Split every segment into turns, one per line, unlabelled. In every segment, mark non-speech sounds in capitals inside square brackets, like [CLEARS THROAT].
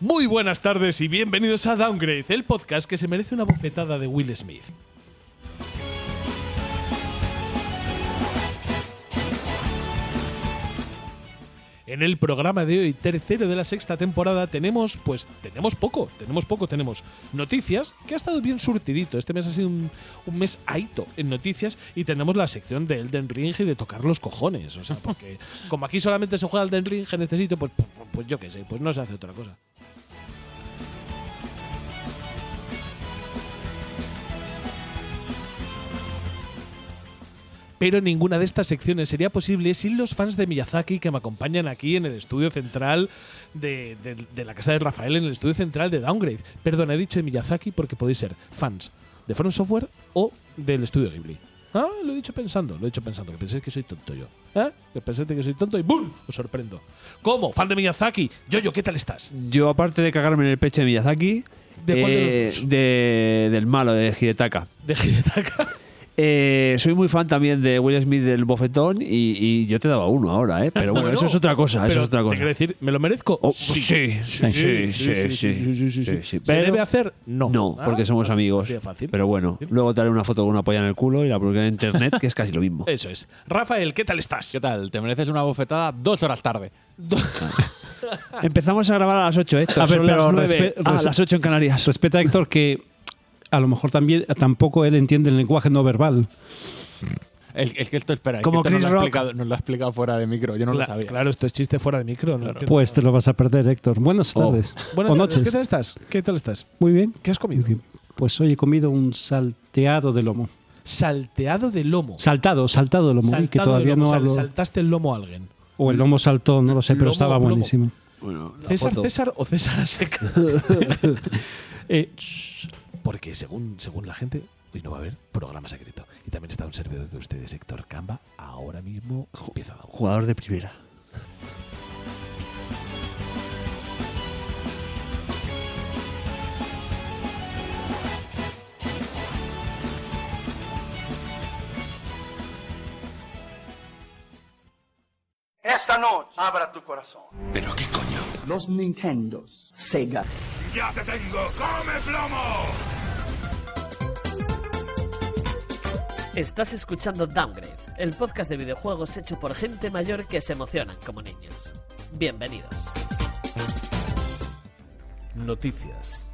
Muy buenas tardes y bienvenidos a Downgrade, el podcast que se merece una bofetada de Will Smith. En el programa de hoy, tercero de la sexta temporada, tenemos, pues, tenemos poco, tenemos poco, tenemos noticias, que ha estado bien surtidito. Este mes ha sido un, un mes aito en noticias y tenemos la sección de Elden Ring y de tocar los cojones. O sea, porque como aquí solamente se juega Elden Ring en este sitio, pues, pues, pues yo qué sé, pues no se hace otra cosa. pero ninguna de estas secciones sería posible sin los fans de Miyazaki que me acompañan aquí en el estudio central de, de- de la casa de Rafael, en el estudio central de Downgrade. Perdón, he dicho de Miyazaki porque podéis ser fans de From Software o del estudio Ghibli. Ah, lo he dicho pensando, lo he dicho pensando, que penséis que soy tonto yo. ¿Eh? Que penséis que soy tonto y ¡boom! Os sorprendo. ¿Cómo? Fan de Miyazaki. Yoyo, ¿qué tal estás?
Yo, aparte de cagarme en el pecho de Miyazaki,
¿De cuál de
eh,
los dos?
de- del malo, de Hidetaka.
De Hidetaka.
Eh, soy muy fan también de Will Smith del bofetón y, y yo te daba uno ahora, ¿eh? Pero bueno, eso es otra cosa, Ah, eso
pero
es otra
Te
cosa.
quiero decir, ¿me lo merezco?
Oh, sí, sí, sí, sí, sí,
sí, sí, sí.
sí, sí.
¿Se debe
Pero-
hacer? No.
No,
Ah,
porque somos
así,
amigos.
así de fácil.
Pero bueno, luego te haré una foto con una polla en el culo y la publicaré en internet, que es casi
[LAUGHS]
lo mismo.
Eso es. Rafael, ¿qué tal estás?
¿Qué tal? Te mereces una bofetada dos horas tarde.
Empezamos a grabar a las 8, Héctor.
A ver,
son las
pero
nueve.
respe-
Ah, a
res-
las 8 en Canarias.
Respeta a Héctor que a lo mejor también tampoco él entiende el lenguaje no verbal.
[LAUGHS] El, el que esto espera. el
Como
que esto
Chris
nos, lo ha
Rock.
explicado, nos lo ha explicado fuera de micro. Yo no
Cla-
lo sabía.
Claro, esto es chiste fuera de micro. No entiendo.
Pues te lo vas a perder, Héctor. Buenas
Oh.
tardes.
Buenas
o
tardes,
noches.
¿Qué tal estás? ¿Qué tal estás?
Muy bien.
¿Qué has comido?
Muy bien. Pues hoy he comido un salteado de lomo.
Salteado de lomo.
Saltado, saltado de lomo.
Saltado
y que
de
todavía
lomo.
no
Sal-
hablo.
Saltaste el lomo a alguien.
O el lomo saltó, no lo sé, pero
Lomo,
estaba
lomo.
buenísimo.
Bueno, la
¿César
foto.
César o César a
[LAUGHS]
seca?
Eh, shh,
Porque según, según la gente, hoy no va a haber programa secreto. Y también está un servidor de ustedes, Héctor Camba. Ahora mismo empieza a
Jugador de primera.
Esta noche abra tu corazón.
los Nintendos, Sega,
Estás escuchando Downgrade, el podcast de videojuegos hecho por gente mayor que se emocionan como niños. Bienvenidos. Noticias.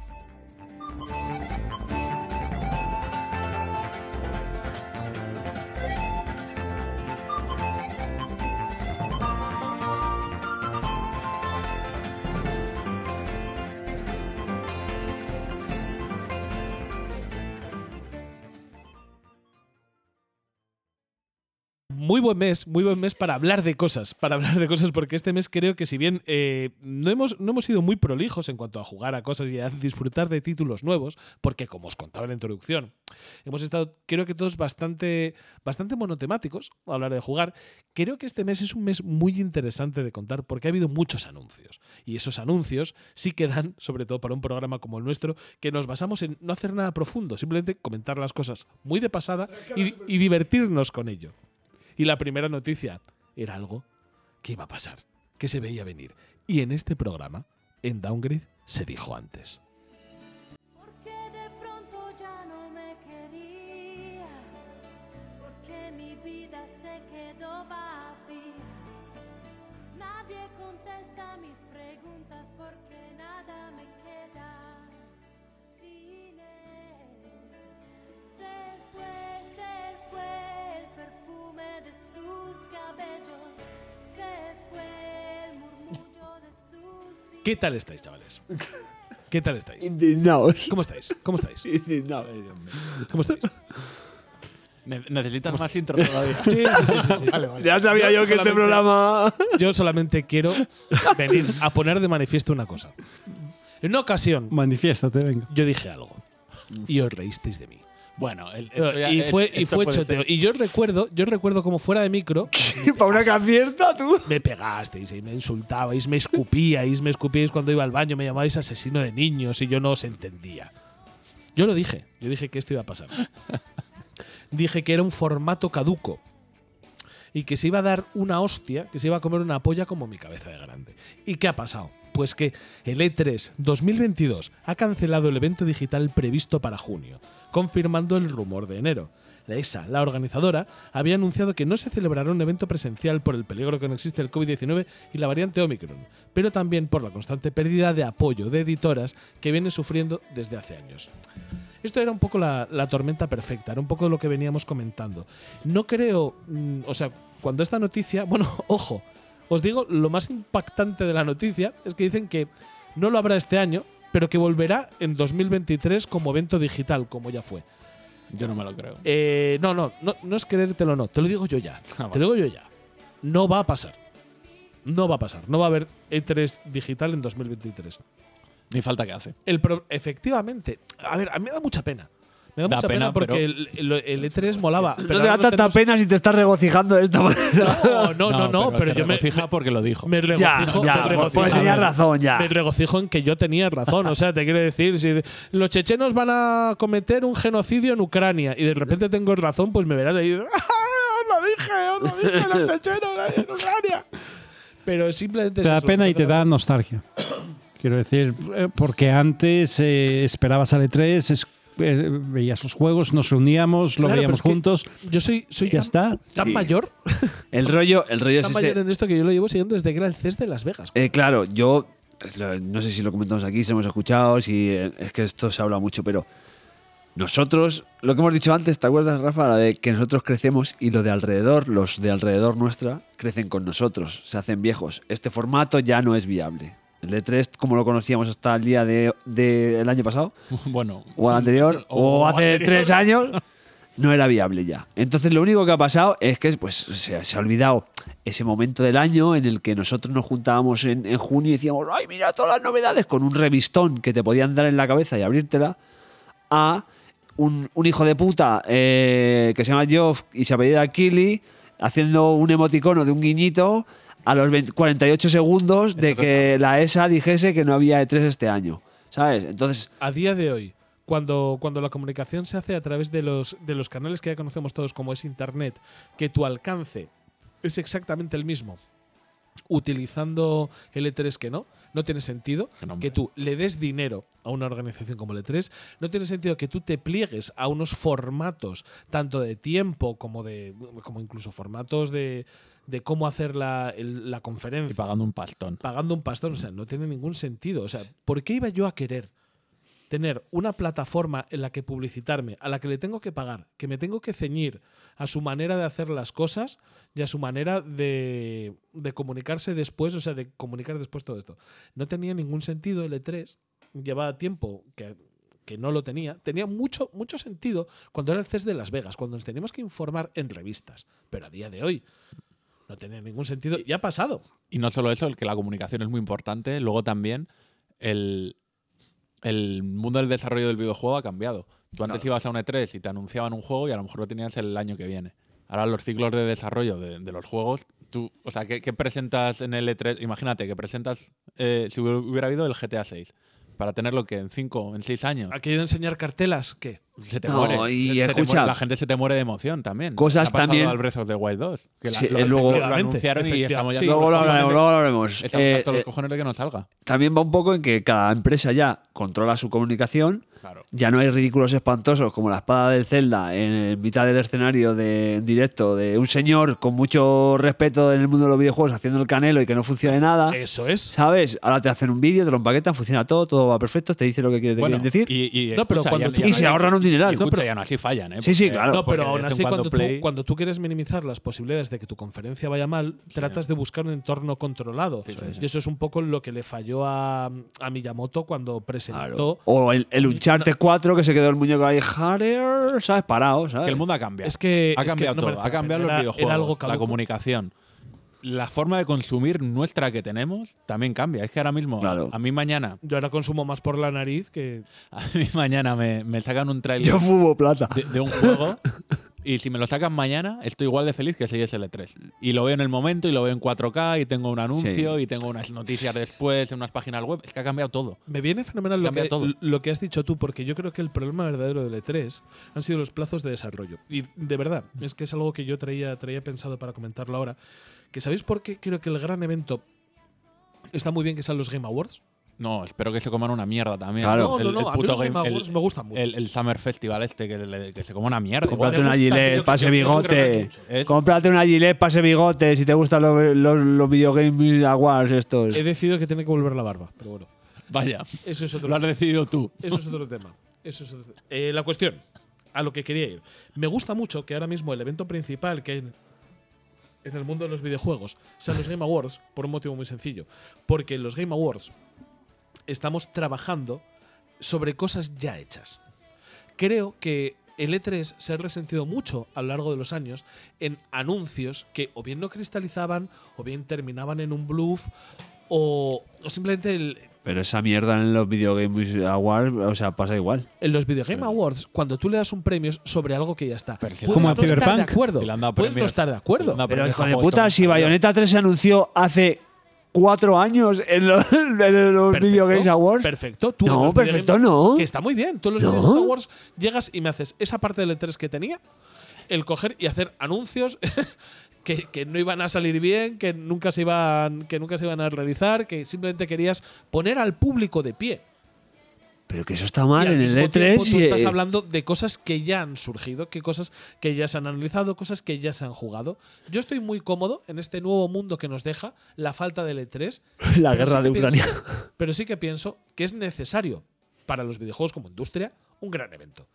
Muy buen mes, muy buen mes para hablar de cosas, para hablar de cosas, porque este mes creo que si bien eh, no, hemos, no hemos sido muy prolijos en cuanto a jugar a cosas y a disfrutar de títulos nuevos, porque como os contaba en la introducción, hemos estado, creo que todos bastante, bastante monotemáticos a hablar de jugar, creo que este mes es un mes muy interesante de contar porque ha habido muchos anuncios. Y esos anuncios sí que dan, sobre todo para un programa como el nuestro, que nos basamos en no hacer nada profundo, simplemente comentar las cosas muy de pasada y- y divertirnos con ello. Y la primera noticia era algo que iba a pasar, que se veía venir. Y en este programa, en Downgrade, se dijo antes.
Porque de pronto ya no me quería, porque mi vida se quedó vacía. Nadie contesta mis preguntas porque nada me queda sin él. Se fue, se fue el perfume de sus cabellos, se fue el murmullo de sus
¿Qué tal estáis, chavales? ¿Qué tal estáis?
[LAUGHS] Indignados.
¿Cómo estáis? ¿Cómo estáis?
Indignados.
¿Cómo estáis?
Ne- Necesitas más intro todavía.
Sí, sí, sí, sí, sí.
Ya sabía yo, que este
solamente-
programa.
Yo solamente quiero venir a poner de manifiesto una cosa. En una ocasión,
manifiéstate, venga.
yo dije algo y os reísteis de mí.
Bueno, el- el-
Eh, Y
el-
fue, y
esto
fue
puede
choteo.
ser.
Y yo recuerdo, yo recuerdo como fuera de
[LAUGHS]
micro,
Para una que acierta, tú.
me pegasteis y me insultabais, me escupíais, me escupíais cuando iba al baño, me llamabais asesino de niños y yo no os entendía. Yo lo dije, yo dije que esto iba a
[LAUGHS]
pasar. dije que era un formato caduco y que se iba a dar una hostia, que se iba a comer una polla como mi cabeza de grande. ¿Y qué ha pasado? pues que el E3 2022 ha cancelado el evento digital previsto para junio, confirmando el rumor de enero. La ESA, la organizadora, había anunciado que no se celebrará un evento presencial por el peligro que no existe el COVID-19 y la variante Omicron, pero también por la constante pérdida de apoyo de editoras que viene sufriendo desde hace años. Esto era un poco la, la tormenta perfecta, era un poco lo que veníamos comentando. No creo, mm, o sea, cuando esta noticia, [LAUGHS] bueno, ojo, os digo, lo más impactante de la noticia es que dicen que no lo habrá este año, pero que volverá en 2023 como evento digital, como ya fue.
Yo no me lo creo.
Eh, no, no, no, no es creértelo, no. Te lo digo yo ya.
Ah, vale.
Te lo digo yo ya. No va a pasar. No va a pasar. No va a haber E3 digital en 2023.
Ni falta que hace.
El pro- efectivamente. A ver, a mí me da mucha pena. Me da,
Da
mucha pena,
pena,
porque
pero-
el, el- el E3 molaba. Pero
no te da
ahora
tanta
tenemos-
pena si te estás regocijando de esta manera.
[LAUGHS] No, no, no, no, pero,
te
yo me,
regocija porque lo dijo.
me regocijo.
[LAUGHS] ya,
me
pues
regocijo.
porque tenía razón, ya.
Me regocijo en que yo tenía razón. O sea, te quiero decir, si los chechenos van a cometer un genocidio en Ucrania y de repente tengo razón, pues me verás ahí. [LAUGHS] ¡Ah, os lo dije! ¡Os lo dije!
[LAUGHS]
¡Los chechenos ahí en Ucrania! Pero simplemente.
Te
es
da
eso,
pena y
no
te da nostalgia. Quiero decir, eh, porque antes eh, esperabas al E3, es- eh, veías los juegos, nos reuníamos, lo
Claro, pero
veíamos
es que
juntos.
Yo soy, soy
Ya
tan,
está.
tan
Sí.
mayor,
El rollo, el rollo es
tan
ese-
mayor en esto que yo lo llevo siguiendo desde que era el CES de Las Vegas.
Eh, claro, yo es lo- no sé si lo comentamos aquí, si hemos escuchado, si eh, es que esto se habla mucho, pero nosotros, lo que hemos dicho antes, ¿te acuerdas, Rafa? La de que nosotros crecemos y lo de alrededor, los de alrededor nuestra, crecen con nosotros, se hacen viejos. Este formato ya no es viable. El E3, como lo conocíamos hasta el día del de, del año pasado,
bueno.
o al anterior, [LAUGHS] o,
O
hace
anterior.
tres años, no era viable ya. Entonces lo único que ha pasado es que pues, se, se ha olvidado ese momento del año en el que nosotros nos juntábamos en, en junio y decíamos, ay, mira todas las novedades, con un revistón que te podían dar en la cabeza y abrírtela, a un, un hijo de puta eh, que se llama Geoff y se apellida Kili, haciendo un emoticono de un guiñito a los 20 48 segundos de que la ESA dijese que no había E3 este año. ¿Sabes? Entonces,
a día de hoy, cuando, cuando la comunicación se hace a través de los, de los canales que ya conocemos todos, como es Internet, que tu alcance es exactamente el mismo utilizando el E3 que no, no tiene sentido
Que no, hombre.
que tú le des dinero a una organización como el E3, no tiene sentido que tú te pliegues a unos formatos, tanto de tiempo como de como incluso formatos de, de cómo hacer la, el- la
Y
conferencia
pagando un pastón.
pagando un pastor. O sea, no tiene ningún sentido. O sea, ¿por qué iba yo a querer tener una plataforma en la que publicitarme, a la que le tengo que pagar, que me tengo que ceñir a su manera de hacer las cosas y a su manera de, de comunicarse después, o sea, de comunicar después todo esto? No tenía ningún sentido el E3, llevaba tiempo que que no lo tenía, tenía mucho, mucho sentido cuando era el CES de Las Vegas, cuando nos teníamos que informar en revistas. Pero a día de hoy no tenía ningún sentido y ha pasado.
Y no solo eso, el que la comunicación es muy importante, luego también el, el mundo del desarrollo del videojuego ha cambiado. Tú antes ibas a un E3 y te anunciaban un juego y a lo mejor lo tenías el año que viene. Ahora los ciclos de desarrollo de, de los juegos, tú, o sea, ¿qué, qué presentas en el E3? Imagínate que presentas, eh, si hubiera hubiera habido el GTA 6, para tenerlo que en 5, en 6 años,
aquello de enseñar cartelas, ¿qué?
se te
No,
muere.
y
Se te
escucha-
muere- la gente se te muere de emoción también.
Cosas
Ha pasado
también-
al Breath of the Wild 2. Que la-
Sí,
lo,
eh, luego-
lo anunciaron y
Efectivamente,
estamos ya
sí.
todos
luego lo
los cojones
hablaremos,
de-
luego lo hablaremos.
Estamos
Eh,
hasta los
eh,
cojones de que no salga.
también va un poco en que cada empresa ya controla su comunicación.
Claro.
Ya no hay ridículos espantosos como la espada del Zelda en mitad del escenario de en directo de un señor con mucho respeto en el mundo de los videojuegos haciendo el canelo y que no funcione nada.
Eso es.
¿Sabes? Ahora te hacen un vídeo, te lo empaquetan, funciona todo, todo va perfecto, te dice lo que quiere- te
Bueno,
quieren decir.
Y, y,
No, pero
escucha,
cuando
ya-
tú-
ya
Y
no
se
hay-
ahorran un
y
dineral.
escucha, ya no así fallan, ¿eh?
Sí, sí,
Porque-
claro.
No, pero
porque
aún
de vez en
así, cuando,
Play-
tú, cuando tú quieres minimizar las posibilidades de que tu conferencia vaya mal, tratas de buscar un entorno controlado. Y eso es un poco lo que le falló a, a Miyamoto cuando
Claro.
presentó.
O el, el Uncharted 4 que se quedó el muñeco ahí, "Harder", ¿sabes? Parado,
que
¿sabes?
el mundo ha cambiado.
Es que-
ha
es que
cambiado
no merece
todo.
la
Ha cambiado
pena. Era-
los videojuegos,
era algo
la
caduco.
comunicación. La forma de consumir nuestra que tenemos también cambia. Es que ahora mismo,
Claro.
a mí mañana, [LAUGHS]
Yo ahora consumo más por la nariz que.
a mí mañana me, me sacan un trailer
Yo fumo plata.
de, de un juego y si me lo sacan mañana, estoy igual de feliz que si es el E3. Y lo veo en el momento y lo veo en 4K y tengo un anuncio
Sí.
y tengo unas noticias después en unas páginas web. Es que ha cambiado todo.
Me viene fenomenal lo
Cambia
que,
todo.
lo que has dicho tú, porque yo creo que el problema verdadero del E3 han sido los plazos de desarrollo. Y de verdad, es que es algo que yo traía, traía pensado para comentarlo ahora. Que sabéis por qué creo que el gran evento está muy bien que sean los Game Awards.
No, espero que se coman una mierda también.
Claro.
No, no, no, a mí los Game
el-
Awards me gustan mucho.
El, el Summer Festival este, que, le- que se coma una mierda.
Cómprate
Igual
una
te gusta, que
Gillette,
yo-
pase
yo- yo creo que
bigote.
es mucho,
¿eh?
Cómprate una Gillette, pase bigote. Si te gustan los, los, los videogame awards estos.
He decidido que tiene que volver la barba, pero bueno.
Vaya,
Eso es otro
lo has decidido tú.
Eso es otro tema. Eso es otro- Eh, la cuestión, a lo que quería ir. Me gusta mucho que ahora mismo el evento principal que hay en- en el mundo de los videojuegos sean los Game Awards, por un motivo muy sencillo. Porque en los Game Awards estamos trabajando sobre cosas ya hechas. Creo que el E3 se ha resentido mucho a lo largo de los años en anuncios que o bien no cristalizaban, o bien terminaban en un bluff, o, o simplemente el,
Pero esa mierda en los videogame awards, o sea, pasa igual.
en los Video Game Awards, cuando tú le das un premio es sobre algo que ya está.
Pero si
Puedes
Como
no
a Cyberpunk.
estar de acuerdo.
Si le han dado
Puedes no
premios.
estar de
Le han
acuerdo.
dado
Pero
premios
hijo
a
de
juegos
puta,
tan
si
malos.
Bayonetta 3 se anunció hace cuatro años en los, en los
Perfecto,
Video Games Awards.
Perfecto. Tú en
No,
los Video
perfecto
Game-
no.
Que está muy bien. Tú en los
No.
Video Game Awards llegas y me haces esa parte del E3 que tenía, el coger y hacer anuncios [LAUGHS] que, que no iban a salir bien, que nunca, se iban, que nunca se iban a realizar, que simplemente querías poner al público de pie.
Pero que eso está
Y
mal
al
en el
mismo tiempo
E3.
tú
y,
estás
eh,
hablando de cosas que ya han surgido, que cosas que ya se han analizado, cosas que ya se han jugado. Yo estoy muy cómodo en este nuevo mundo que nos deja la falta del E3.
[LAUGHS] La
pero
guerra
sí que
de Ucrania.
pienso- pero sí que pienso que es necesario para los videojuegos como industria un gran evento.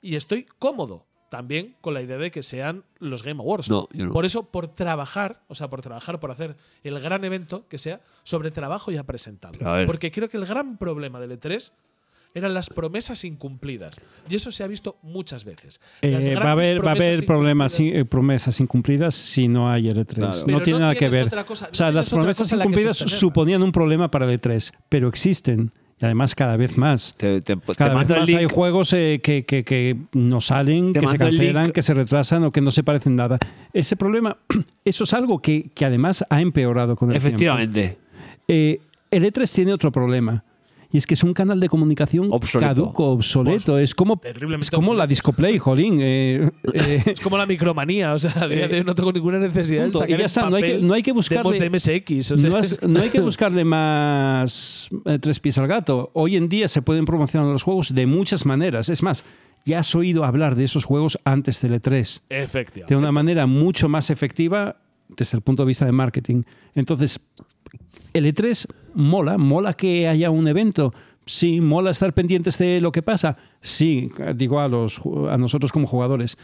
Y estoy cómodo también con la idea de que sean los Game Awards.
No, yo no.
Por eso, por trabajar, o sea, por trabajar, por hacer el gran evento que sea sobre trabajo ya presentado.
Pero a ver.
Porque creo que el gran problema del E E3 eran las promesas incumplidas. Y eso se ha visto muchas veces. Las
Eh, va a
grandes
haber, va a
promesas
haber problemas,
incumplidas-
eh, promesas incumplidas si no hay el E3.
Claro.
Pero
No tiene
no
nada que
tienes
ver.
otra cosa-
o sea,
no
las
tienes otra
promesas
cosa en la que
incumplidas
sostenerla.
suponían un problema para el E3, pero existen y además cada vez más.
Te, te- te
Cada vez
mando el
más
link.
hay juegos eh, que, que- que no salen,
Te
que se
mando el
cancelan,
link.
que se retrasan o que no se parecen nada. Ese problema, [CLEARS THROAT] eso es algo que, que además ha empeorado con el tiempo.
Efectivamente.
Eh, el E3 tiene otro problema. Y es que es un canal de comunicación
Obsoleto.
caduco, obsoleto. es como,
Pues terriblemente
es como la
obsoleto.
discoplay, jolín. eh, eh,
[LAUGHS] Es como la micromanía, o sea, a día de hoy no tengo ninguna necesidad de
punto.
sacar
Y ya
en
está, no hay que-
papel
no hay que buscarle-
demos de MSX. o sea,
no, has- no hay que buscarle más eh, tres pies al gato. Hoy en día se pueden promocionar los juegos de muchas maneras. Es más, ya has oído hablar de esos juegos antes del E E3.
[LAUGHS]
de [LAUGHS]
Efectivamente.
una manera mucho más efectiva desde el punto de vista de marketing. Entonces, el E3 mola, mola que haya un evento. Sí, mola estar pendientes de lo que pasa. Sí, digo a, los, ju- a nosotros como jugadores.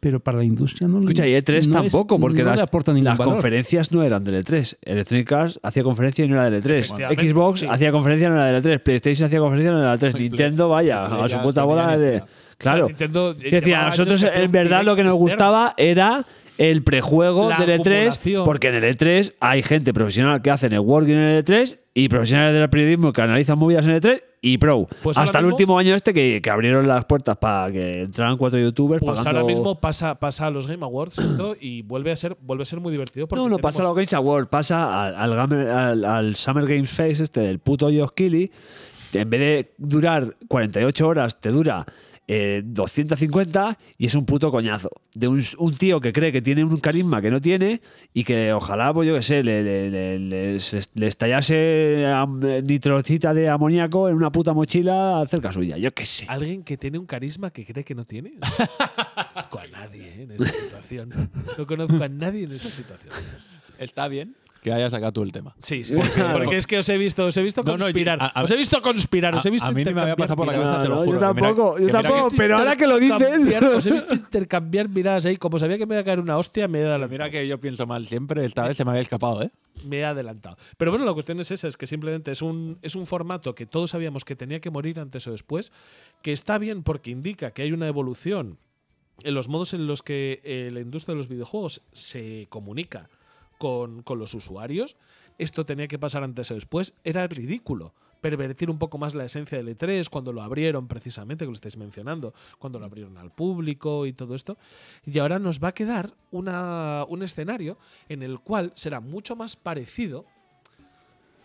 Pero para la industria no le-
Escucha, y E3
no es-
tampoco, porque
no le
las,
aporta ningún
las
valor.
conferencias no eran del E3. Electronic Arts hacía conferencia y no era del E3.
Efectivamente,
Xbox
sí. Pues,
hacía conferencia y no era del E3. PlayStation hacía conferencia y no era del E3.
Play-
Nintendo, vaya,
Play-
a su
ya
puta
tenían
bola de.
idea.
Claro.
O sea, Nintendo
Es decir,
llevaba
a
años
nosotros
que hacía
en
un
verdad lo que nos
direct externo.
gustaba era el prejuego
La
del E3,
acumulación.
porque en el E3 hay gente profesional que hace networking en el E3 y profesionales del periodismo que analizan movidas en el E3 y pro.
Pues ahora
Hasta el
mismo-
último año este que, que abrieron las puertas para que entraran cuatro youtubers
Pues
pagando-
ahora mismo pasa, pasa a los Game Awards esto, y vuelve a ser, vuelve a ser muy divertido. Porque
No, no pasa a los
tenemos-
Games Awards, pasa al, al Gamer- al- al Summer Games Fest este del puto Josh Keighley. En vez de durar 48 horas, te dura eh, 250 y es un puto coñazo. De un, un tío que cree que tiene un carisma que no tiene y que ojalá, pues yo qué sé, le, le- le- le- se- le estallase am- nitrocita de amoníaco en una puta mochila cerca suya. Yo qué sé.
Alguien que tiene un carisma que cree que no tiene.
[LAUGHS]
No conozco a nadie eh, en esa situación. No conozco a nadie en esa situación.
Está bien que hayas sacado tú el tema.
Sí, sí. Porque, porque es que os he visto, os he visto
No, no,
conspirar.
yo- a- a-
os he visto conspirar, os he
a-
visto
a mí ni me había pasado por la
intercambiar
cabeza, te lo
No,
juro.
yo
que mira-
tampoco,
que
yo
mira que-
tampoco, pero ahora que lo
Intercambiar- Os
[LAUGHS]
he
dices.
visto intercambiar miradas ahí. Como sabía que me iba a caer una hostia, me he adelantado.
Mira que yo pienso mal siempre, esta vez se me había escapado, ¿eh?
me he adelantado. Pero bueno, la cuestión es esa, es que simplemente es un, es un formato que todos sabíamos que tenía que morir antes o después, que está bien porque indica que hay una evolución en los modos en los que eh, la industria de los videojuegos se comunica con, con los usuarios. Esto tenía que pasar antes o después. Era ridículo pervertir un poco más la esencia del E3 cuando lo abrieron precisamente, que lo estáis mencionando, cuando lo abrieron al público y todo esto. Y ahora nos va a quedar una- un escenario en el cual será mucho más parecido,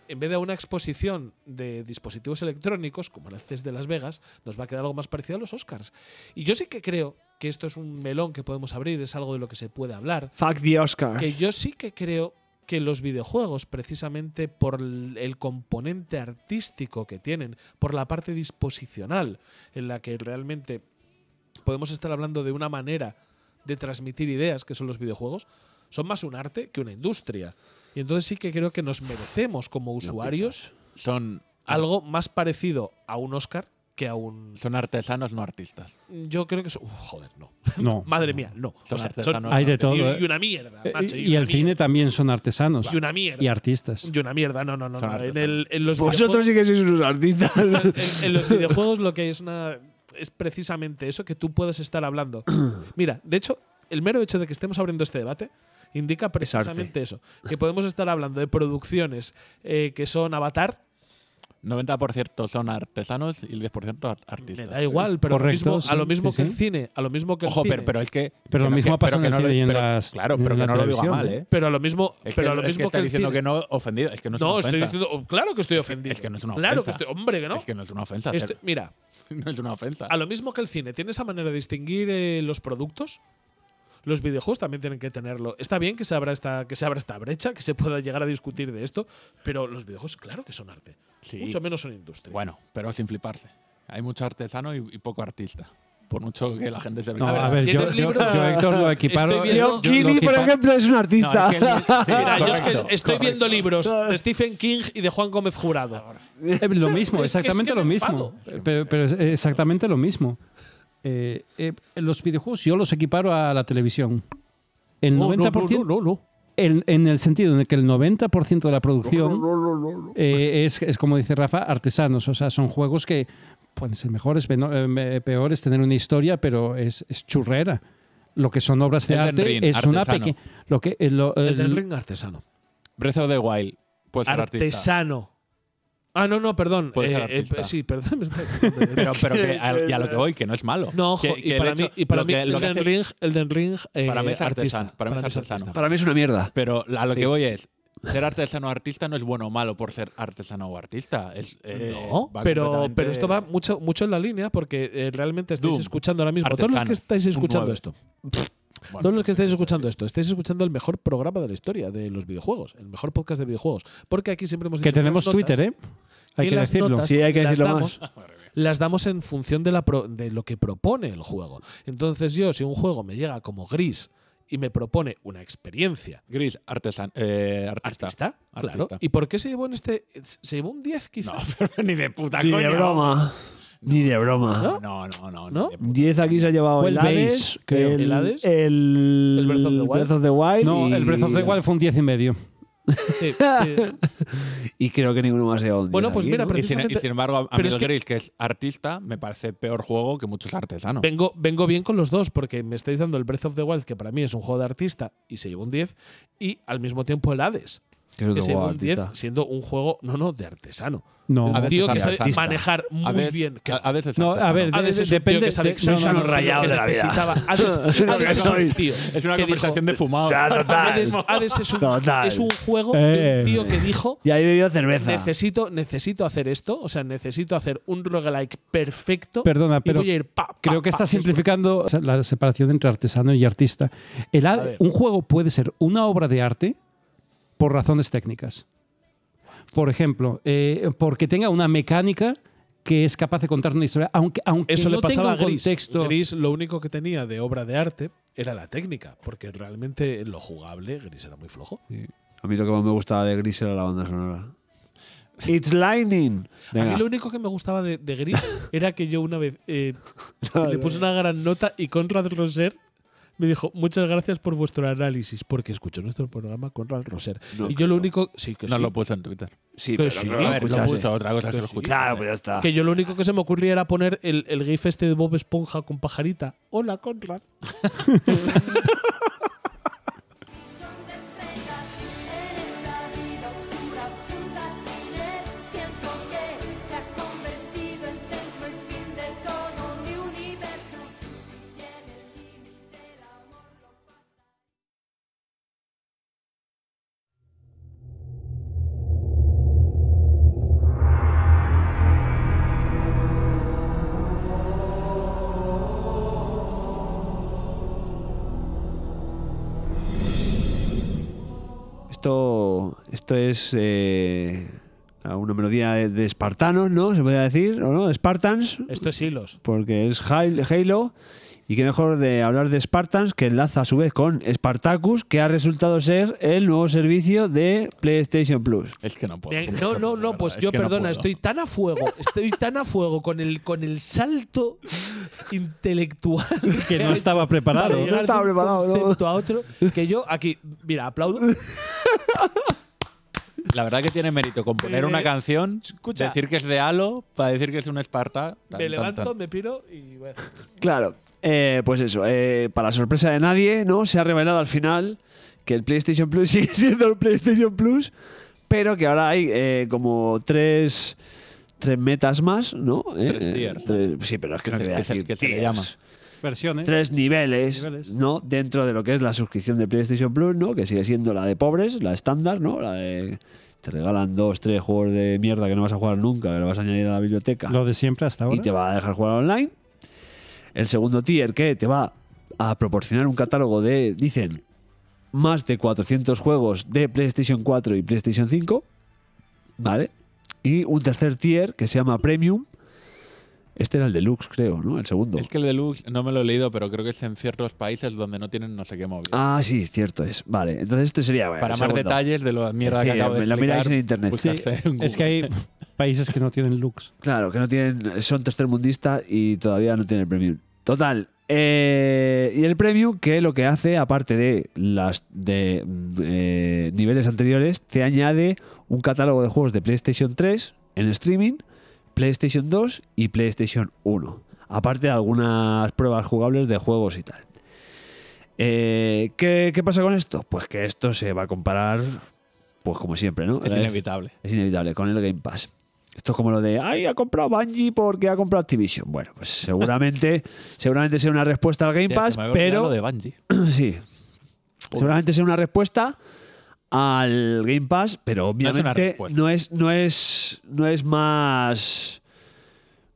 en vez de a una exposición de dispositivos electrónicos, como el CES de Las Vegas, nos va a quedar algo más parecido a los Oscars. Y yo sí que creo que esto es un melón que podemos abrir, es algo de lo que se puede hablar.
¿Eh?
Fuck the Oscar.
Que yo sí que creo que los videojuegos, precisamente por l- el componente artístico que tienen, por la parte disposicional, en la que realmente podemos estar hablando de una manera de transmitir ideas que son los videojuegos, son más un arte que una industria. Y entonces sí que creo que nos merecemos como usuarios
Son,
algo más parecido a un Oscar que a un...
son artesanos, no artistas.
Yo creo que... son- Uf, joder, no.
No.
Madre mía, no.
Son
O sea,
artesanos,
son-
no
Hay de
artistas.
todo.
y,
¿eh?
y una mierda, macho,
y
una
el cine
mierda.
también son artesanos.
Y una mierda.
Y artistas.
Y una mierda, no, no, no.
Son
no. En,
artesanos.
el- en los
Vosotros Pues sí que sois
[LAUGHS]
unos artistas. [LAUGHS]
videojuegos- en- en los videojuegos lo que hay es una. Es precisamente eso que tú puedes estar
[CLEARS THROAT]
hablando. Mira, de hecho, el mero hecho de que estemos abriendo este debate indica precisamente eso. Que podemos estar hablando de producciones eh, que son avatar.
90% son artesanos y el 10% ar-
Me
artistas.
da igual, pero a lo
Correcto,
mismo- a lo
sí,
mismo
sí,
que el
sí.
cine. A lo mismo que el
Ojo,
cine.
pero, pero es que.
Pero lo
que no-
mismo
que-
pasa
pero
en
que
el
no lo-
cine y en
pero-
las-
Claro,
en
pero
la
que no lo digo
televisión,
mal,
¿eh?
¿eh?
pero a lo mismo. pero
Es que,
a lo
es que
mismo
está
el
diciendo
cine.
que no ofendido. Es que no es
No,
una
estoy
ofensa.
diciendo. oh, Claro que estoy ofendido.
es que no es una
Claro que
ofensa.
estoy. Hombre, que no. Este
Es que no es una ofensa.
Esto-
ser-
mira,
[LAUGHS] no es una ofensa.
A lo mismo que el cine tiene esa manera de distinguir eh, los productos, los videojuegos también tienen que tenerlo. Está bien que se, abra esta, que se abra esta brecha, que se pueda llegar a discutir de esto, pero los videojuegos, claro que son arte.
Sí.
Mucho menos son industria.
Bueno, pero sin fliparse. Hay mucho artesano y, y poco artista. Por mucho que la gente se
No,
vea.
a
ver,
ver, yo,
¿tienes
yo-
libros?
yo, Héctor lo equiparo.
Estoy viendo-
yo- yo lo
por
equipa-
ejemplo, es un
No,
artista.
es que el- sí,
[LAUGHS] Mira, yo es que
correcto,
estoy viendo
correcto.
libros de Stephen King y de Juan Gómez Jurado.
Eh, lo mismo,
Es que- es
exactamente
que
lo
me
mismo. Eh, Pero, pero es exactamente lo mismo. Eh, eh, los videojuegos yo los equiparo a la televisión. El 90%. el- en el sentido en el que el 90% de la producción eh, es, es, como dice Rafa, artesanos. O sea, son juegos que pueden ser mejores, peno- eh, me- peores, tener una historia, pero es, es churrera. Lo que son obras de
Elden
arte
Ring,
es una
artesano.
pequeña. Lo que, eh, lo-
El
el-
ring artesano.
[LAUGHS] Breath of the Wild. Puede ser artista.
Artesano. Ah, no, no, perdón. eh,
Puede ser artista.
sí, perdón. me
[LAUGHS]
estoy-
Pero,
[LAUGHS]
pero que, a, y a lo que voy, que no es malo.
No,
Que-
ojo,
que
y
el
para
hecho-
mí, y para
lo
mí
que- lo que
Elden
hace-
Ring, Elden Ring eh,
Para mí es
artista.
artesano, para mí es
[LAUGHS]
artesano.
Para mí es una mierda.
Pero a lo que voy es, ser artesano o artista no es bueno o malo por ser artesano o artista. Es, eh,
No,
va
pero,
completamente-
pero esto va mucho, mucho en la línea porque eh, realmente estáis
Doom,
escuchando ahora mismo. todos los
artesano,
que estáis
un
escuchando
nueve.
esto,
Bueno,
todos los que estáis escuchando esto, estáis escuchando el mejor programa de la historia de los videojuegos, el mejor podcast de videojuegos. Porque aquí siempre hemos
que
dicho
tenemos
las notas-
Twitter, ¿eh? Hay
y
que
las
decirlo.
notas
Sí, hay que
las
decirlo
damos- Las damos en función de, la pro- de lo que propone el juego. Entonces, yo, si un juego me llega como gris y me propone una experiencia
Gris, artesan, eh, artista.
artista, claro.
Artista.
¿Y [LAUGHS] por qué se llevó en este. Se llevó un 10 quizá? [LAUGHS]
No, pero ni de puta
Ni de
coña.
broma. Ni de broma.
No, no, no. no,
Ah, ¿No?
ni de puta.
10 aquí se ha llevado
Fue el
el Hades,
Base, creo.
el,
¿El Hades?
el
¿El Breath of the Wild?
Breath of the Wild
No,
y-
el Breath of the Wild fue un 10 y medio.
[LAUGHS]
Sí, sí.
Y creo que ninguno más ha llegado. un
Bueno,
10
pues
aquí,
mira,
¿no?
pero-
Y sin, y sin embargo, a, a
Pero
mí
es
el
que-
Gris, que es artista, me parece peor juego que muchos artesanos.
Vengo, vengo bien con los dos, porque me estáis dando el Breath of the Wild, que para mí es un juego de artista y se lleva un 10, y al mismo tiempo el Hades,
Creo
que
que
se lleva
wow,
un 10
artista.
siendo un juego, no, no, de artesano.
No,
Un
Hades
tío
es
que sabe
artista.
manejar muy
a veces,
bien. que-
a, a veces
No,
artesano.
a ver,
Hades es un tío
depende-
que sabe
de-
exactamente
sois unos
lo que
rayados de la vida. [LAUGHS]
necesitaba.
[LAUGHS]
Hades, Hades es un
sois.
tío
es una
que dijo,
conversación de fumado.
Ya, total.
Hades, Hades es, un,
Total.
es un juego de
Eh.
un tío que dijo
Y ahí bebió cerveza.
necesito, necesito hacer esto, o sea, necesito hacer un roguelike perfecto
Perdona,
y
pero
voy a ir pa, pa,
Creo que
pa,
está
esto.
simplificando la separación entre artesano y artista. El ad-
A ver.
un juego puede ser una obra de arte por razones técnicas. Por ejemplo, eh, porque tenga una mecánica que es capaz de contar una historia, aunque, aunque
Eso
no
le pasaba
tenga
a
un
Gris.
contexto.
Gris lo único que tenía de obra de arte era la técnica, porque realmente en lo jugable Gris era muy flojo.
A mí lo que más me gustaba de Gris era la banda sonora. It's Lightning.
A
Venga.
mí lo único que me gustaba de, de [LAUGHS] Gris era que yo una vez eh, le puse una gran nota y Conrad Roser me dijo muchas gracias por vuestro análisis, porque escuchó nuestro programa Conrad Roser.
No
y yo lo único... Sí, que
No
sí.
lo puso en Twitter.
Sí,
Que
pero
Pues sí,
no
lo
lo
a ver, lo
escuchas,
puso
eh.
otra cosa que lo
sí.
escuché.
Claro, pero ya está.
Que yo lo único que se me ocurría era poner el, el gif este de Bob Esponja con pajarita. Hola, Conrad.
Son de estrellas en esta vida oscura, absurda, sin él. Siento que se ha convertido en centro y fin de todo mi universo. Si tiene límite el amor, lo pasa.
esto, esto es eh, una melodía de, de espartanos, ¿no? Se podría decir, ¿o no? De Spartans,
Esto es hilos.
porque es Hal- Halo. Y qué mejor de hablar de Spartans, que enlaza a su vez con Spartacus, que ha resultado ser el nuevo servicio de PlayStation Plus.
Es que no puedo.
Bien, No, no, no, pues
Es
yo
que no
perdona,
puedo.
estoy tan a fuego, estoy tan a fuego con el, con el salto intelectual
Que no
he
estaba
hecho
preparado.
para
No
llegar de
estaba
un
preparado, no.
concepto a otro, que yo aquí, mira, aplaudo.
La verdad que tiene mérito componer
Eh,
una canción,
escucha.
decir que es de Halo, para decir que es un Esparta. tan,
Me
tan,
levanto,
tan.
me piro y bueno.
Claro, eh, pues eso, eh, para sorpresa de nadie, ¿no? Se ha revelado al final que el PlayStation Plus [LAUGHS] sigue siendo el PlayStation Plus, pero que ahora hay eh, como tres, tres metas más, ¿no? Eh,
Tres
eh,
tiers.
tres- sí, pero es que
Que
se le
se-
voy a
que se-
decir
que se le
tiers.
llama.
Versiones.
Tres niveles,
Niveles.
¿no? Dentro de lo que es la suscripción de PlayStation Plus, ¿no? Que sigue siendo la de pobres, la estándar, ¿no? La de... Te regalan dos, tres juegos de mierda que no vas a jugar nunca, que lo vas a añadir a la biblioteca
Lo de siempre hasta ahora.
y te va a dejar jugar online. El segundo tier que te va a proporcionar un catálogo de, dicen, más de 400 juegos de PlayStation 4 y PlayStation 5, ¿vale? Y un tercer tier que se llama Premium. Este era el deluxe, creo, ¿no? El segundo.
Es que el deluxe no me lo he leído, pero creo que es en ciertos países donde no tienen no sé qué móvil.
Ah, sí, cierto es. Vale, entonces este sería... bueno,
para
el
más
segundo.
detalles de la mierda
Sí,
que acabo de
lo
explicar.
miráis en internet.
Sí,
buscarse en
es
Google.
que hay [LAUGHS] países que no tienen looks.
Claro, que no tienen, son tercermundistas y todavía no tienen premium. Total. eh, y el premium que lo que hace, aparte de las de mm, eh, niveles anteriores, te añade un catálogo de juegos de PlayStation 3 en streaming, PlayStation 2 y PlayStation 1. Aparte de algunas pruebas jugables de juegos y tal. Eh, ¿qué, qué pasa con esto? Pues que esto se va a comparar, pues como siempre, ¿no?
Es
Eh,
inevitable.
es inevitable, con el Game Pass. Esto es como lo de, ay, ha comprado Bungie porque ha comprado Activision. Bueno, pues seguramente, [LAUGHS] seguramente sea una respuesta al Game
Ya,
Pass,
se me había olvidado
pero...
lo de
[CLEARS THROAT]
Bungie.
sí. Seguramente sea una respuesta al Game Pass, pero
una
obviamente
respuesta.
no es, no es, no es más...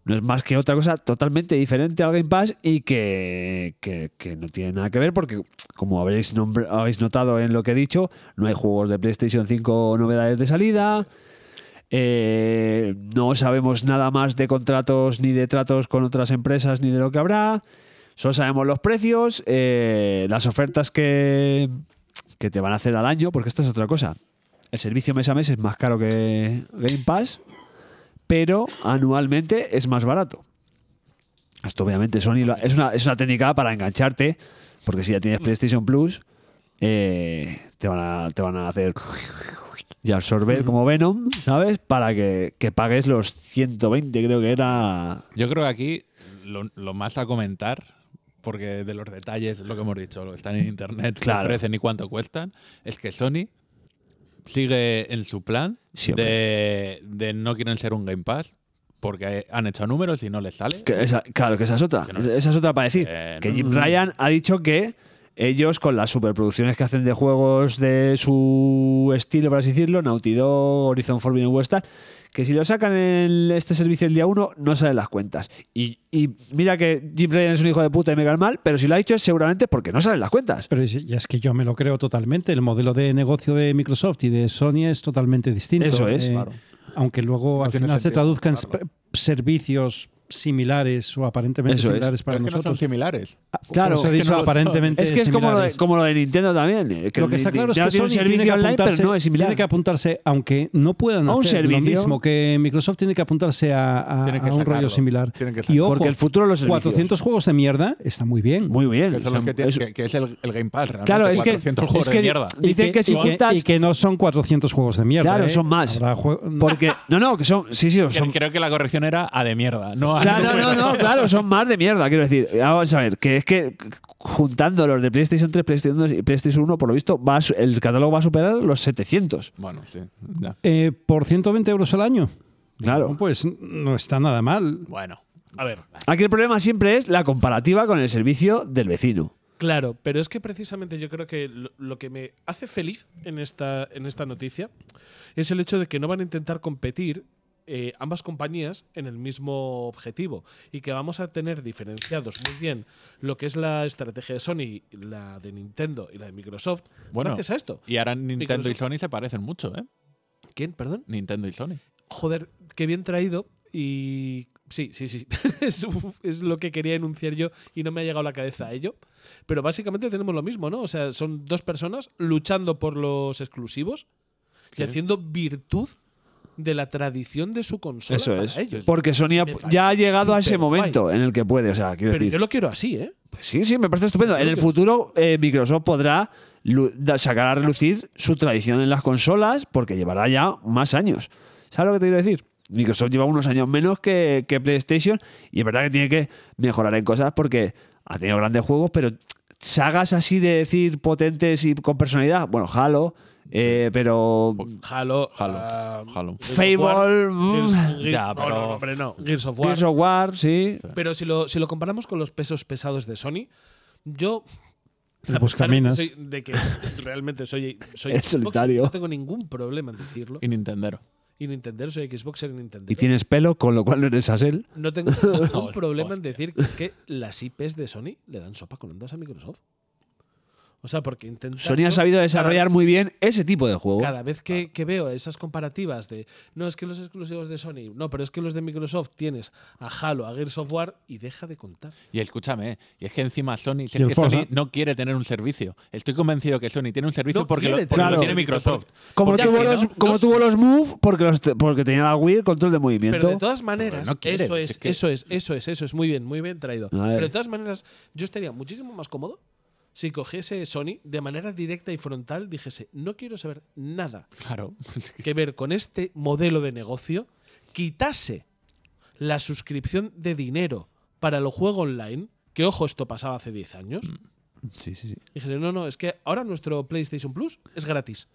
No es más que otra cosa totalmente diferente al Game Pass y que, que- que no tiene nada que ver porque, como habréis, nombre- habéis notado en lo que he dicho, no hay juegos de PlayStation 5 novedades de salida. Eh, no sabemos nada más de contratos ni de tratos con otras empresas ni de lo que habrá. Solo sabemos los precios, eh, las ofertas que, que te van a hacer al año, porque esto es otra cosa. El servicio mes a mes es más caro que Game Pass, pero anualmente es más barato. Esto obviamente Sony lo- es, una, es una técnica para engancharte, porque si ya tienes PlayStation Plus, eh, te, van a, te van a hacer y absorber como Venom, ¿sabes? Para que, que pagues los 120, creo que era...
Yo creo que aquí lo, lo más a comentar, porque de los detalles, lo que hemos dicho, lo que están en internet,
Claro.
qué ofrecen y cuánto cuestan, es que Sony sigue en su plan
Sí, hombre.
de, de no quieren ser un Game Pass, porque han hecho números y no les sale.
Que esa- claro, que esa es otra.
Que no.
Esa es otra para decir.
Que
que
no.
Jim Ryan ha dicho que ellos, con las superproducciones que hacen de juegos de su estilo, por así decirlo, Naughty Dog, Horizon Forbidden West, tal, que si lo sacan en este servicio el día 1, no salen las cuentas. Y, y mira que Jim Ryan es un hijo de puta y me cae mal, pero si lo ha dicho es seguramente porque no salen las cuentas.
Pero es, y es que yo me lo creo totalmente. El modelo de negocio de Microsoft y de Sony es totalmente distinto. Eh,
Eso
eh,
es, claro.
Aunque luego
No
al
tiene
final se
sentido
traduzcan
compararlo.
sp- servicios similares o aparentemente
Eso es.
similares para
Pero es que no son
nosotros. Ah,
similares.
claro,
Por eso he
es que
dicho
no lo son.
aparentemente
Es que es como lo, de,
similares.
como lo de Nintendo también. eh,
lo que está claro es que
tiene
Sony
un servicio
tiene que
online,
apuntarse,
pero no es similar.
tiene que apuntarse, aunque no puedan
A un
hacer lo
servicio.
mismo que Microsoft, tiene que apuntarse a, a-
Tienen que
a un
sacarlo,
rollo similar.
tienen que
Y
sacarlo.
ojo,
Porque el futuro de los servicios.
400 juegos de mierda está muy bien.
Muy bien.
Que, son
o sea,
los que, tienen-
es-
que- que es el, el Game Pass, realmente.
Claro, es que-
400
es
juegos
que-
de mierda.
Y
Dicen que si
y
juntas-
y que no son 400 juegos de mierda.
Claro,
¿eh?
son más.
Habrá
[LAUGHS]
jue-
Porque, no, no, que son. Sí, sí,
Que-
son.
Creo que la corrección era a de mierda, no a
Claro,
número.
no, no, claro, son más de mierda, quiero decir. Vamos a ver, que es que juntando los de PlayStation 3, PlayStation 2 y PlayStation 1, por lo visto, va a su- el catálogo va a superar los 700.
[LAUGHS] Bueno, sí. ya.
Eh, por 120 euros al año.
Claro.
Bueno, Pues no está nada mal.
Bueno. A ver.
Aquí el problema siempre es la comparativa con el servicio del vecino.
Claro, pero es que precisamente yo creo que lo, lo que me hace feliz en esta, en esta noticia es el hecho de que no van a intentar competir eh, ambas compañías en el mismo objetivo y que vamos a tener diferenciados muy bien lo que es la estrategia de Sony, la de Nintendo y la de Microsoft
Bueno,
gracias a esto.
Y ahora Nintendo y
Microsoft.
Sony se parecen mucho, ¿eh?
¿Quién? Perdón.
Nintendo y Sony.
Joder, qué bien traído y... Sí, sí, sí. [LAUGHS] es, es lo que quería enunciar yo y no me ha llegado a la cabeza ello. Pero básicamente tenemos lo mismo, ¿no? O sea, son dos personas luchando por los exclusivos
Sí.
y haciendo virtud de la tradición de su consola
Eso
para
es.
ellos.
Porque Sony ha-
Me parece
ya ha llegado a ese
superguay.
momento en el que puede. O sea, quiero
Pero
decir.
yo lo quiero así, ¿eh?
Pues sí, sí, me parece estupendo. En el futuro, eh, Microsoft podrá lu- da- sacar a relucir su tradición en las consolas porque llevará ya más años. ¿Sabes lo que te quiero decir? Microsoft lleva unos años menos que, que PlayStation y es verdad que tiene que mejorar en cosas porque ha tenido grandes juegos, pero sagas así de decir potentes y con personalidad, bueno, Halo, eh, pero
Halo.
Halo,
ah,
Halo.
Gears of
Fable,
War,
mm,
Gears- Gears-
ya,
no,
pero-
no, no, hombre, no. Gears of War.
Gears of War, sí.
Pero si lo, si lo comparamos con los pesos pesados de Sony,
[LAUGHS]
yo.
El
claro que
buscaminas.
soy- de que realmente soy, soy
[LAUGHS] El
Xbox,
solitario.
No tengo ningún problema en decirlo.
Y Nintendero.
Y Nintendo, soy Xboxer y Nintendo.
Y tienes pelo, con lo cual no eres Asel.
No tengo ningún
[LAUGHS]
Hostia.
problema en decir que es que las IPs de Sony le dan sopa con ondas a Microsoft. O sea, porque intentan.
Sony ha sabido desarrollar muy bien ese tipo de juegos.
Cada vez que, que veo esas comparativas de no, es que los exclusivos de Sony, no, pero es que los de Microsoft tienes a Halo, a Gears Software y deja de contar.
Y escúchame, ¿eh? y es que encima Sony, si
Y
es
el
que
Forza.
Sony no quiere tener un servicio. Estoy convencido que Sony tiene un servicio
No
porque, lo,
quiere
porque lo
tener un
tiene
servicio,
Microsoft.
Como,
Porque
tuvo,
al final
los,
los-
como tuvo los Move, porque, los, te- porque tenía la Wii, el control de movimiento.
Pero de todas maneras,
no quiere,
eso,
si
es,
es que-
eso es, eso es, eso es, muy bien, muy bien traído.
A ver.
Pero de todas maneras, yo estaría muchísimo más cómodo si cogiese Sony de manera directa y frontal, dijese, no quiero saber nada
Claro. [LAUGHS]
que ver con este modelo de negocio, quitase la suscripción de dinero para el juego online, que ojo, esto pasaba hace 10 años.
Sí, sí, sí.
Dijese, no, no, es que ahora nuestro PlayStation Plus es gratis.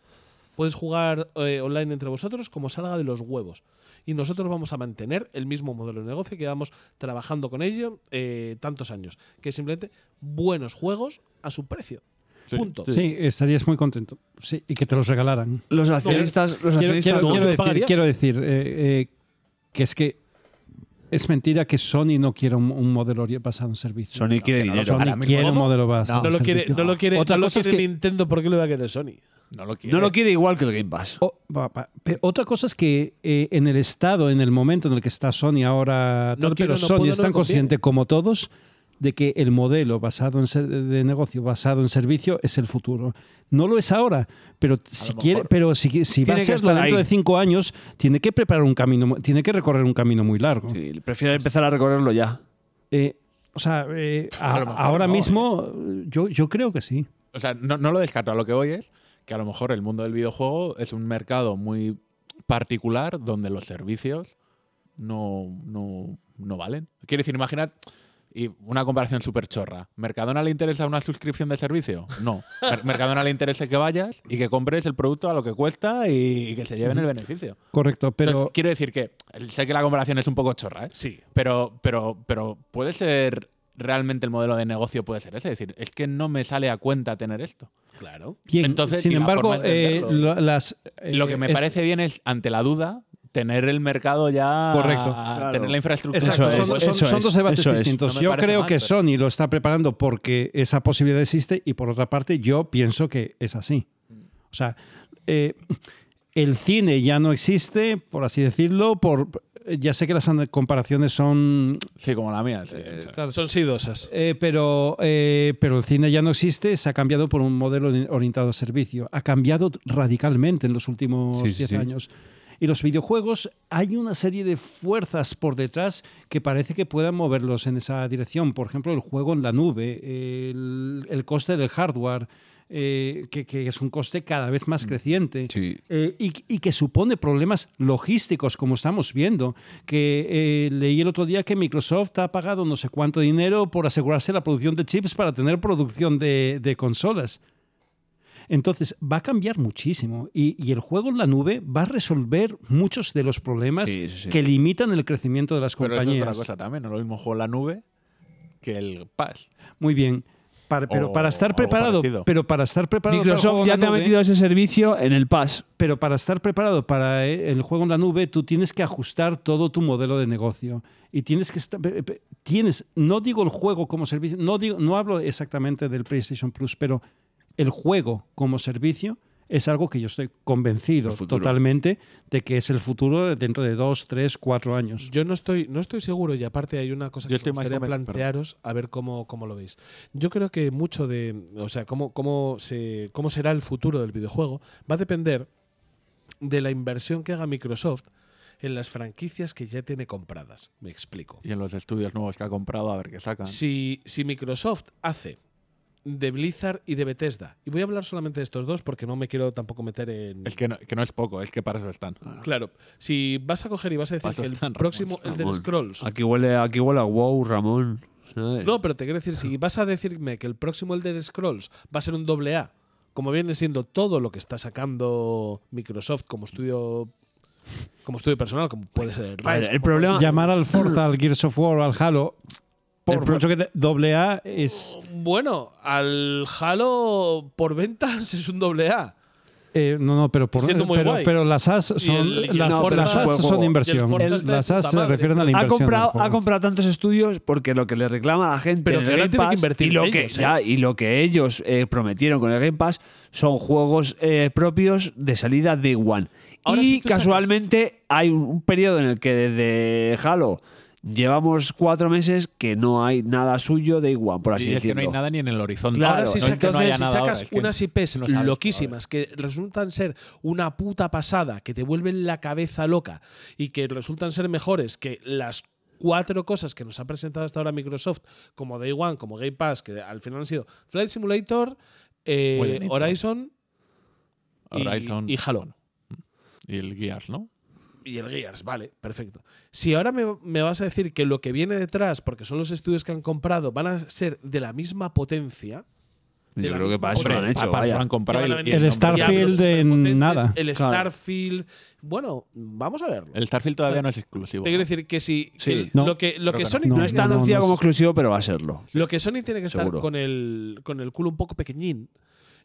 Puedes jugar eh, online entre vosotros como salga de los huevos. Y nosotros vamos a mantener el mismo modelo de negocio que vamos trabajando con ello eh, tantos años. Que es simplemente buenos juegos a su precio.
Sí,
Punto.
Sí, estarías muy contento. Sí, y que te los regalaran.
Los accionistas, los
Quiero,
accionistas
quiero-
no,
quiero
yo
decir,
pagaría.
quiero decir, eh, eh, que es que es mentira que Sony no quiera un, un modelo ori- basado en servicio.
Sony quiere dinero.
Sony
Ahora mismo
quiere
no.
un modelo basado
No
en
lo quiere,
servicio.
no lo quiere,
Otra
no lo
cosa es
quiere
que-
Nintendo porque lo va a querer Sony.
No lo quiere.
No lo quiere igual que el Game Pass.
O- Oh, va- va- pe- otra cosa es que eh, en el estado, en el momento en el que está Sony ahora,
No
tal,
quiero,
pero
no
Sony
puedo, no
es
me conviene.
tan consciente como todos de que el modelo basado en ser- de negocio basado en servicio es el futuro. No lo es ahora, pero si quiere, pero si, si va a
Tiene que
serlo
estar
dentro
ahí.
de cinco años, tiene que preparar un camino, mu- tiene que recorrer un camino muy largo.
Sí, prefiero empezar a recorrerlo ya.
Eh, o sea, eh, a-
A lo mejor
ahora
no,
mismo yo, yo creo que sí.
O sea, no, no lo descarto. A lo que voy es que a lo mejor el mundo del videojuego es un mercado muy particular donde los servicios no, no, no valen. Quiero decir, imaginad y una comparación súper chorra. ¿Mercadona le interesa una suscripción de servicio? No. Mer- Mercadona le interesa que vayas y que compres el producto a lo que cuesta y, y que se lleven el beneficio.
Correcto, pero
Entonces, quiero decir que sé que la comparación es un poco chorra, ¿eh?
Sí.
Pero, pero, pero puede ser realmente el modelo de negocio puede ser ese. Es decir, es que no me sale a cuenta tener esto.
Claro.
¿quién?
entonces,
sin
y la
embargo,
forma de
eh,
venderlo.
lo- las eh,
Lo que me
es-
parece bien es, ante la duda, tener el mercado ya.
Correcto.
a-
Claro.
Tener la infraestructura.
Exacto,
Eso
son,
es,
son-
eso
son
es,
dos debates
eso es.
distintos.
No me
yo
parece
creo
mal,
que
pero-
Sony lo está preparando porque esa posibilidad existe y por otra parte yo pienso que es así. O sea, eh, el cine ya no existe, por así decirlo, por ya sé que las an- comparaciones son
Sí, como la mía. sí.
Son sidosas.
eh, pero, eh, pero el cine ya no existe, se ha cambiado por un modelo ori- orientado a servicio. Ha cambiado radicalmente en los últimos 10 años. Y los videojuegos, hay una serie de fuerzas por detrás que parece que puedan moverlos en esa dirección. Por ejemplo, el juego en la nube, el, el coste del hardware, eh, que, que es un coste cada vez más creciente. Eh, y, y que supone problemas logísticos, como estamos viendo. Que eh, leí el otro día que Microsoft ha pagado no sé cuánto dinero por asegurarse la producción de chips para tener producción de, de consolas. Entonces, va a cambiar muchísimo y, y el juego en la nube va a resolver muchos de los problemas
Sí, sí, sí.
que limitan el crecimiento de las
Pero eso es
compañías.
otra cosa también. No es lo mismo juego en la nube que el Pass.
Muy bien. Para- pero
O
para estar
algo
preparado,
parecido.
pero para estar preparado para el
Microsoft
juego en
ya
la
te ha
nube-
metido ese servicio en el Pass.
Pero para estar preparado para eh, el juego en la nube, tú tienes que ajustar todo tu modelo de negocio. Y tienes que estar. pe- pe- Tienes, no digo el juego como servicio, no, digo, no hablo exactamente del PlayStation Plus, pero el juego como servicio es algo que yo estoy convencido totalmente de que es el futuro dentro de dos, tres, cuatro años.
pues Yo no estoy, no estoy seguro y aparte hay una cosa
Yo
que
estoy
me
más
gustaría
conven-
plantearos a ver cómo, cómo lo veis. Yo creo que mucho de, o sea, cómo, cómo, se, cómo será el futuro del videojuego va a depender de la inversión que haga Microsoft en las franquicias que ya tiene compradas. Me explico.
Y en los estudios nuevos que ha comprado, a ver qué sacan.
Si, si Microsoft hace de Blizzard y de Bethesda, y voy a hablar solamente de estos dos porque no me quiero tampoco meter en...
Es que ah. no, que no es poco, es que para eso están.
Claro, si vas a coger y vas a decir
Paso
que el
están, Ramón,
próximo, el del
Ramón.
Scrolls,
Aquí huele, aquí huele a wow, Ramón. ¿sabes?
No, pero te quiero decir, si vas a decirme que el próximo Elder Scrolls va a ser un doble A, como viene siendo todo lo que está sacando Microsoft como estudio como estudio personal, como puede ser el
Vale,
Rise,
el
como-
problema.
Llamar al Forza, al Gears of War, o al Halo, por
El pro-
mucho que te- doble A es.
Bueno, al Halo por ventas [LAUGHS] es un doble A.
eh, no, no, pero por
Siendo muy
pero,
guay.
pero las AS
Y
son,
el- y el
las,
Forza-
las
y el
AS
juego.
son
Y el
inversión.
Forza está de
las AS
puta
se
madre.
refieren a la
ha
inversión. del
comprado,
juego.
ha comprado tantos estudios porque lo que le reclama a la gente
Pero
en
que
el
ahora
Game
tiene que
Pass
invertir
y lo que,
ellos, ¿eh?
ya, y lo que ellos eh, prometieron con el Game Pass son juegos eh, propios de salida de One.
Ahora,
y
si tú sacas-
casualmente hay un, un periodo en el que desde Halo llevamos cuatro meses que no hay nada suyo de One, por así
y es que
decirlo.
no hay nada ni en el horizonte.
Claro,
ahora si
no es que
sacas,
no haya
si
nada ahora,
sacas
es que
unas IPs
no sabes eh. todavía.
loquísimas que resultan ser una puta pasada, que te vuelven la cabeza loca y que resultan ser mejores que las cuatro cosas que nos ha presentado hasta ahora Microsoft, como Day One, como Game Pass, que al final han sido Flight Simulator, eh,
Muy bien hecho.
Horizon, y-
Horizon
y Halo.
y el Gears, ¿no?
Y el Gears, vale, perfecto. Si ahora me, me vas a decir que lo que viene detrás, porque son los estudios que han comprado, van a ser de la misma potencia. de
Yo
la
creo que
misma
para eso lo
potencia.
han hecho.
Aparte
vaya.
lo han comprado
Y van a
y- y
venir
El
nombre-
Starfield
diablos
en
superpotentes,
nada.
El
Claro.
Starfield. Bueno, vamos a verlo.
El Starfield todavía no es exclusivo.
Te quiero decir que si que
Sí.
el-
No.
lo que, lo
Creo
que
que
Sony
no.
No
tiene
está
que-
no,
anunciado
no
como
sé.
exclusivo, pero va a serlo.
lo que Sony tiene que estar
Seguro.
con el, con el culo un poco pequeñín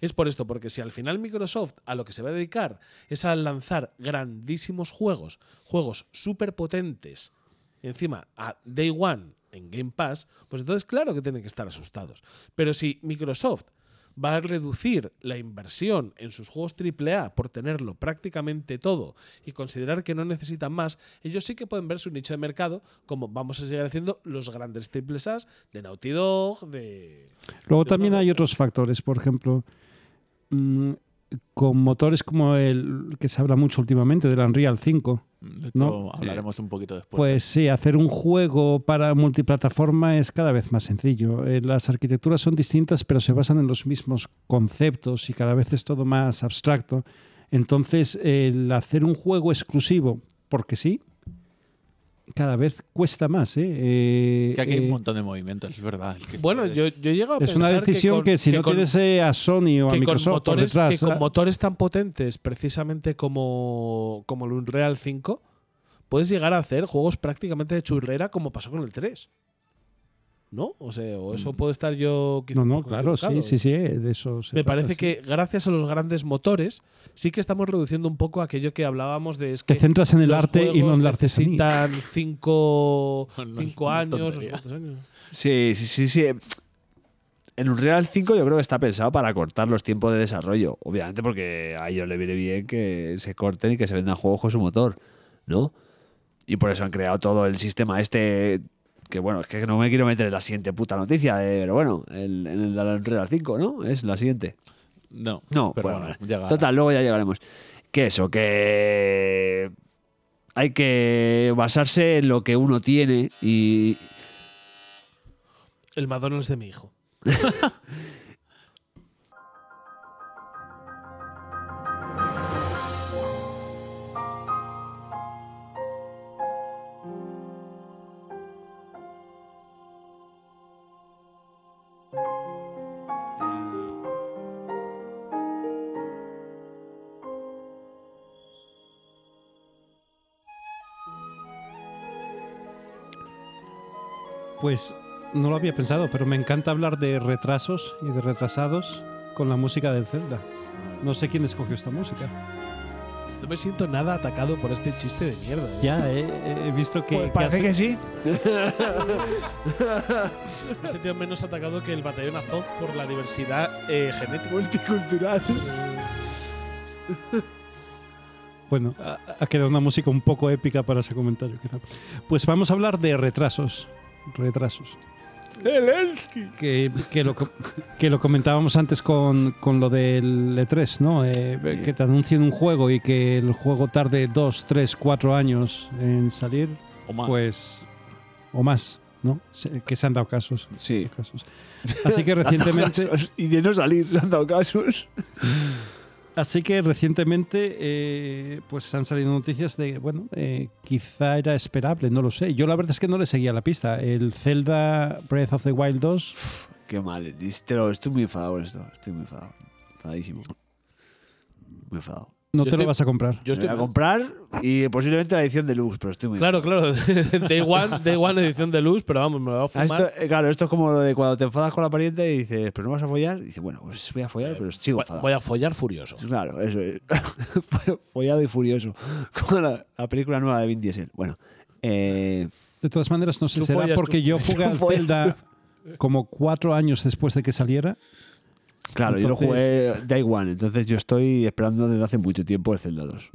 es por esto, porque si al final Microsoft a lo que se va a dedicar es a lanzar grandísimos juegos, juegos súper potentes, encima a Day One en Game Pass, pues entonces claro que tienen que estar asustados. Pero si Microsoft va a reducir la inversión en sus juegos AAA por tenerlo prácticamente todo y considerar que no necesitan más, ellos sí que pueden ver su nicho de mercado como vamos a seguir haciendo los grandes triple A de Naughty Dog, de...
Luego
Yo
también
creo
hay
que-
otros factores, por ejemplo, mm, con motores como el que se habla mucho últimamente del Unreal 5.
De
¿no?
esto hablaremos un poquito después.
Pues sí, hacer un juego para multiplataforma es cada vez más sencillo. Eh, Las arquitecturas son distintas, pero se basan en los mismos conceptos y cada vez es todo más abstracto. Entonces, el hacer un juego exclusivo, porque sí, cada vez cuesta más. ¿eh? Eh,
que aquí hay
eh,
un montón de movimientos, es verdad. es que
Bueno,
esto es-
yo, yo llego a
es una
pensar
decisión
con-
que, si no
con-
tienes eh, a Sony o
que
a
con
Microsoft por
motores,
detrás,
que con
ah,
motores tan potentes precisamente como, como el Unreal 5, puedes llegar a hacer juegos prácticamente de churrera como pasó con el 3. ¿No? O sea, o eso puedo estar yo quizá
Mm. No,
un
no,
poco
claro, sí,
equivocado.
sí, sí, eh, de eso se
Me
trata,
parece
sí.
que gracias a los grandes motores sí que estamos reduciendo un poco aquello que hablábamos de es
Te
que
centras en el
los
arte y no
juegos
en la artesanía.
necesitan cinco,
[LAUGHS] No, no es-
cinco
no es
años,
tontería.
o sea, años.
Sí, sí, sí, sí. En Unreal 5 yo creo que está pensado para cortar los tiempos de desarrollo. Obviamente porque a ellos le viene bien que se corten y que se vendan juegos con su motor, ¿no? Y por eso han creado todo el sistema este, que bueno, es que no me quiero meter en la siguiente puta noticia, eh, pero bueno, el- en el Unreal 5, ¿no? Es la siguiente.
No,
No,
pero
bueno,
bueno,
vale.
llega-
total, luego ya llegaremos. Que eso, que hay que basarse en lo que uno tiene y,
El McDonald's de mi hijo.
Pues No lo había pensado, pero me encanta hablar de retrasos y de retrasados con la música del Zelda. No sé quién escogió esta música.
No me siento nada atacado por este chiste de mierda. ¿eh?
Ya he, he- he visto que, que has-
sí.
Me he sentido menos atacado que el batallón Azoz por la diversidad eh, genética.
Multicultural.
Bueno, ha, ha quedado una música un poco épica para ese comentario. quizá. Pues vamos a hablar de retrasos. Retrasos. Que, que lo, co- que lo comentábamos antes con, con lo del E3, ¿no? Eh, que te anuncien un juego y que el juego tarde dos, tres, cuatro años en salir,
O más.
pues. o más, ¿no? Se- que se han dado casos.
Sí.
casos. Así
[LAUGHS]
que recientemente.
Y de no salir, le han dado casos.
Así que recientemente eh, pues han salido noticias de, bueno, eh, quizá era esperable, no lo sé. Yo la verdad es que no le seguía la pista. El Zelda Breath of the Wild 2,
Qué mal. Pero estoy muy enfadado con esto. Estoy muy enfadado. Enfadadísimo. Muy enfadado.
no
Yo
te lo
estoy-
vas a comprar.
Yo
Me
estoy
voy a comprar y posiblemente la edición deluxe, pero estoy muy
Claro, claro. [LAUGHS] Day one, day one edición de luz, pero vamos, me lo voy a
Ah,
fumar.
esto- eh, claro, esto es como lo de cuando te enfadas con la pariente y dices, pero no vas a follar. Y dices, bueno, pues voy a follar, pero sigo
Voy-
enfadado.
Voy a follar furioso.
Claro, eso es. [LAUGHS] Fue Follado y furioso. [LAUGHS] Como la, la película nueva de Vin Diesel. Bueno, eh,
De todas maneras, no sé
Tú
si será
follas,
porque
tú- [LAUGHS]
yo jugué al
follas.
Zelda como cuatro años después de que saliera.
claro, yo lo jugué
Entonces-
Day One, entonces yo estoy esperando desde hace mucho tiempo el Zelda 2.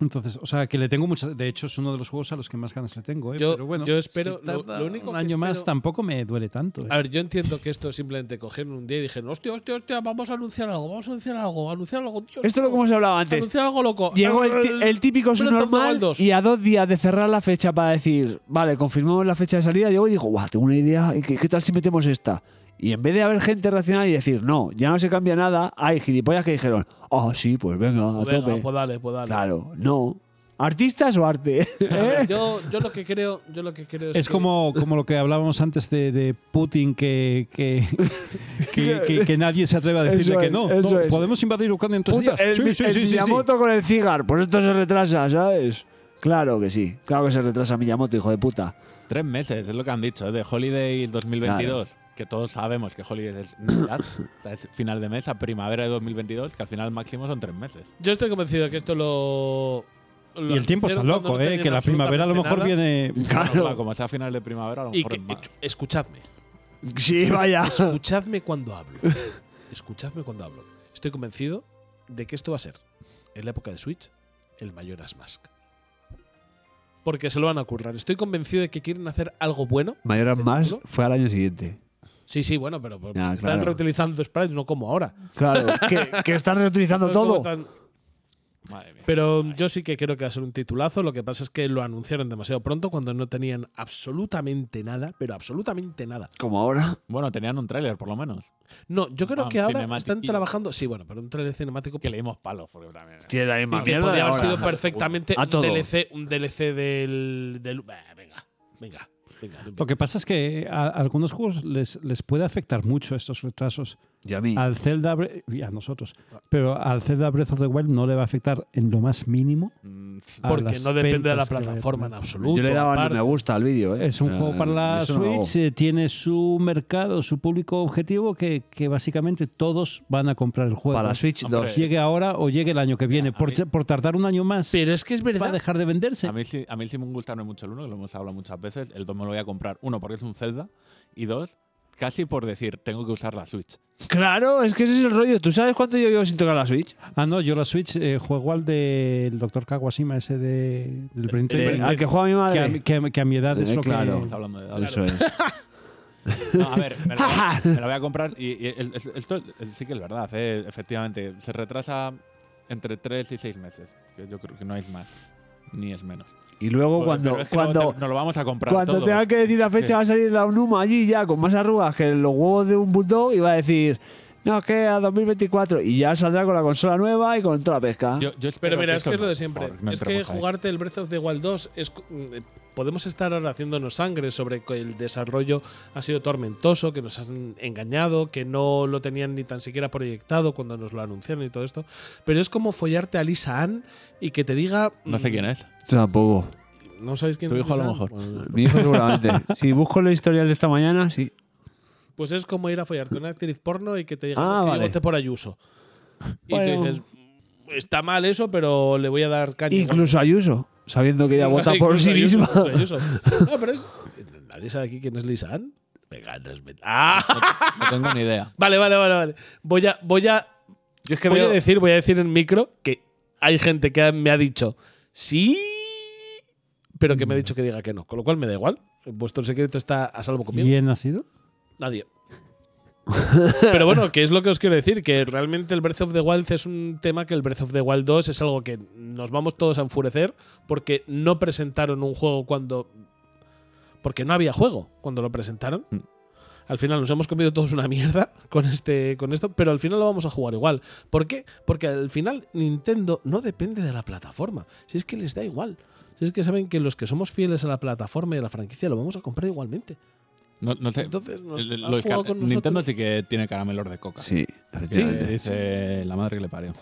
Entonces, o sea, que le tengo muchas... De hecho, es uno de los juegos a los que más ganas le tengo. ¿eh?
Yo-
Pero bueno,
yo espero-
si tarda
lo- lo único
un
que
año más
espero-
tampoco me duele tanto. ¿eh?
A ver, yo entiendo que esto simplemente cogieron un día y dijeron, hostia, hostia, hostia, vamos a anunciar algo, vamos a anunciar algo, anunciar algo. tío,
Esto es lo que hemos hablado antes.
Anunciar algo loco.
Llegó el, ti- el típico
Breath of the
subnormal
Wild 2.
y a dos días de cerrar la fecha para decir, vale, confirmamos la fecha de salida, llegó y dijo, guau, tengo una idea, ¿y ¿qué, qué tal si metemos esta? Y en vez de haber gente racional y decir, no, ya no se cambia nada, hay gilipollas que dijeron, oh, sí, pues venga, a
Venga,
tope.
pues dale, pues dale.
Claro, ¿Eh? no. ¿Artistas o
[LAUGHS]
arte?
A ver, yo, yo lo que creo, yo lo que creo es,
Es
que- [LAUGHS]
como, como lo que hablábamos antes de, de Putin, que, que,
[LAUGHS]
que, que- que nadie se atreve a decirle
Eso
que
es,
no.
eso
no,
es.
Podemos invadir Ucrania en tres
Puta,
días.
el,
Sí, sí,
el
sí, sí, sí.
Miyamoto con el cigar, por esto se retrasa, ¿sabes? Claro que sí, claro que se retrasa Miyamoto, hijo de puta.
Tres meses, es lo que han dicho, ¿eh? de Holiday 2022, que todos sabemos que Holiday es Navidad, o sea, es final de mes, a primavera de 2022, que al final máximo son tres meses.
Yo estoy convencido que esto lo. lo
Y el tiempo está
anunciaron cuando
loco,
no
¿eh?
tenían
que la primavera a lo mejor
absolutamente nada. [LAUGHS]
viene...
Claro.
Bueno, como sea final de primavera, a lo
Y
mejor
que,
es más.
escuchadme,
Sí,
[LAUGHS]
vaya.
escuchadme cuando hablo. Escuchadme cuando hablo. Estoy convencido de que esto va a ser, en la época de Switch, el mayor Mask. Porque se lo van a currar. Estoy convencido de que quieren hacer algo bueno.
Mayoras más fue al año siguiente.
Sí, sí, bueno, pero pues,
Ah,
están
claro.
reutilizando sprites, no como ahora.
Claro, que, que están reutilizando
No
todo.
como tan-
Madre mía.
Pero yo sí que creo que va a ser un titulazo. Lo que pasa es que lo anunciaron demasiado pronto cuando no tenían absolutamente nada, pero absolutamente nada.
Como ahora.
Bueno, tenían un tráiler por lo menos,
No, yo creo
Ah,
que ahora están
cinematiquillo.
trabajando. Sí, bueno, pero un trailer cinemático
que le dimos palos, porque también...
Tiene la misma
y que
mierda de
podría haber
ahora.
sido perfectamente
A
un
todo.
DLC, un DLC del. del- bah, venga, venga, venga. no
[LAUGHS] Lo que pasa es que a, a algunos juegos les, les puede afectar mucho estos retrasos.
Y a mí.
Al Zelda... Bre- y a nosotros. Pero al Zelda Breath of the Wild no le va a afectar en lo más mínimo.
Mm,
inventes.
a
Porque
las
no depende de la
ventas que vaya a
plataforma en
tener.
absoluto.
Yo le daba no
aparte.
me gusta al vídeo, ¿eh?
Es un
Eh,
juego para la
eso no lo hago.
Switch, eh, tiene su mercado, su público objetivo, que, que básicamente todos van a comprar el juego.
Para la Switch
Hombre,
2.
llegue ahora o llegue el año que viene.
a
Por,
mí-
t- por tardar un año más
Pero es que es
va a
verdad.
dejar de venderse.
A mí, sí- a mí sí me gusta no mucho el 1, que lo hemos hablado muchas veces. El 2 me lo voy a comprar, uno, porque es un Zelda, y dos, casi por decir, tengo que usar la Switch.
Claro, es que ese es el rollo. ¿Tú sabes cuánto yo llevo sin tocar la Switch?
Ah, no, yo la Switch eh, juego al del Dr. Kawashima, ese de, del Brain
Eh,
Train,
al que juega mi
que, a,
madre.
que a- que a mi edad es
Eh,
lo
claro.
que...
Mm.
Estamos hablando de
Eso es.
No, a ver, me lo,
[LAUGHS]
voy- me lo voy a comprar. Y, y es- es- esto es- sí que es verdad, eh, efectivamente. Se retrasa entre 3 y 6 meses. que Yo creo que no es más, ni es menos.
Y luego
Joder,
cuando,
pero es que
cuando,
luego te- nos lo vamos a comprar
cuando
todo.
tenga que decir la
Sí.
fecha va a salir la Unuma allí ya con más arrugas que los huevos de un bulldog y va a decir, no, es que a 2024 y ya saldrá con la consola nueva y con toda la pesca.
Yo- yo espero
Pero mira, es que es
esto
lo
no,
de
por
siempre.
favor, no
es que
entremos ahí.
jugarte el Breath of the Wild 2 es co- mm, eh, podemos estar ahora haciéndonos sangre sobre que el desarrollo ha sido tormentoso, que nos han engañado, que no lo tenían ni tan siquiera proyectado cuando nos lo anunciaron y todo esto, pero es como follarte a Lisa Ann y que te diga
No sé quién es.
Yo tampoco.
mm, ¿No sabéis quién
Tu
es
hijo a lo
Sam?
mejor.
Bueno,
[LAUGHS] Mi hijo seguramente. si busco la historial de esta mañana, sí.
Pues es como ir a follarte a una actriz porno y que te digan
Ah,
que yo
vale.
voté por Ayuso. Y
Bueno.
tú dices, está mal eso, pero le voy a dar caña.
Incluso Ayuso, sabiendo que ella vota por
Incluso
sí
Ayuso,
misma.
incluso Ayuso. No, pero es. ¿Nadie sabe aquí quién es Lisa Ann? Venga, no es verdad. [LAUGHS] ¡Ah!
No tengo ni idea.
Vale, vale, vale, vale. Voy a. Voy a.
Yo es que
voy a
veo-
decir, voy a decir en micro que hay gente que me ha dicho sí, pero que me ha dicho que diga que no. Con lo cual me da igual. Vuestro secreto está a salvo conmigo.
¿Bien nacido?
Nadie. [LAUGHS] Pero bueno, que es lo que os quiero decir, que realmente el Breath of the Wild es un tema que el Breath of the Wild 2 es algo que nos vamos todos a enfurecer porque no presentaron un juego cuando... Porque no había juego cuando lo presentaron. Al final nos hemos comido todos una mierda con, este, con esto, pero al final lo vamos a jugar igual. ¿Por qué? Porque al final Nintendo no depende de la plataforma. Si es que les da igual. Si es que saben que los que somos fieles a la plataforma y a la franquicia lo vamos a comprar igualmente.
No, no sé.
Entonces, nos-
El- el-
ha
lo descar-
jugado con
Nintendo
nosotros.
sí que tiene caramelos de coca.
Sí,
Que
efectivamente.
Eh,
dice la madre que le parió.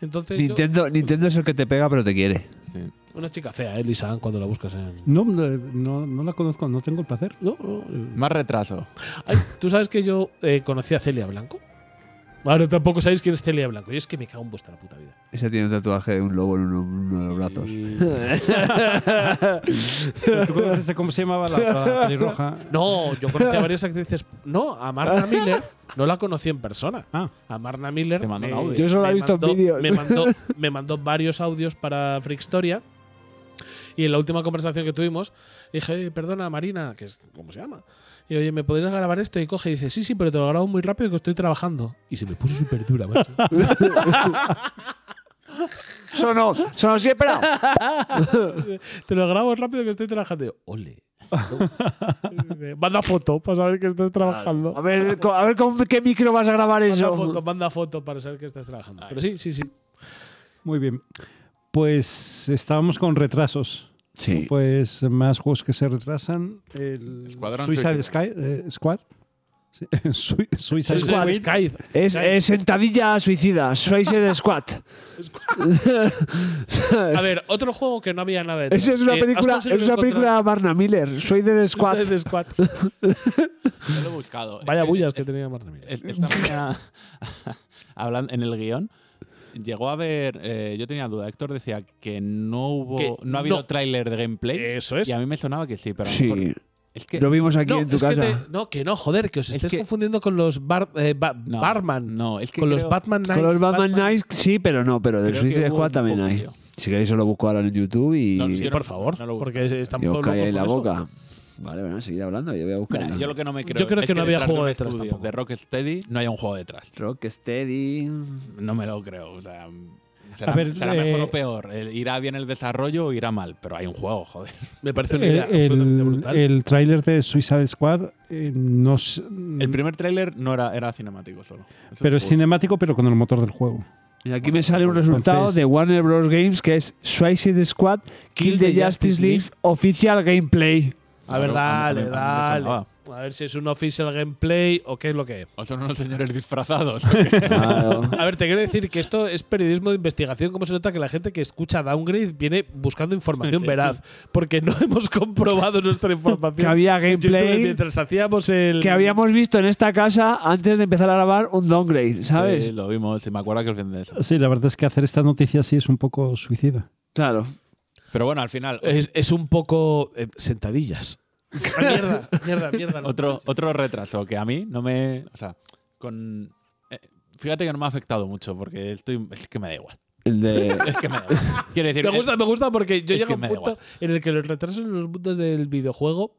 Entonces, yo-
Nintendo, Nintendo es el que te pega, pero te quiere.
Sí.
Una chica fea, ¿eh, Lisa, Ann, cuando la buscas en.
No, no, no, no la conozco, no tengo el placer.
No, no, eh.
Más retraso.
Ay, Tú sabes que yo eh, conocí a Celia Blanco. Ahora tampoco sabéis quién es Celia Blanco. Y es que me cago en vuestra puta vida.
Esa tiene un tatuaje de un lobo en uno, uno de los brazos.
¿Tú conoces cómo se llamaba la, la, [LAUGHS] pelirroja?
No, yo conocí a varias actrices. No, a Marna Miller no la conocí en persona.
Ah,
A Marna Miller.
Te mandó
me-
un audio.
Yo solo la
me
he visto en
mandó-
vídeos.
Me mandó, me mandó varios audios para Frickstoria. Y en la última conversación que tuvimos, dije, "Oye, perdona, Marina, que es ¿cómo se llama? Y oye, ¿me podrías grabar esto? Y coge y dice, sí, sí, pero te lo grabo muy rápido que estoy trabajando. Y se me puso súper dura, macho.
Sonó, sonó sí, espera.
Te lo grabo rápido que estoy trabajando. Y yo,
[LAUGHS]
Ole. manda foto para saber que estás trabajando.
A ver, co- a ver con qué micro vas a grabar
Manda
eso.
foto, manda foto para saber que estás trabajando. Pero sí, sí, sí.
muy bien. Pues estábamos con retrasos.
Sí.
Pues más juegos que se retrasan. El
Escuadrón
Suicide
Suicida.
Sky, eh, Squad. Sí, [LAUGHS] Sui- Suicide Squad.
Squid,
[LAUGHS]
Skype.
Es, es sentadilla
[LAUGHS]
suicida, Suicide Squad.
A ver, otro juego que no había nada Eh, de
Esa es una película, es una película de Barna Miller, Suicide Squad.
de Squad.
Yo lo he buscado.
Vaya
Es que-
bullas que
es-
tenía Marta Miller.
es- Esta mañana, hablando en el guión, llegó a ver. eh, yo tenía duda. Héctor decía que no hubo.
Que
no ha habido
no.
tráiler de gameplay.
Eh,
Eso es.
Y a mí me sonaba que sí, pero. a lo
Sí,
mejor- es que.
lo vimos aquí
No,
en tu
es que
casa.
te- no, que no, joder, que os
Es
estáis
que-
confundiendo con los bar- eh, ba-
no,
Barman.
No, es que.
con los
creo-
Batman Knights.
Con los Batman Knights sí, pero no, pero del
Creo que
Suicide
hubo
Squad
un
también hay.
poquillo.
Si queréis, yo lo busco ahora en YouTube y.
No,
Sí,
sí,
por favor,
No lo busco.
porque están
Yo
todos locos
en la
con eso.
boca. Vale, bueno, seguid hablando, yo voy a buscar.
Mira, yo lo que no me creo.
Yo creo
es
que no había
detrás
juego
de un
detrás
estudio
tampoco.
De Rocksteady no haya un juego detrás.
Rocksteady.
No me lo creo. O sea, será,
A ver,
será
eh,
mejor o peor. Eh, Irá bien el desarrollo o irá mal. Pero hay un juego, joder.
Me parece una idea absolutamente
Eh, El,
brutal.
el tráiler de Suicide Squad eh, no es-
El primer tráiler no era, era cinemático solo. Eso
pero es
seguro.
cinemático, pero con el motor del juego.
Mira, aquí me sale un resultado
Entonces-
de Warner Bros. Games que es Suicide Squad Kill the Justice League Official Gameplay.
A ver,
Claro, a
dale,
mí- a mí- a mí me
dale.
sonaba.
A ver si es un official gameplay o qué es lo que es.
O son unos señores disfrazados. ¿o qué?
Claro.
A ver, te quiero decir que esto es periodismo de investigación. Como se nota que la gente que escucha Downgrade viene buscando información
Sí.
veraz? Porque no [LAUGHS] hemos comprobado nuestra
que
información.
había
en YouTube
gameplay
mientras hacíamos el.
que habíamos visto en esta casa antes de empezar a grabar un downgrade, ¿sabes?
Sí, lo vimos. Y me acuerdo que os vendé eso.
Sí, la verdad es que hacer esta noticia así es un poco suicida.
Claro.
Pero bueno, al final,
Es, es un poco. eh, sentadillas. Ah, mierda, mierda, mierda. no.
otro, otro retraso que a mí no me. O sea, con. eh, Fíjate que no me ha afectado mucho porque estoy. Es que me da igual.
El
[LAUGHS]
de.
Es que me da igual. Quiero decir,
Me gusta, me gusta porque yo
es
llego
que
a un
me da
punto en el que los retrasos en los mundos del videojuego.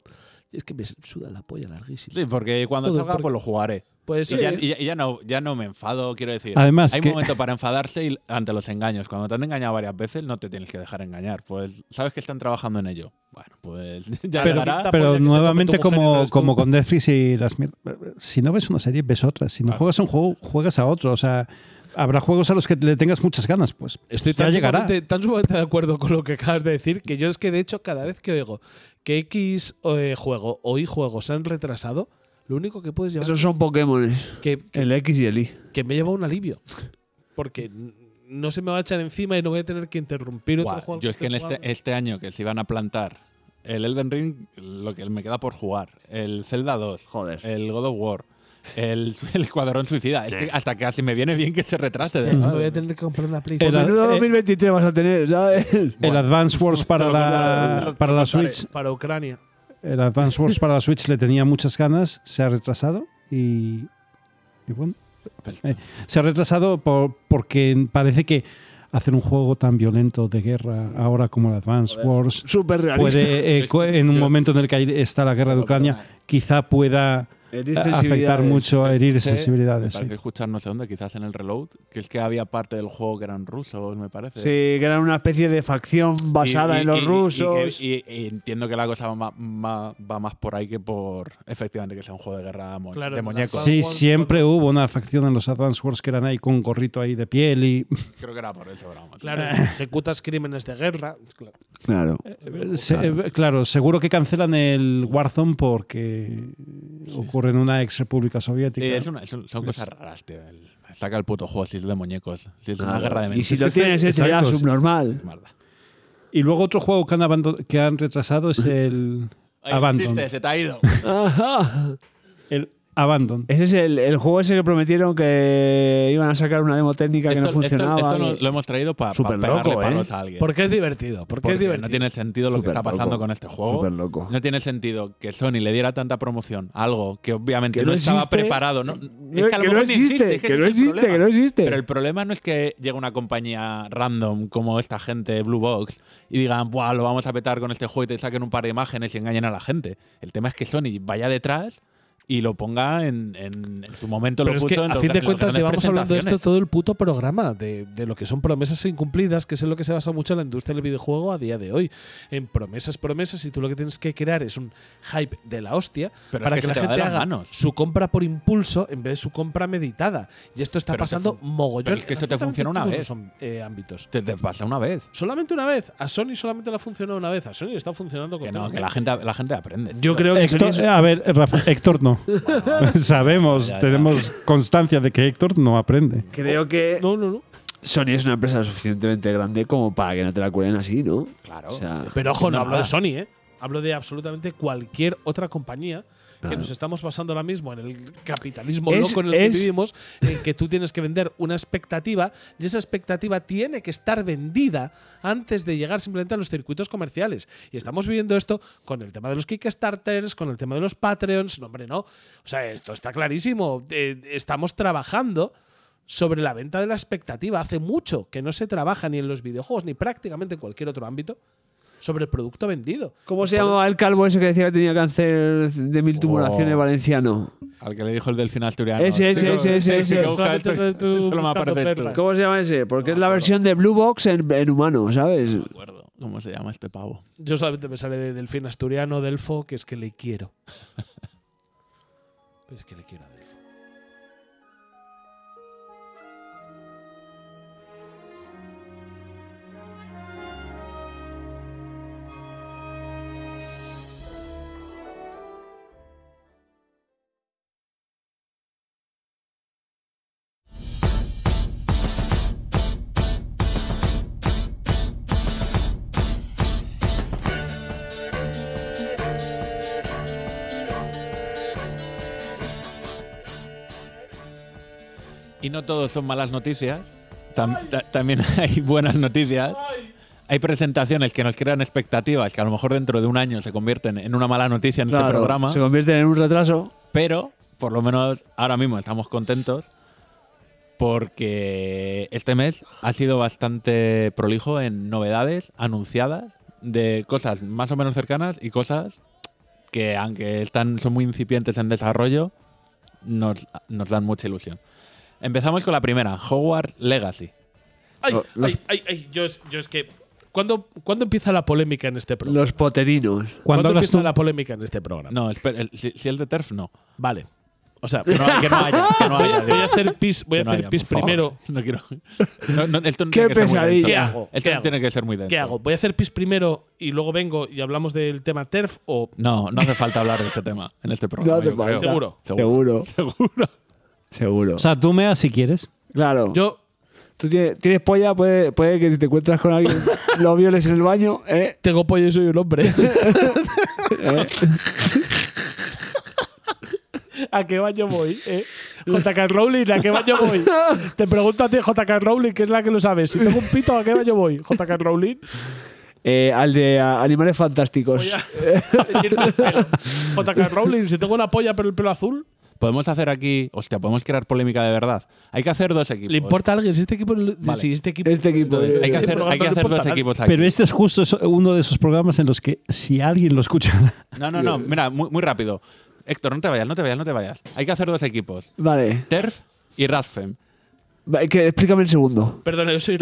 Es que me suda la polla larguísima.
Sí, porque cuando
Todo
salga,
porque-
pues lo jugaré.
Pues,
Y ya,
eh,
y ya- y ya no, ya no me enfado, quiero decir.
Además
hay
que-
un momento para enfadarse y ante los engaños. Cuando te han engañado varias veces, no te tienes que dejar engañar. Pues sabes que están trabajando en ello. Bueno, pues [LAUGHS] ya
Pero-
llegará.
pinta- polla
Pero
que se
nuevamente,
come tu mujer y no
como,
eres tú.
como con Netflix y las mier- Si no ves una serie, ves otra. Si
Ah.
no juegas a un juego, juegas a otro. O sea, habrá juegos a los que le tengas muchas ganas. Pues
Estoy
ya
tan
llegará.
sumamente, tan sumamente de acuerdo con lo que acabas de decir que yo es que de hecho cada vez que oigo que X eh, juego o Y juegos se han retrasado, lo único que puedes llevar
Esos son Pokémon.
es que, que,
El X y el Y.
que me lleva un alivio. Porque n- no se me va a echar encima y no voy a tener que interrumpir otro
Buah,
juego.
yo es que en
otro
este,
juego.
este año que se iban a plantar el Elden Ring, lo que me queda por jugar, el Zelda 2,
Joder.
el God of War, el, [LAUGHS] el Escuadrón Suicida. Es que hasta que así me viene bien que se retrase. de verdad.
voy a tener que comprar una Play.
Era-
Menudo
eh,
2023 vas a tener,
eh,
¿sabes?
El Advance
[LAUGHS]
Wars para la, para la Switch.
para Ucrania.
El Advance Wars para la Switch le tenía muchas ganas, se ha retrasado y, y bueno, eh, se ha retrasado por- porque parece que hacer un juego tan violento de guerra ahora como el Advance Wars
Súper realista. [LAUGHS]
puede, eh, cu- en un
Yo-
momento en el que hay- está la guerra de Ucrania, quizá pueda
eh,
Herir
afectar
sensibilidades.
mucho a herir
Escuché-
sensibilidades.
Me parece escuchar no sé dónde, quizás en el Reload, que es que había parte del juego que eran rusos, me parece.
Sí, que era una especie de facción
Y-
basada
y-
en los
y- y-
rusos.
Y, y- y entiendo que la cosa va ma- ma- va más, por ahí que por efectivamente que sea un juego de guerra mo-
Claro,
de
las
muñecos.
Sí, siempre hubo una facción en los Advance Wars que eran ahí con un gorrito ahí de piel y
Creo que era por eso, pero vamos.
Claro, ejecutas crímenes de guerra. Claro.
claro.
Se- eh, claro, seguro que cancelan el Warzone porque ocurre en una ex república
Sí,
soviética.
Eh, es una- es un- son cosas raras, tío. El- saca el puto juego si es de muñecos. Si es una guerra de
Ah, Y si
mentes.
lo tienes hecho ya
exacto, sí.
subnormal.
Mierda.
Y luego otro juego que han, abando- que han retrasado es
[LAUGHS]
el
Ay,
Abandon.
chiste, se te
[LAUGHS]
ha ido.
Ajá.
El Abandon.
Ese es el, el juego ese que prometieron que iban a sacar una demo técnica que no
Esto- esto-
funcionaba.
esto
y-
lo, lo hemos traído para
Súper
pegarle
loco, ¿eh?
palos a alguien.
Porque es divertido. Porque,
Porque
es divertido.
no tiene sentido lo que
Súper
está pasando
loco.
con este juego.
Súper loco.
No tiene sentido que Sony le diera tanta promoción a algo que obviamente
Que
no,
no
estaba
existe.
preparado. No,
No,
es que a lo
que no
mejor ni
existe,
es
que
ese
no
es el
existe,
problema.
que no existe.
Pero el problema no es que llegue una compañía random como esta gente, Blue Box, y digan, Buah, lo vamos a petar con este juego y te saquen un par de imágenes y engañen a la gente. El tema es que Sony vaya detrás y lo ponga en, en- en su momento.
Pero
lo
es
puso
que,
en
a
los-
fin de
en las
cuentas,
grandes
llevamos hablando de esto
presentaciones.
todo el puto programa, de, de lo que son promesas incumplidas, que es en lo que se basa mucho la industria del videojuego a día de hoy. En promesas, promesas, y tú lo que tienes que crear es un hype de la hostia
Pero
para
es
que,
que
la
se te va de
gente
las
haga
manos.
su compra por impulso en vez de su compra meditada. Y esto está
Pero es que
pasando
fun-
mogollón.
pero es que esto te
absolutamente
funciona una
todos
vez.
los am- eh, ámbitos.
Te, te pasa una vez.
Solamente una vez. A Sony solamente la ha funcionado una vez. A Sony está funcionando con
Que no, que la gente, la gente aprende.
Yo creo que
Héctor- eh,
Sony es-
a ver, Rafa, Héctor
[LAUGHS]
no. Sabemos,
Ya, ya.
tenemos constancia de que Héctor no aprende.
Creo que
No, no, no.
Sony es una empresa suficientemente grande como para que no te la cuelen así, ¿no?
Claro.
O sea,
Pero ojo, no,
No,
hablo de
nada.
Sony, ¿eh? Hablo de absolutamente cualquier otra compañía que
Claro.
nos estamos basando ahora mismo en el capitalismo
Es-
loco en el que
es-
vivimos, en que tú tienes que vender una expectativa y esa expectativa tiene que estar vendida antes de llegar simplemente a los circuitos comerciales. Y estamos viviendo esto con el tema de los Kickstarters, con el tema de los Patreons. No, hombre, no. O sea, esto está clarísimo. Eh, estamos trabajando sobre la venta de la expectativa. Hace mucho que no se trabaja ni en los videojuegos ni prácticamente en cualquier otro ámbito sobre el producto vendido.
¿Cómo se llamaba el calvo ese que decía que tenía cáncer de mil tumulaciones
Oh. Ah,
valenciano?
Al que le dijo el delfín asturiano.
Ese, ese,
Chico,
ese, ese,
chico,
ese.
busca
Solamente
esto,
sabes tú
esto es lo más
buscando
perfecto.
perlas.
¿Cómo se llama ese? Porque es la versión de Blue Box en, en humano, ¿sabes?
No me acuerdo cómo se llama este pavo.
Yo solamente me sale de Delfín Asturiano, Delfo, que es que le
[LAUGHS]
quiero. Pero es que le quiero a Delfo.
Y no todos son malas noticias. Tam- ta- también [LAUGHS] hay buenas noticias. Hay presentaciones que nos crean expectativas que a lo mejor dentro de un año se convierten en una mala noticia en este
Claro,
programa.
Se convierte en un retraso.
Pero por lo menos ahora mismo estamos contentos porque este mes ha sido bastante prolijo en novedades anunciadas de cosas más o menos cercanas y cosas que aunque están, son muy incipientes en desarrollo, nos, nos dan mucha ilusión. Empezamos con la primera, Hogwarts Legacy.
Ay,
Oh,
Lo- los-
ay, ay, ay, yo, es- yo es que. ¿cuándo, ¿Cuándo empieza la polémica en este programa?
Los poterinos.
Cuando
¿Cuándo
hablas
empieza
tú,
la polémica en este programa?
No, espera, el- si, si es de TERF, no.
Vale. O sea,
Que no, hay- que no haya, que [LAUGHS] no haya,
voy a
digo.
hacer pis, voy a
Que no
hacer
haya,
pis
por favor.
primero.
[LAUGHS] No quiero. No, no, esto no
Qué
tiene que ser muy
pesadilla.
denso.
¿Qué hago?
Esto
¿Qué
no
hago?
tiene que ser muy denso.
¿Qué hago? ¿Voy a hacer pis primero y luego vengo y hablamos del tema TERF o
No, no hace falta hablar de este tema en este programa.
No hace
yo creo.
falta.
Seguro.
Seguro.
Seguro.
Seguro.
o sea, tú mea si quieres.
Claro.
yo
Tú tienes, tienes polla, puede, puede que si te encuentras con alguien, lo violes en el baño, ¿eh?
Tengo pollo y soy un hombre.
¿Eh?
[LAUGHS] ¿A qué baño voy? eh? JK Rowling, ¿a qué baño voy? Te pregunto a ti, JK Rowling, que es la que lo sabe. Si tengo un pito, ¿a qué baño voy? JK [LAUGHS] Rowling.
Eh, al de a, Animales Fantásticos.
Voy a- a teñirme el pelo. JK Rowling, si tengo una polla pero el pelo azul.
Podemos hacer aquí, hostia, podemos crear polémica de verdad. Hay que hacer dos equipos.
¿Le importa a alguien si este equipo,
Vale.
si este equipo
Este equipo.
Entonces,
Hay que hacer,
programa
hay
no
que
le
hacer
importa a
dos
nadie.
equipos aquí.
Pero este es justo so- uno de esos programas en los que si alguien lo escucha, [LAUGHS]
No, no, no. Mira, muy, muy rápido. Héctor, no te vayas, no te vayas, no te vayas. Hay que hacer dos equipos.
Vale.
TERF y Radfem.
Va, que- explícame el segundo.
Perdona, yo soy.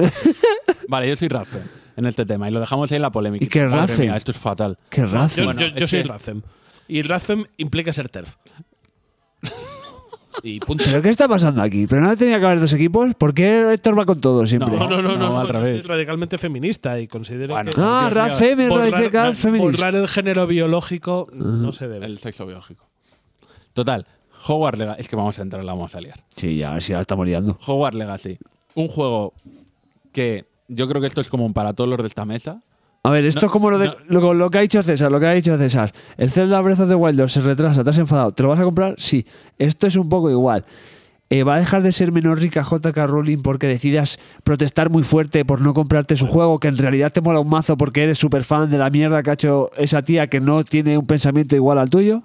Vale, yo soy Radfem en este tema. Y lo dejamos ahí en la polémica.
¿Y qué
Madre
Radfem?
mía, esto es fatal.
Qué raza.
Yo,
Bueno,
yo- yo
es
soy
que-
Razem. Y Razem implica ser TERF. y punto.
¿Pero qué está pasando aquí? ¿Pero no tenía que haber dos equipos? ¿Por qué Héctor va con todo siempre?
No, no, no, no,
no, al
yo
revés.
soy radicalmente feminista y considero
Bueno.
que
Ah,
Dios mío.
Rafa, me radical
borrar,
feminista.
borrar el género biológico no se debe.
El sexo biológico. Total. Hogwarts Legacy. Es que vamos a entrar, la vamos a liar.
Sí, ya, sí, ahora estamos liando.
Hogwarts Legacy. Un juego que yo creo que esto es común para todos los de esta mesa.
A ver, esto
No,
es como lo, de,
no.
lo, lo que ha dicho César, lo que ha dicho César. El Zelda Breath of the Wild 2 se retrasa, te has enfadado. ¿Te lo vas a comprar? Sí. Esto es un poco igual. Eh, ¿Va a dejar de ser menos rica JK Rowling porque decidas protestar muy fuerte por no comprarte su juego, que en realidad te mola un mazo porque eres súper fan de la mierda que ha hecho esa tía que no tiene un pensamiento igual al tuyo?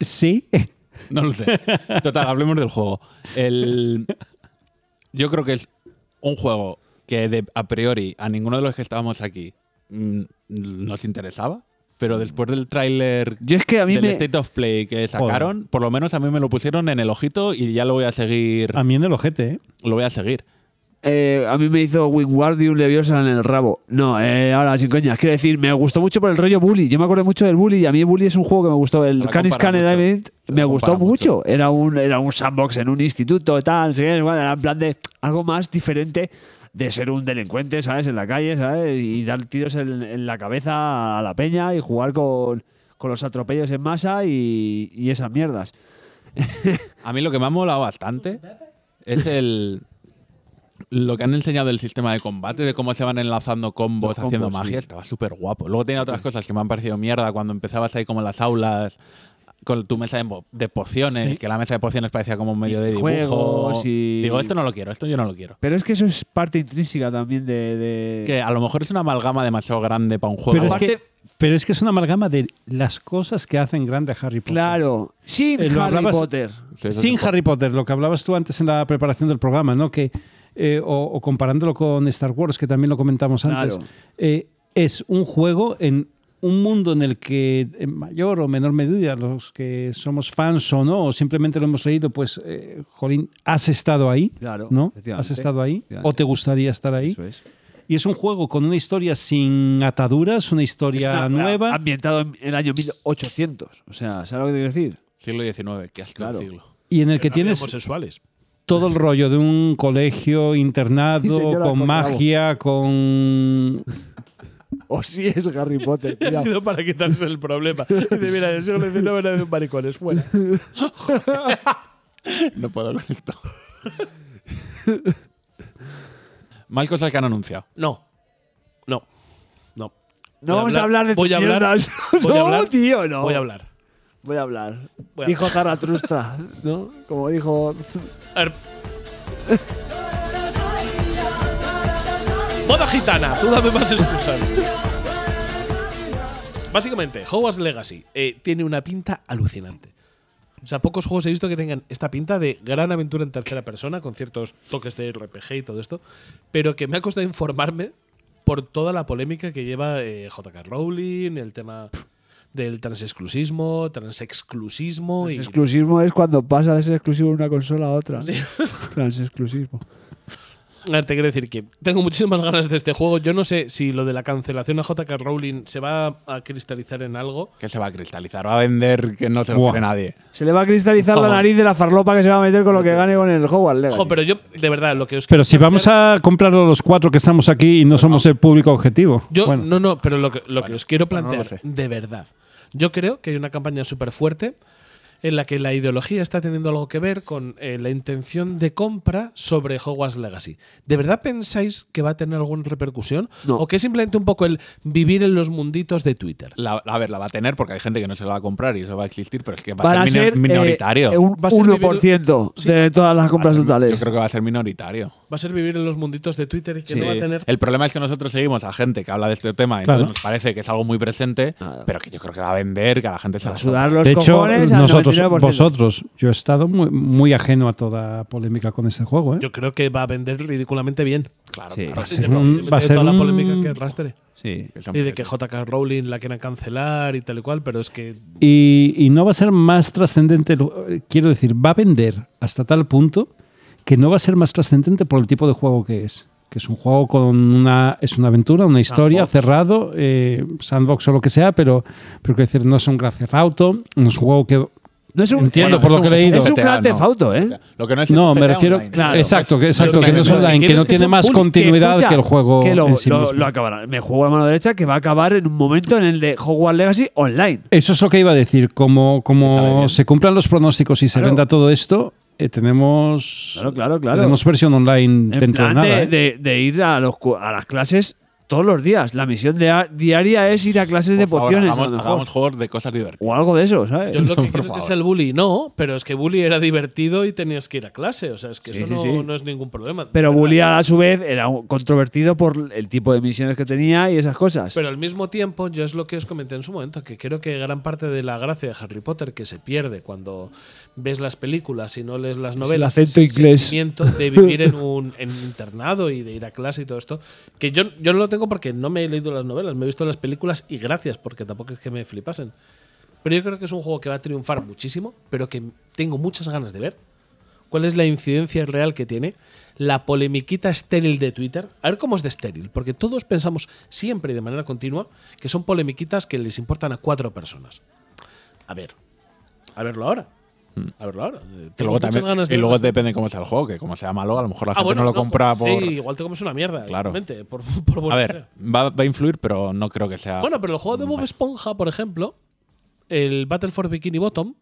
sí.
No
[LAUGHS]
lo sé. Total, hablemos del juego. El, yo creo que es un juego que de- a priori a ninguno de los que estábamos aquí mm, nos interesaba, pero después del tráiler
Yo es que a mí
del
me...
State of Play que sacaron, por lo menos a mí me lo pusieron en el ojito y ya lo voy a seguir.
Ah.
A mí en el ojete, ¿eh?
Lo voy a seguir.
Eh, a mí me hizo Wingardium Leviosa en el rabo. No, eh, ahora sin coñas. Quiero decir, me gustó mucho por el rollo Bully. Yo me acuerdo mucho del Bully y a mí Bully es un juego que me gustó. El
Se la
Canis
compara
Can and
mucho.
Event
Se la
me gustó
compara mucho.
mucho. Era un era un sandbox en un instituto, tal, no sé qué, igual, era en plan de algo más diferente de ser un delincuente, ¿sabes? En la calle, ¿sabes? Y dar tiros en, en la cabeza a la peña y jugar con, con los atropellos en masa y, y esas mierdas.
A mí lo que me ha molado bastante es el. Lo que han enseñado del sistema de combate, de cómo se van enlazando combos,
Los
haciendo
combos,
magia,
sí.
estaba súper guapo. Luego tenía otras cosas que me han parecido mierda cuando empezabas ahí como en las aulas con tu mesa de, po- de pociones, que la mesa de pociones parecía como un medio de dibujo.
Juegos y-
Digo, esto no lo quiero, esto yo no lo quiero.
Pero es que eso es parte intrínseca también de... de-
Que a lo mejor es una amalgama demasiado grande para un juego.
Pero es, que,
Aparte-
pero es que es una amalgama de las cosas que hacen grande a Harry Potter.
Claro, sin
Eh, lo
Harry
hablabas-
Potter.
Sí, eso
Sin
es un
Harry Potter, lo que hablabas tú antes en la preparación del programa, ¿no? Que, eh, o, o comparándolo con Star Wars, que también lo comentamos antes.
Claro.
eh, es un juego en un mundo en el que, en mayor o menor medida, los que somos fans o no, o simplemente lo hemos leído, pues, eh, Jolín, has estado ahí,
Claro,
¿no? Has
efectivamente.
estado ahí,
Efectivamente.
o te gustaría estar ahí.
Eso es.
Y es un juego con una historia sin ataduras, una historia
Es una-
nueva.
Ambientado en el año 1800. O sea, ¿sabes lo que te quiero decir?
Siglo XIX, qué asco de
Claro.
siglo.
Y en el que
No había
tienes
homosexuales.
todo el rollo de un colegio
Sí,
internado,
señora,
con
con
magia, con...
O si es Harry Potter.
Ha
[LAUGHS] cuidado.
sido para quitarse el
[LAUGHS]
problema. Dice, mira, el siglo XIX no había maricones, fuera.
No puedo con [LAUGHS] esto. Más cosas que han anunciado.
No. No. No. Voy
no
a
vamos a hablar de
voy a
tus
hablar,
mierdas.
voy a
[LAUGHS] No,
hablar,
tío, no.
Voy a hablar.
Voy a hablar.
Voy a
dijo [LAUGHS] Zaratustra, ¿no? Como dijo.
A ver. Moda gitana, tú dame más excusas. Básicamente, Hogwarts Legacy eh, tiene una pinta alucinante. O sea, pocos juegos he visto que tengan esta pinta de gran aventura en tercera persona, con ciertos toques de RPG y todo esto, pero que me ha costado informarme por toda la polémica que lleva eh, JK Rowling, el tema del transexclusismo, transexclusismo y
Exclusismo es cuando pasa de ser exclusivo de una consola a otra. Transexclusismo.
A ver, te quiero decir que tengo muchísimas [LAUGHS] ganas de este juego. Yo no sé si lo de la cancelación a JK Rowling se va a cristalizar en algo.
Que se va a cristalizar, va a vender que no se lo
Buah.
quiere nadie.
Se le va a cristalizar la
Vamos.
nariz de la farlopa que se va a meter con lo que gane con el Hogwarts Legacy.
Jo, pero yo, de verdad, lo que os
Pero
quiero
si vamos
plantear-
a comprarlo los cuatro que estamos aquí y no somos el público objetivo.
Yo,
Bueno,
No, no, pero lo que, lo que os quiero
bueno, no
plantear,
lo sé.
de verdad. Yo creo que hay una campaña súper fuerte en la que la ideología está teniendo algo que ver con eh, la intención de compra sobre Hogwarts Legacy. ¿De verdad pensáis que va a tener alguna repercusión?
No.
¿O que es simplemente un poco el vivir en los munditos de Twitter?
La- a ver, la va a tener porque hay gente que no se la va a comprar y eso va a existir, pero es que va
Van
a
a
ser, mini-
ser eh,
minoritario.
un
Va a ser
1% de todas las compras
Yo
totales.
creo que va a ser minoritario.
Va a ser vivir en los munditos de Twitter y que no va a
Sí.
tener.
El problema es que nosotros seguimos a gente que habla de este tema y
Claro.
nos parece que es algo muy presente,
Ah.
pero que yo creo que va a vender, que a la gente se
A
la
sudar los
De hecho,
cojones al
nosotros,
99%.
vosotros, yo he estado muy, muy ajeno a toda polémica con este juego. ¿eh?
Yo creo que va a vender ridículamente bien.
Claro,
Sí.
claro.
Va a
ser un-
Independientemente
va a
de
ser
toda la
un-
polémica que arrastre.
Sí.
Que son
Y de que
precios.
JK Rowling la quieran cancelar y tal y cual, pero es que
Y, y no va a ser más trascendente, lo- eh, quiero decir, va a vender hasta tal punto que no va a ser más trascendente por el tipo de juego que es. Que es un juego con una. Es una aventura, una historia,
Sandbox.
cerrado, eh, sandbox o lo que sea, pero, pero quiero decir, no es un Grand Theft Auto, no es un juego que.
No es un,
Entiendo
Bueno,
por
es
lo que
un-
he
es
leído.
es un
GTA,
gran
no.
tefauto,
Este O
¿eh?
sea, Lo que no es
No,
GTA
me refiero.
online. ¿eh?
Claro.
Exacto, que, exacto,
Pero
que no es
que-
online, que
quieres
no
que
tiene
sea
más
público,
continuidad
escucha,
que el juego
que lo,
en sí
lo-
mismo.
lo acabará. Me juego a mano derecha que va a acabar en un momento en el de Hogwarts Legacy online.
Eso es lo que iba a decir. Como,
Se sabe
como
bien.
se, cumplan los pronósticos y se
Claro.
venda todo esto, eh, tenemos,
Claro, claro, claro.
tenemos versión online
En
dentro de
plan
nada.
de,
¿eh?
de- de ir a, los, cu- a las clases todos los días. La misión de a- diaria es ir a clases de
Por favor,
pociones. a lo
hagamos,
mejor.
hagamos juegos de cosas divertidas.
o algo de eso, ¿sabes?
yo lo que
por
quiero es que
favor.
sea el bully. No, pero es que bully era divertido y tenías que ir a clase. O sea, es que
Sí,
eso
sí,
no,
sí.
no es ningún problema.
Pero
¿verdad?
Bully a su vez era un- controvertido por el tipo de misiones que tenía y esas cosas.
Pero al mismo tiempo, yo es lo que os comenté en su momento, que creo que gran parte de la gracia de Harry Potter que se pierde cuando ves las películas y no lees las novelas,
acento
es el
inglés.
sentimiento de vivir en un, en un internado y de ir a clase y todo esto, que yo, yo no lo tengo porque no me he leído las novelas, me he visto las películas y gracias, porque tampoco es que me flipasen. Pero yo creo que es un juego que va a triunfar muchísimo, pero que tengo muchas ganas de ver. ¿Cuál es la incidencia real que tiene? La polemiquita estéril de Twitter. A ver cómo es de estéril, porque todos pensamos siempre y de manera continua que son polemiquitas que les importan a cuatro personas. A ver, a verlo ahora. A verlo ahora. Eh,
Hmm. Que
tengo
luego
muchas
también,
ganas de
y luego
verlo.
depende cómo sea el juego, que como sea malo, a lo mejor la
Ah,
gente
bueno,
no lo compra
sí,
por.
igual te comes una mierda.
[LAUGHS] Claro.
igualmente, por, [LAUGHS] por bueno
a
que
ver, Mm,
sea.
va, va a influir, pero no creo que sea.
Bueno, pero el juego de Bob Esponja, por ejemplo, el Battle for Bikini Bottom,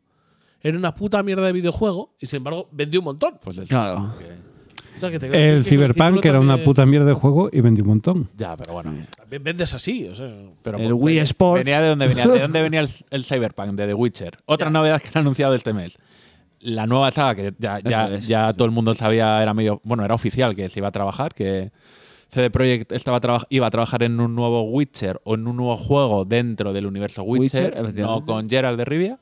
era una puta mierda de videojuego y sin embargo vendió un montón.
pues eso,
Claro.
que-
O sea, que te-
El
que- que
Cyberpunk, que era una
también-
puta mierda de juego, y vendió un montón.
Ya, pero bueno.
También vendes así, o sea.
Pero pues,
El Wii
venía-
Sports.
Venía de dónde venía,
[LAUGHS]
de dónde venía el, el Cyberpunk, de The Witcher. Otra novedad que han anunciado este mes. La nueva saga que ya, ya,
Eso es.
ya todo el mundo sabía, era medio. Bueno, era oficial que se iba a trabajar, que CD Projekt estaba traba- iba a trabajar en un nuevo Witcher o en un nuevo juego dentro del universo
Witcher,
Witcher, no
efectivamente.
con Gerald de Rivia.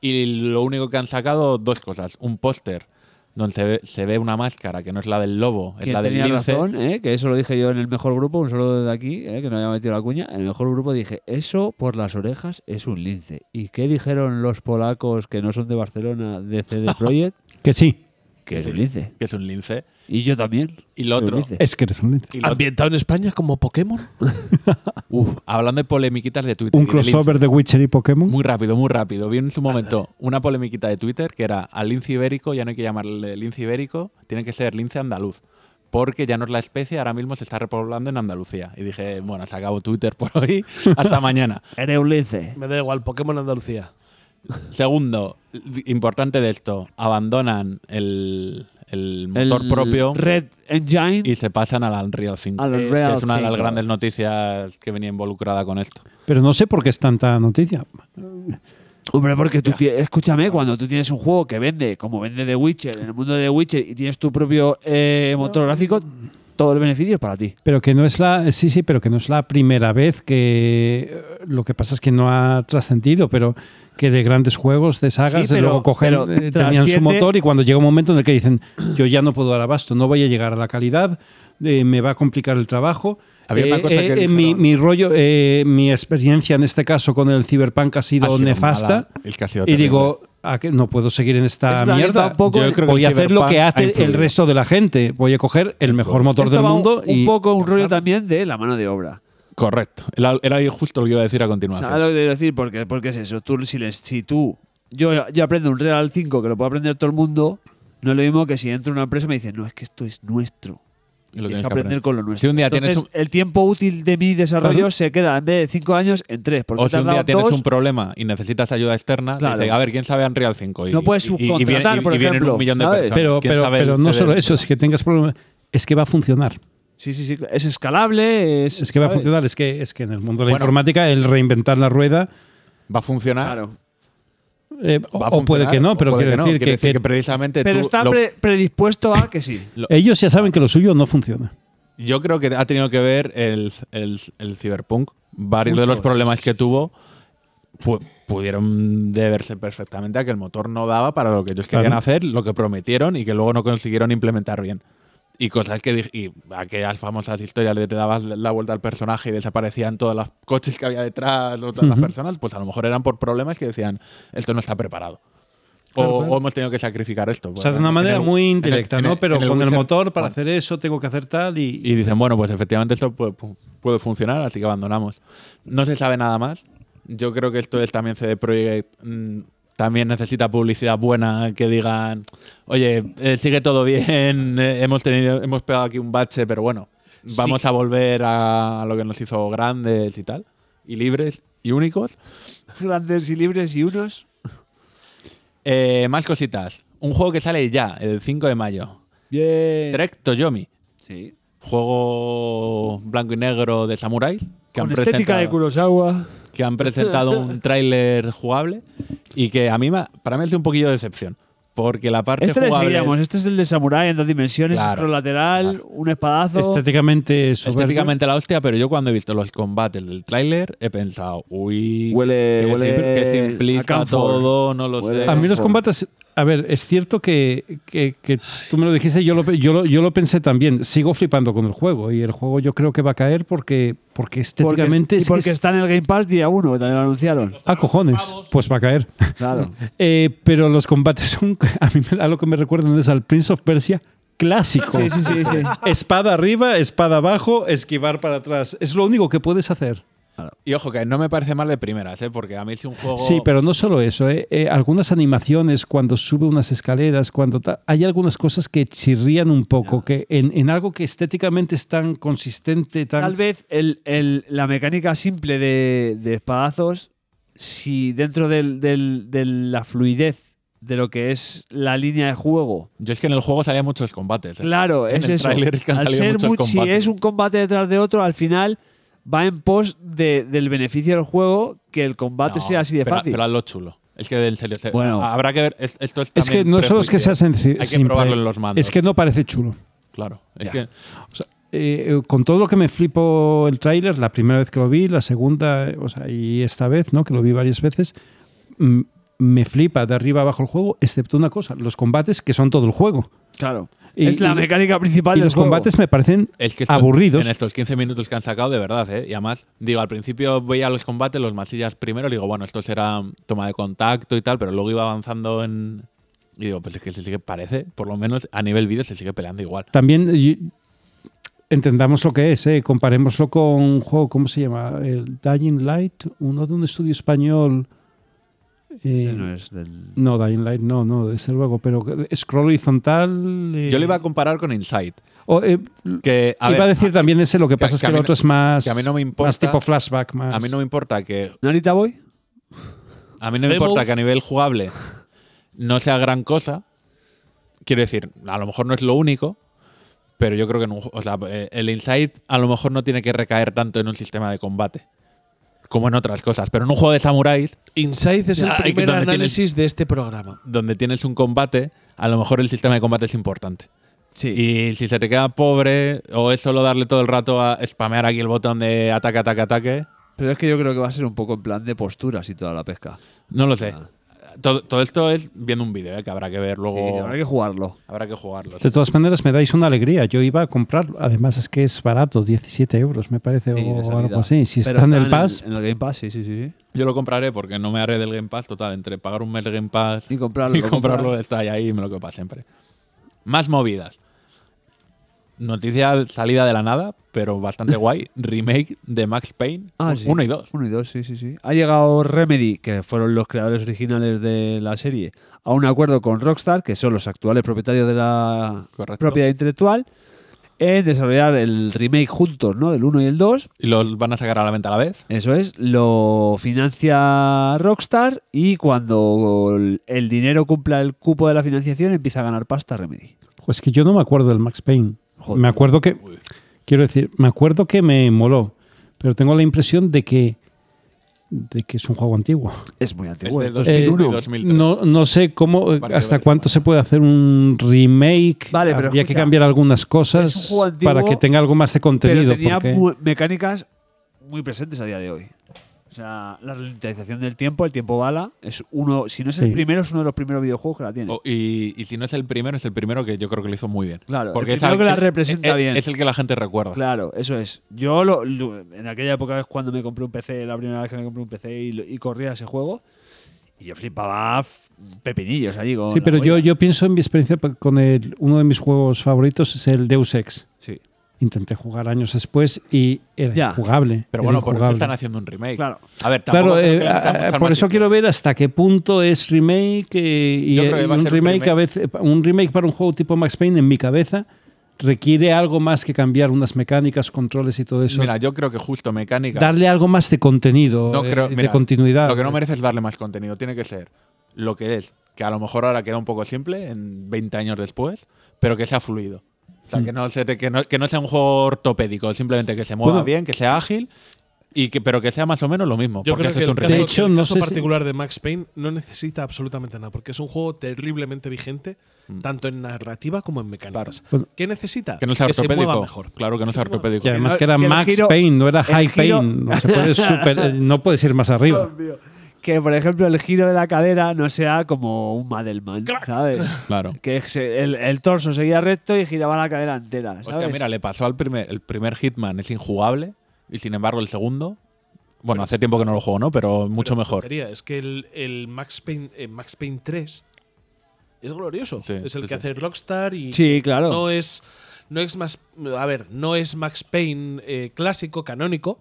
Y lo único que han sacado, dos cosas. Un póster donde se ve, se ve una máscara que no es la del lobo, es
Que
la del
tenía
lince.
razón, ¿eh? que eso lo dije yo en el mejor grupo, un saludo de aquí, ¿eh? que no había metido la cuña. En el mejor grupo dije, eso por las orejas es un lince. ¿Y qué dijeron los polacos que no son de Barcelona de
[LAUGHS]
CD Projekt?
Que sí,
que es un lince.
Que es un lince.
Y yo también.
Y lo
Un
otro.
lince.
es que eres un lince.
Y lo
Ambientado en España como Pokémon. [LAUGHS]
Uf, hablando de polemiquitas de Twitter.
Un
y de lince.
crossover de Witcher y Pokémon.
Muy rápido, muy rápido. Vi en su momento una polemiquita de Twitter que era al lince ibérico, ya no hay que llamarle lince ibérico, tiene que ser lince andaluz. Porque ya no es la especie, ahora mismo se está repoblando en Andalucía. Y dije, bueno, se acabó Twitter por hoy, [LAUGHS] hasta mañana.
Eres un lince.
Me da igual, Pokémon Andalucía.
Segundo, importante de esto, abandonan el, el motor
El
propio
Red Engine.
y se pasan al Unreal 5.
Al
que
Unreal
es una de las
5.
grandes noticias que venía involucrada con esto.
Pero no sé por qué es tanta noticia.
Hombre, porque tú tie- escúchame, cuando tú tienes un juego que vende, como vende The Witcher, en el mundo de The Witcher, y tienes tu propio eh, motor gráfico, todo el beneficio es para ti.
Pero que no es la. Sí, sí, pero que no es la primera vez que. eh, Lo que pasa es que no ha trascendido, pero que de grandes juegos, de sagas,
Sí, pero-
luego cogen,
pero
eh, tenían
trasciende-
su motor y cuando llega un momento en el que dicen, yo ya no puedo dar abasto, no voy a llegar a la calidad, eh, me va a complicar el trabajo.
Había
Eh,
una cosa que
eh, eh, mi,
dijeron-
mi rollo, eh, mi experiencia en este caso con el Cyberpunk ha sido,
Ha sido
nefasta.
mala. Es que ha sido
y
terrible.
digo, "¿A qué? no puedo seguir en
Esto
esta
también va
mierda.
un poco- Yo
creo que
voy
el
a hacer lo
Cyberpunk
que
ha
hace el
influido.
resto de la gente. Voy a coger el mejor motor
Esto
del
va un-
mundo
un,
y
poco un rollo también de la mano de obra.
Correcto. Era, era justo lo que iba a decir a
O
continuación.
sea, lo que quiero decir, porque, porque es eso. Tú, si, les- si tú. Yo, yo aprendo un Real 5 que lo puede aprender todo el mundo, no es lo mismo que si entro a una empresa y me dicen, no, es que esto es nuestro.
Y
Tienes
lo tienes
que aprender con lo nuestro.
Si un día tienes
Entonces,
un-
el tiempo útil de mi desarrollo
Claro.
se queda en vez de 5 años en 3. Porque
o si
te has
un día
dado
tienes
dos,
un problema y necesitas ayuda externa,
Claro.
dices, a ver, ¿quién sabe Unreal 5? Y,
No puedes
y- y viene-
subcontratar,
y- y
por
vienen
ejemplo,
un millón de
¿sabes?
personas.
Pero,
¿Quién
pero,
sabe el
pero no
CD?
solo eso, es que tengas problemas. Es que va a funcionar.
Sí, sí, sí. Es escalable. Es,
Es que va a
¿sabes?
funcionar. Es que, es que en el mundo de la
Bueno.
informática, el reinventar la rueda,
Va a funcionar.
Claro.
eh, o,
va a
o puede
funcionar,
que no,
o
pero
puede
quiero
no.
decir
Quiere
que, que
precisamente
Pero
tú
está
lo-
pre- predispuesto a que sí. [LAUGHS]
lo-
ellos ya saben que lo suyo no funciona.
Yo creo que ha tenido que ver el, el, el Cyberpunk. Varios de los
Mucho.
problemas que tuvo pu- pudieron deberse perfectamente a que el motor no daba para lo que ellos querían
Claro.
hacer, lo que prometieron y que luego no consiguieron implementar bien. Y cosas que dij- y aquellas famosas historias de te dabas la vuelta al personaje y desaparecían todos los coches que había detrás o todas las
Ujú.
personas, pues a lo mejor eran por problemas que decían esto no está preparado. O,
Claro, claro.
o hemos tenido que sacrificar esto.
o sea, de una manera muy indirecta, ¿no? Pero con el motor, para
hacer
hacer eso, tengo que hacer tal y.
y dicen, bueno, pues efectivamente esto puede, pu- puede funcionar, así que abandonamos. No se sabe nada más. Yo creo que esto es también CD Projekt. mm, también necesita publicidad buena que digan, oye, eh, sigue todo bien, [LAUGHS] eh, hemos, tenido, hemos pegado aquí un bache, pero bueno, vamos a volver a lo que nos hizo grandes y tal, y libres y únicos.
Grandes y libres y unos.
Eh, más cositas. Un juego que sale ya, el 5 de mayo.
Bien.
Trek Toyomi.
Sí.
Juego blanco y negro de samuráis. Que
Con
han
estética de
presentado-
Kurosawa.
que han presentado
[LAUGHS]
un tráiler jugable y que a mí me- para mí es un poquillo de decepción porque la parte
Este le
jugable
seguíamos. Este es el de Samurai en dos dimensiones,
Claro,
prolateral,
claro.
un espadazo.
Este Estéticamente es soberbio.
estéticamente la hostia pero yo cuando he visto los combates del tráiler he pensado uy
Huele-
qué sim-
huele
qué simplista
a confort.
todo no lo
Huele
sé
A mí los
Por-
combates. A ver, es cierto que, que- que tú me lo dijiste, yo lo, pe- yo, lo, yo lo pensé también. Sigo flipando con el juego y el juego yo creo que va a caer porque, porque
porque,
estéticamente
y
es que
porque
es-
está en el Game Pass día 1, que también lo anunciaron.
Ah, cojones. Pues va a caer. [LAUGHS]
Claro.
Eh, pero los combates son. [LAUGHS] A mí me- a lo que me recuerdan es al Prince of Persia clásico.
Sí, sí, sí, sí.
[LAUGHS] Espada arriba, espada abajo, esquivar para atrás. Es lo único que puedes hacer.
y ojo que no me parece mal de primeras ¿eh? porque a mí si un juego
Sí, pero no solo eso. eh. Eh, algunas animaciones, cuando sube unas escaleras, cuando ta- hay algunas cosas que chirrían un poco, que en, en algo que estéticamente es tan consistente, tan...
Tal vez el- el- la mecánica simple de, de espadazos, si dentro del- del- de la fluidez de lo que es la línea de juego.
yo es que en el juego salían muchos combates ¿eh?
Claro,
En
es
el
eso.
tráiler es que han
Al
salido
ser
muchos
much- si
combates.
es un combate detrás de otro, al final va en pos de- del beneficio del juego que el combate
No,
sea así de
pero-
fácil.
pero hazlo chulo es que en serio se-
Bueno.
habrá que ver es- esto es,
es que
también
no solo es que sea
prejuicio.
senci-
hay que
simple,
probarlo en los mandos
Es que no parece chulo.
claro es
Ya.
que
Eh, eh, con todo lo que me flipo el tráiler, la primera vez que lo vi, la segunda, eh, o sea, y esta vez, ¿no? Que lo vi varias veces, mm, me flipa de arriba abajo el juego, excepto una cosa, los combates que son todo el juego.
claro.
Y-
es la
y-
mecánica principal
Y
del
los
juego.
combates me parecen
Es que esto-
aburridos.
En estos 15 minutos que han sacado, de verdad, ¿eh? Y además, digo, al principio veía los combates, los masillas primero, y digo, bueno, esto será toma de contacto y tal, pero luego iba avanzando en. Y digo, pues es que se sigue, parece, por lo menos a nivel vídeo, se sigue peleando igual.
También y- entendamos lo que es, ¿eh? comparémoslo con un juego, ¿cómo se llama? El Dying Light, uno de un estudio español. eh,
Ese
no,
no es del-
Dying Light, no, no, desde luego, pero eh, scroll horizontal. eh,
Yo lo iba a comparar con Insight,
o, eh,
que. A
iba
ver,
a decir también ese, lo que
que-
pasa es
que
que,
a
el
mí no-
otro es más,
que a mí no me
más
importa-
tipo flashback. Más.
a mí no me importa que
¿Narita Boy?
A mí no me
Demos.
importa que a nivel jugable no sea gran cosa. Quiero decir, a lo mejor no es lo único, pero yo creo que en un ju- o sea, eh, el Insight a lo mejor no tiene que recaer tanto en un sistema de combate como en otras cosas. Pero en un juego de samuráis,
Inside es el
Ya, hay que-
primer
¿dónde tienes-
análisis de este programa.
donde tienes un combate, a lo mejor el sistema de combate es importante.
Sí.
Y si se te queda pobre o es solo darle todo el rato a spamear aquí el botón de ataque, ataque, ataque,
Pero es que yo creo que va a ser un poco en plan de posturas y toda la pesca.
no lo sé.
Ah.
Todo, todo esto es viendo un vídeo, ¿eh? que habrá que ver
Sí,
luego.
habrá que jugarlo.
habrá que jugarlo.
De todas maneras, me dais una alegría. Yo iba a comprarlo. Además, es que es barato, 17 euros, me parece,
Sí, de
o
salida.
algo así. Si
Pero
está en el Pass,
En el Game Pass, sí, sí, sí.
Yo lo compraré porque no me haré del Game Pass total. Entre pagar un mes de Game Pass
Y comprarlo,
[LAUGHS] y comprarlo
comprar.
está ahí, ahí me lo que pasa siempre. Más movidas. Noticia salida de la nada, pero
[LAUGHS]
bastante guay. Remake de Max Payne 1
Ah, sí.
y 2.
Uno y dos, sí, sí, sí. Ha llegado Remedy, que fueron los creadores originales de la serie, a un acuerdo con Rockstar, que son los actuales propietarios de la
Correcto.
propiedad intelectual, en desarrollar el remake juntos, ¿no? Del 1 y el 2.
Y los van a sacar a la venta a la vez.
Eso es, lo financia Rockstar y cuando el- el dinero cumpla el cupo de la financiación empieza a ganar pasta Remedy.
Pues que yo no me acuerdo del Max Payne.
Joder.
Me acuerdo que. Quiero decir, me acuerdo que me moló, pero tengo la impresión de que. de que es un juego antiguo.
Es muy
Es
antiguo.
de
¿eh?
2001 y
Eh,
2003.
No, no sé cómo,
Vale,
hasta
vale,
cuánto
vale.
se puede hacer un remake.
Vale, pero
Habría que
escucha,
cambiar algunas cosas
es un juego antiguo,
para que tenga algo más de
Pero
contenido.
tenía
porque-
mu- mecánicas muy presentes a día de hoy. O sea, la ralentización del tiempo, el tiempo bala, es uno, si no es el
Sí.
primero, es uno de los primeros videojuegos que la tiene.
O- y, y si no es el primero, es el primero que yo creo que lo hizo muy bien.
Claro, el
porque es
primero
al-
que la
es-
representa
es-
bien.
Es el que la gente recuerda.
Claro, eso es. Yo lo, lo- en aquella época es cuando me compré un PC, la primera vez que me compré un PC y, lo- y corría ese juego. Y yo flipaba f- pepinillos allí. con
Sí,
la
pero yo,
polla.
yo pienso en mi experiencia pa- con el, uno de mis juegos favoritos, es el Deus Ex.
Sí,
Intenté jugar años después y era
Ya.
jugable.
Pero bueno, por
por
eso están haciendo un remake.
claro.
A ver, tampoco
Claro,
creo
eh,
que necesitan
ah,
muchas
por
más
eso quiero
historias.
ver hasta qué punto es remake eh, y,
Yo creo que
y
va a
un
ser un
remake
remake.
a veces un remake para un juego tipo Max Payne en mi cabeza requiere algo más que cambiar unas mecánicas, controles y todo eso.
Mira, yo creo que justo mecánica.
Darle algo más de contenido,
no
eh,
creo-
de
mira,
continuidad.
Lo que no merece es darle más contenido. Tiene que ser lo que es, que a lo mejor ahora queda un poco simple, en 20 años después, pero que sea fluido. O
Mm.
sea, que, no se te- que, no, que no sea un juego ortopédico, simplemente que se mueva
Bueno.
bien, que sea ágil, y que, pero que sea más o menos lo mismo.
Yo
porque
creo
eso
que
es
el
un
caso,
remake.
De hecho,
el
no
caso
sé si-
particular de Max Payne no necesita absolutamente nada, porque es un juego terriblemente vigente, tanto en narrativa como en mecánicas.
Bueno.
¿Qué necesita?
Mm. Que no sea
se mueva
ortopédico.
mejor.
Claro que no sea ortopédico.
Y además que era
que el
Max
giro-
Payne, no era
el
High
giro-
Payne. No, se
[LAUGHS]
puede super- eh, no puedes ir más arriba.
Que, por ejemplo, el giro de la cadera no sea como un Madelman,
[LAUGHS]
¿sabes?
Claro.
Que se- el, el torso seguía recto y giraba la cadera entera, ¿sabes?
Hostia, mira, le pasó al primer, el primer Hitman, es injugable, y sin embargo el segundo, bueno, hace tiempo que no lo juego, ¿no? Pero mucho
Pero
mejor.
tontería, Es que el, el Max, Payne, eh, Max Payne 3 es glorioso.
Sí,
es el
sí,
que
sí.
hace Rockstar y
Sí, claro.
no es. No es más. A ver, no es Max Payne eh, clásico, canónico,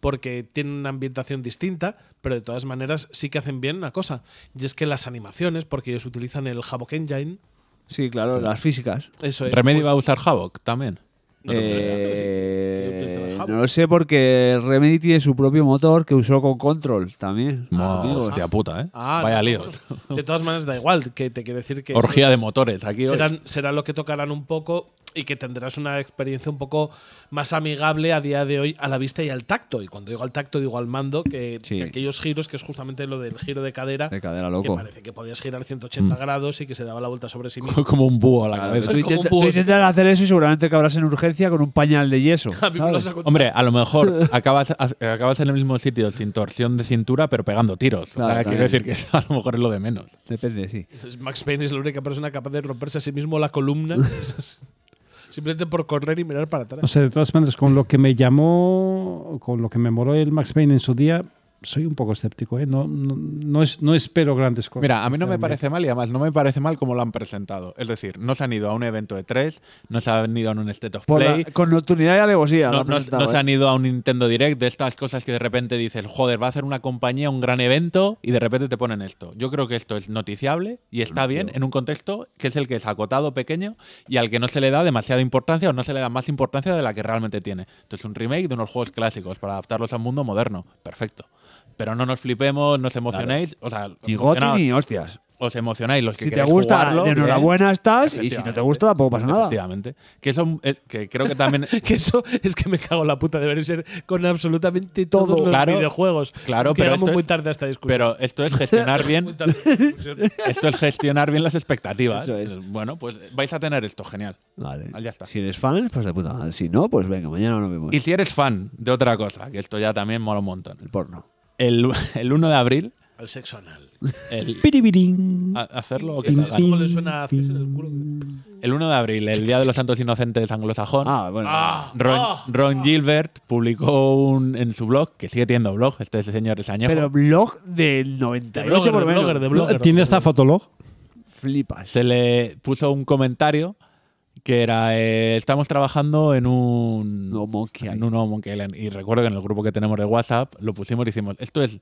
porque tiene una ambientación distinta, pero de todas maneras sí que hacen bien una cosa. Y es que las animaciones, porque ellos utilizan el Havok Engine,
sí, claro, las físicas.
eso es.
Remedy
pues,
va a usar Havoc también.
no te creo,
Eh,
creo que sí. Yo utilizo la
no lo sé porque Remedy tiene su propio motor que usó con Control también.
Ah,
Mo-
amigos.
hostia puta, ¿eh?
Ah,
Vaya
no,
líos.
bueno. De todas maneras, da igual, que te quiero decir que.
Orgía
eso
de
es-
motores aquí hoy.
serán- será lo que tocarán un poco y que tendrás una experiencia un poco más amigable a día de hoy a la vista y al tacto. Y cuando digo al tacto, digo al mando, que,
Sí.
que aquellos giros, que es justamente lo del giro de cadera,
De cadera
que
loco.
parece que podías girar
Mm.
180 grados y que se daba la vuelta sobre sí mismo.
[LAUGHS] Como un búho a la
Claro,
cabeza.
tú,
como un
intenta-
búho,
tú
sí.
intentas hacer eso y seguramente cabrás en urgencia con un pañal de yeso.
A mí me lo has
¿sabes?
contado.
Hombre, a lo mejor [LAUGHS] acabas, a- acabas en el mismo sitio sin torsión de cintura, pero pegando tiros. O sea,
Claro,
quiero
claro.
decir que [LAUGHS] a lo mejor es lo de menos.
Depende, sí.
Entonces, Max Payne es la única persona capaz de romperse a sí mismo la
[LAUGHS]
columna. [LAUGHS] Simplemente por correr y mirar para atrás. [LAUGHS]
No sé, de todas maneras, con lo que me llamó, con lo que me moló el Max Payne en su día, soy un poco escéptico. ¿eh? No, no, no es, no espero grandes cosas.
Mira, a mí no
Este
me
remake.
parece mal y además no me parece mal como lo han presentado. Es decir, no se han ido a un evento de tres, no se han ido a un State of
Por la-
Play,
con nocturnidad y alevosía. lo
no,
han
no-
presentado,
no se
¿eh?
han ido a un Nintendo Direct de estas cosas que de repente dices, joder, va a hacer una compañía un gran evento y de repente te ponen esto. Yo creo que esto es noticiable y está bien en un contexto que es el que es acotado, pequeño y al que no se le da demasiada importancia o no se le da más importancia de la que realmente tiene. Entonces, un remake de unos juegos clásicos para adaptarlos al mundo moderno. Perfecto. Pero no nos flipemos, no os emocionéis. O sea,
Ni goti
emocionaos-
ni hostias.
os emocionáis los que
Si te
queréis
gusta,
jugarlo,
de
bien.
enhorabuena estás. Y si no te gusta, tampoco pasa nada.
Efectivamente. Que eso es- que creo que también
Que eso es que me cago en la puta. Debería ser con absolutamente todos
Todo.
los
Claro.
videojuegos.
Claro,
Es que
pero
llegamos
esto
muy
es-
tarde a esta discusión.
Pero esto es gestionar bien.
Muy tarde a esta discusión.
[LAUGHS] Esto es gestionar bien las expectativas.
Eso es.
Bueno, pues vais a tener esto, genial.
Vale.
Ah, ya está.
Si eres fan, pues de puta madre. Si no, pues venga, mañana nos vemos.
Y si eres fan de otra cosa, que esto ya también mola un montón.
El porno.
El, el 1 de abril,
Al sexo anal.
el,
Piribirín.
a- hacerlo o que
Eso
salga.
¿Cómo le suena a hacerse en el culo?
Mm. El 1 de abril, el Día de los Santos Inocentes anglosajón,
Ah, bueno.
Ah,
Ron,
ah.
Ron Gilbert publicó un, en su blog, que sigue teniendo blog, este señor es añejo,
Pero blog del
De
98
blogger,
por
de
menos.
blogger, de blogger.
¿Tiene esta fotolog?
Flipas.
se le puso un comentario que era, eh, estamos trabajando en un...
No, monkey.
en un nuevo Monkey Island. Y recuerdo que en el grupo que tenemos de WhatsApp lo pusimos y hicimos, esto es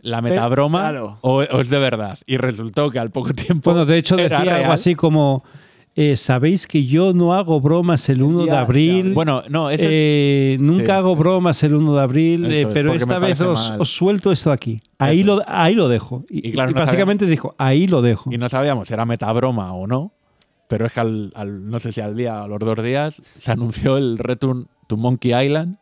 la metabroma
claro.
o, o es de verdad. Y resultó que al poco tiempo...
Bueno, de hecho
era
decía
real.
algo así como eh, sabéis que yo no hago bromas el 1 de
día de
abril.
Bueno, no, eso es-
Eh, nunca
sí,
hago
eso
bromas el 1 de abril,
Eso
eh,
es,
pero
porque
esta
me
vez
parece
os,
mal.
os suelto esto aquí. Ahí,
Eso
lo, ahí lo dejo. Y,
Y claro,
y
no
básicamente dijo, ahí lo dejo.
Y no sabíamos si era metabroma o no, pero es que al, al- no sé si al día, a los dos días, se anunció el Return to Monkey Island.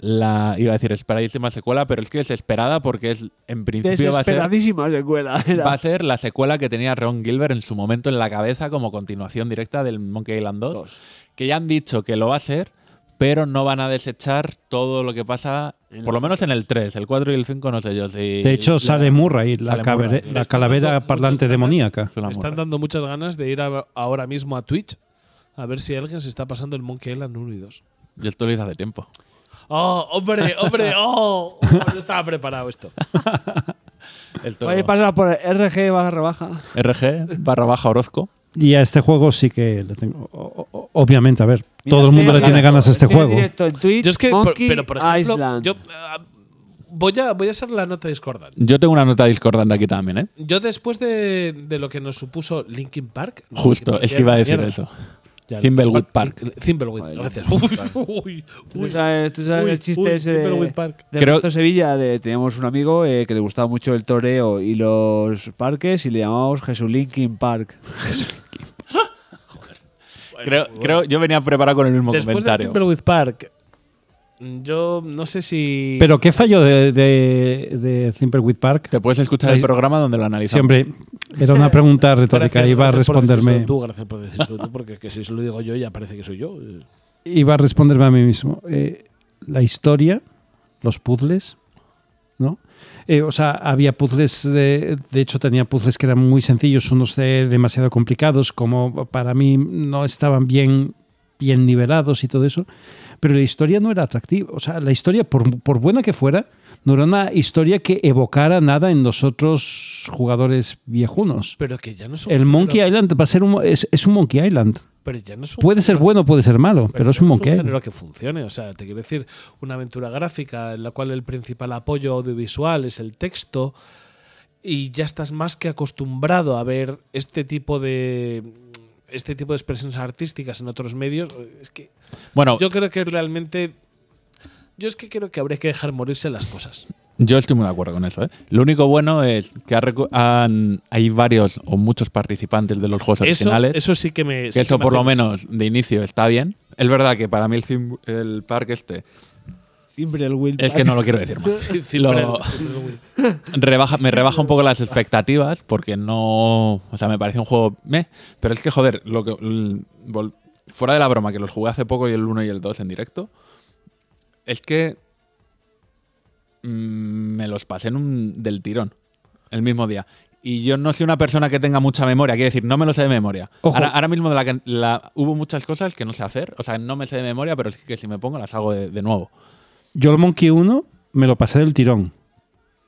La, iba a decir esperadísima secuela, pero es que desesperada porque es en principio va a ser
Desesperadísima secuela. eh, era.
va a ser la secuela que tenía Ron Gilbert en su momento en la cabeza como continuación directa del Monkey Island 2,
Dos.
que ya han dicho que lo va a ser, pero no van a desechar todo lo que pasa, por lo menos en el 3, el 4 y el 5 no sé yo si
de hecho,
la-
sale Murray, la,
sale
caber-
Murray.
la calavera
Muchos-
parlante
muchos-
demoníaca.
Zula
Me
Murray.
están dando muchas ganas de ir a- ahora mismo a Twitch a ver si alguien se está pasando el Monkey Island 1 y 2.
Yo esto lo hice hace tiempo.
¡Oh, hombre,
[LAUGHS]
hombre! ¡Oh! oh, No estaba preparado esto.
Esto-
Voy a pasar por RG barra baja.
RG barra baja Orozco.
Y a este juego sí que le tengo. o- o- Obviamente, a ver, todo el
Mira,
mundo le
sí,
tiene
claro,
ganas a este
tiene
juego.
directo en Twitch,
Yo es que, por-
Monkey
pero por ejemplo,
Island.
yo ah, voy, a, voy a hacer la nota discordante.
Yo tengo una nota discordante aquí también, ¿eh?
Yo después de, de lo que nos supuso Linkin Park.
Justo, es que iba a decir eso.
Ya,
Thimbleweed Park.
Thimbleweed, gracias. [LAUGHS] Uy, uy,
Tú
uy.
sabes, tú sabes
Uy,
el chiste
uy,
ese de,
Timberwolf Park.
de
Creo-
Ernesto Sevilla. De, teníamos un amigo eh, que le gustaba mucho el toreo y los parques y le llamábamos Jesús Linkin Park.
Creo, creo, yo venía preparado con el mismo
Después de
comentario.
Thimbleweed Park, yo no sé si.
Pero qué fallo de, de, de Thimbleweed Park.
Te puedes escuchar el programa donde lo analizamos.
Siempre era una pregunta retórica.
Gracias,
Iba a
gracias por
responderme.
decírselo Tú, gracias por decirlo tú, porque es que si se lo digo yo ya parece que soy yo.
iba a responderme a mí mismo. Eh, la historia, los puzzles, ¿no? Eh, o sea, había puzzles, de, de hecho tenía puzzles que eran muy sencillos, unos de- demasiado complicados, como para mí no estaban bien, bien nivelados y todo eso. Pero la historia no era atractiva. O sea, la historia, por, por buena que fuera, no era una historia que evocara nada en nosotros jugadores viejunos.
Pero que ya no es un
El
género-
Monkey Island va a ser un, es, es un Monkey Island.
Pero ya no es un
Puede ser
género-
bueno, puede ser malo, pero es un
no
Monkey Island.
género que funcione. O sea, te quiero decir, una aventura gráfica en la cual el principal apoyo audiovisual es el texto y ya estás más que acostumbrado a ver este tipo de este tipo de expresiones artísticas en otros medios. Es que
Bueno,
yo
yo,
creo que realmente yo es que creo que habría que dejar morirse las cosas.
estoy muy de acuerdo con eso. ¿eh? Lo único bueno es que ha recu- han- hay varios o muchos participantes de los juegos
Eso,
originales.
eso sí que me
que
sí que
eso
me
por lo
hace-
menos de inicio está bien. Es verdad que para mí el, Thim- el parque este
Siempre el Will
es que no lo quiero decir más. Lo-
Pero-
rebaja, me rebaja un poco las expectativas porque no. O sea, me parece un juego. meh, pero es que, joder, lo que, l- vol- fuera de la broma, que los jugué hace poco y el 1 y el 2 en directo, es que. mm, me los pasé en un, del tirón el mismo día. Y yo no soy una persona que tenga mucha memoria, quiero decir, no me lo sé de memoria.
Ojo.
Ahora, ahora mismo la can- la- hubo muchas cosas que no sé hacer, o sea, no me sé de memoria, pero es que si me pongo las hago de- de nuevo.
Yo el Monkey 1 me lo pasé del tirón,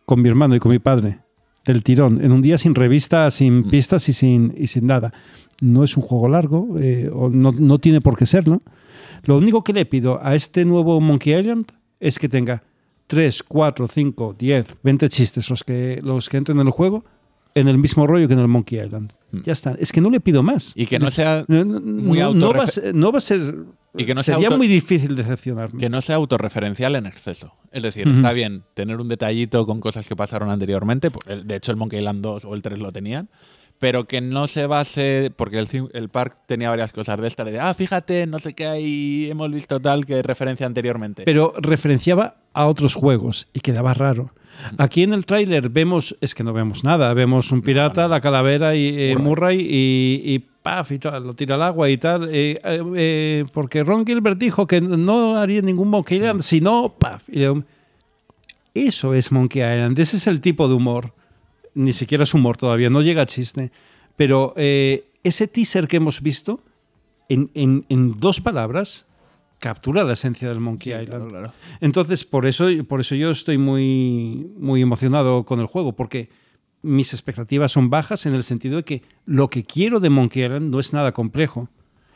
con mi hermano y con mi padre, del tirón, en un día sin revista, sin pistas y sin, y sin nada. No es un juego largo, eh, o no, no tiene por qué serlo. Lo único que le pido a este nuevo Monkey Island es que tenga 3, 4, 5, 10, 20 chistes los que, los que entren en el juego en el mismo rollo que en el Monkey Island. Ya está. Es que no le pido más.
Y que no sea
No, no-
muy
no- no va, a
autorrefer-
ser, no va a ser...
Y que no sea
sería
auto-
muy difícil decepcionarme.
Que no sea autorreferencial en exceso. Es decir,
Ujú.
está bien tener un detallito con cosas que pasaron anteriormente. por- el- De hecho, el Monkey Island 2 o el 3 lo tenían. Pero que no se base. Porque el, cin- el park tenía varias cosas de esta. De, ah, fíjate, no sé qué hay. Hemos visto tal que referencia anteriormente.
pero referenciaba a otros juegos y quedaba raro. Aquí en el tráiler vemos, es que no vemos nada, vemos un pirata, la calavera y eh, Murray y, y paf y tal, lo tira al agua y tal, eh, eh, eh, porque Ron Gilbert dijo que no haría ningún Monkey Island, sino paf. y le- eso es Monkey Island, ese es el tipo de humor. Ni siquiera es humor todavía, no llega a chiste. Pero eh, ese teaser que hemos visto, en, en- en dos palabras, captura la esencia del Monkey Island. Entonces, por eso, por eso yo estoy muy, muy emocionado con el juego, porque mis expectativas son bajas en el sentido de que lo que quiero de Monkey Island no es nada complejo.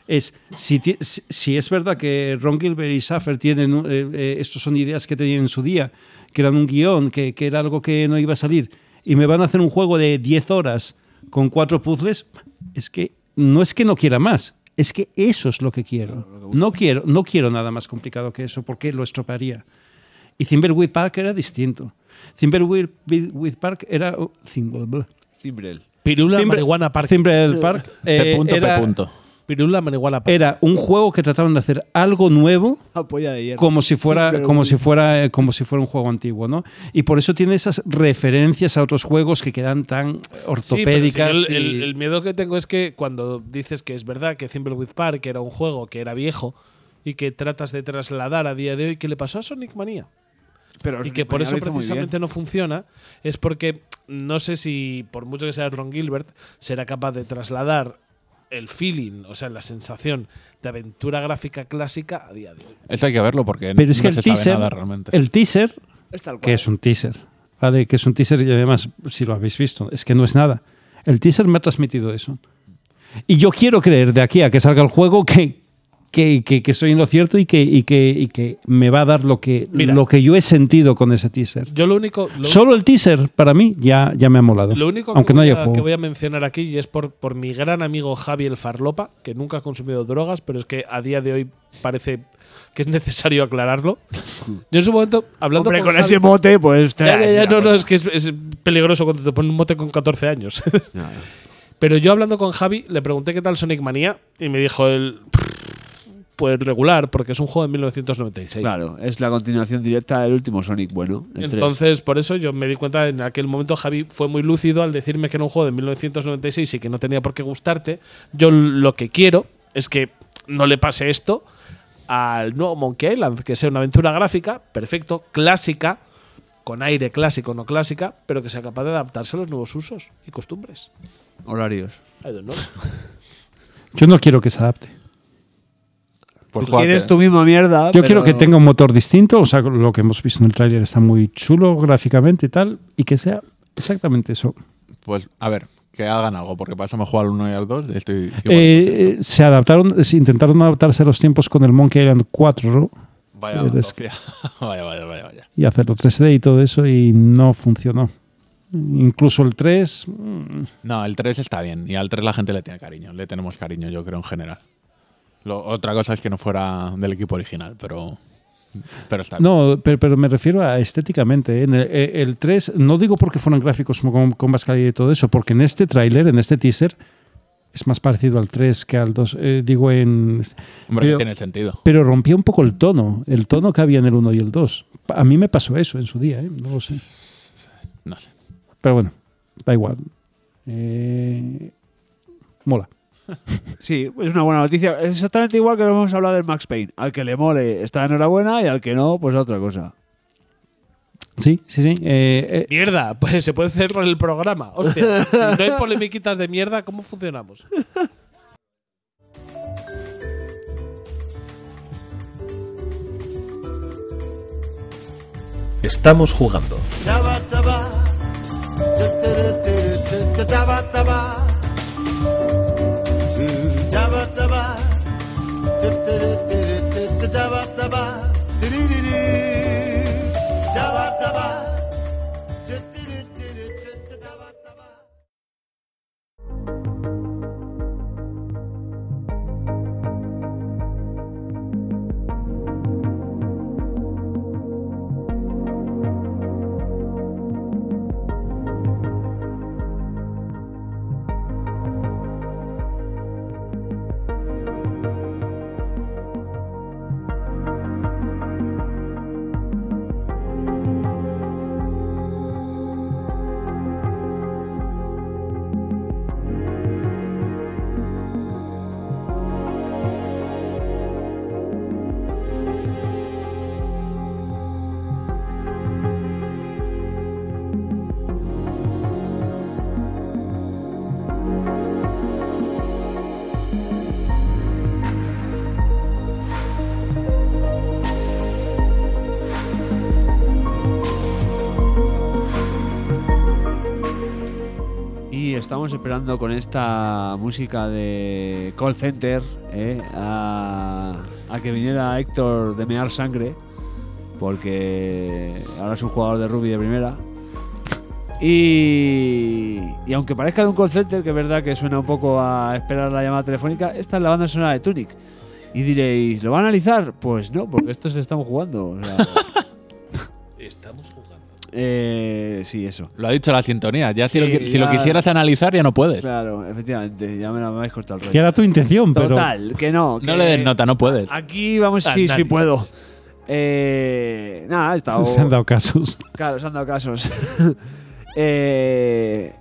Es, si, ti- si- si es verdad que Ron Gilbert y Saffer tienen, un- eh, eh, estos son ideas que tenían en su día, que eran un guión, que, que era algo que no iba a salir, y me van a hacer un juego de 10 horas con cuatro puzzles, es que no es que no quiera más, es que eso es lo que quiero. No quiero, no quiero nada más complicado que eso, porque lo estropearía. Y Thimbleweed Park era distinto. Thimbleweed Weed Park era... oh, Thimble-
Cimbrel.
Pirula
Timbre-
Marihuana Park.
Thimbleweed Park
[LAUGHS]
eh,
P punto,
era-
P punto.
Pirula Marihuana Park.
era un juego que trataban de hacer algo nuevo
Apoya de hierro.
como si fuera
Pero-
como si fuera eh, como si fuera un juego antiguo no y por eso tiene esas referencias a otros juegos que quedan tan
Sí, pero si yo
ortopédicas
el,
y-
el- el miedo que tengo es que cuando dices que es verdad que Thimbleweed Park era un juego que era viejo y que tratas de trasladar a día de hoy, que le pasó a Sonic Mania?
Pero
y que por eso precisamente no funciona, es porque no sé si, por mucho que sea Ron Gilbert, será capaz de trasladar el feeling, o sea, la sensación de aventura gráfica clásica a día de hoy.
Eso hay que verlo porque
pero
no
es que
se
el
sabe
teaser
nada realmente.
el teaser
Es tal cual.
que es un teaser vale que es un teaser y además si lo habéis visto es que no es nada el teaser me ha transmitido eso y yo quiero creer de aquí a que salga el juego que que, que- que estoy en lo cierto y que, y que, y que me va a dar lo que,
Mira.
lo que yo he sentido con ese teaser.
Yo lo único... lo
Solo el teaser para mí ya, ya me ha molado.
Lo único que,
aunque no
voy,
haya
a,
juego.
que voy a mencionar aquí, y es por, por mi gran amigo Javi el Farlopa, que nunca ha consumido drogas, pero es que a día de hoy parece que es necesario
[LAUGHS]
aclararlo. Yo en su momento, hablando
Hombre,
con,
con
Javi-
ese mote, pues. te
Ya, ya,
voy a decir
ya, no,
algo.
no, es que es, es peligroso cuando te ponen un mote con 14 años. [LAUGHS] pero yo hablando con Javi, le pregunté qué tal Sonic Manía, y me dijo el Pues regular, porque es un juego de 1996.
Claro, es la continuación directa del último Sonic, bueno. el tres.
Entonces, por eso yo me di cuenta en aquel momento, Javi fue muy lúcido al decirme que era un juego de 1996 y que no tenía por qué gustarte. Yo lo que quiero es que no le pase esto al nuevo Monkey Island, que sea una aventura gráfica, perfecto, clásica, con aire clásico, no clásica, pero que sea capaz de adaptarse a los nuevos usos y costumbres.
Horarios.
I don't know.
Yo no quiero que se adapte.
Pues
Tú quieres
jugate.
tu misma mierda.
Yo
Ah,
pero-
quiero que tenga un motor distinto, o sea, lo que hemos visto en el tráiler está muy chulo gráficamente y tal, y que sea exactamente eso.
Pues a ver, que hagan algo, porque para eso me he jugado al 1 y al 2. Estoy igual.
Eh, eh, se adaptaron, se intentaron adaptarse a los tiempos con el Monkey Island 4
vaya,
eres-
bazofia. [LAUGHS] vaya, vaya, vaya, vaya.
y hacerlo 3D y todo eso, y no funcionó. Incluso el 3, mm,
No, el 3 está bien. Y al 3 la gente le tiene cariño. Le tenemos cariño, yo creo, en general. Lo- otra cosa es que no fuera del equipo original, pero, pero está bien.
No, pero, pero me refiero a estéticamente. ¿eh? En el, eh, el 3, no digo porque fueran gráficos con, con más calidad y todo eso, porque en este tráiler, en este teaser, es más parecido al 3 que al 2. eh, digo, en.
Hombre,
pero-
que tiene sentido.
Pero rompía un poco el tono, el tono que había en el 1 y el 2. Pa- A mí me pasó eso en su día, ¿eh? no lo sé.
No sé.
Pero bueno, da igual. Eh, mola.
Sí, es una buena noticia. Es exactamente igual que lo hemos hablado del Max Payne. Al que le mole está enhorabuena y al que no, pues otra cosa.
Sí, sí, sí. eh, eh,
Mierda, pues se puede cerrar el programa. Hostia, [LAUGHS] si no hay polemiquitas de mierda, ¿cómo funcionamos? Estamos jugando.
Y estamos esperando con esta música de call center ¿eh? a, a que viniera Héctor de mear sangre, porque ahora es un jugador de rugby de primera. Y, y aunque parezca de un call center, que es verdad que suena un poco a esperar la llamada telefónica, esta es la banda sonora de Tunic. Y diréis, ¿lo va a analizar? Pues no, porque esto se estamos jugando. o sea,
[LAUGHS] Estamos jugando.
eh, sí, eso.
Lo ha dicho la sintonía. Ya
Sí,
si, lo, qui- si lo
ya.
quisieras analizar, ya no puedes.
Claro, efectivamente, ya me la me habéis cortado el
Que
rollo.
era tu intención, pero.
Total, que no.
No
que-
le des nota, no puedes.
Aquí vamos, sí, sí
Análisis.
puedo. Eh, nada, ha estado.
Se han dado casos.
[LAUGHS] Claro, se han dado casos. [LAUGHS] Eh,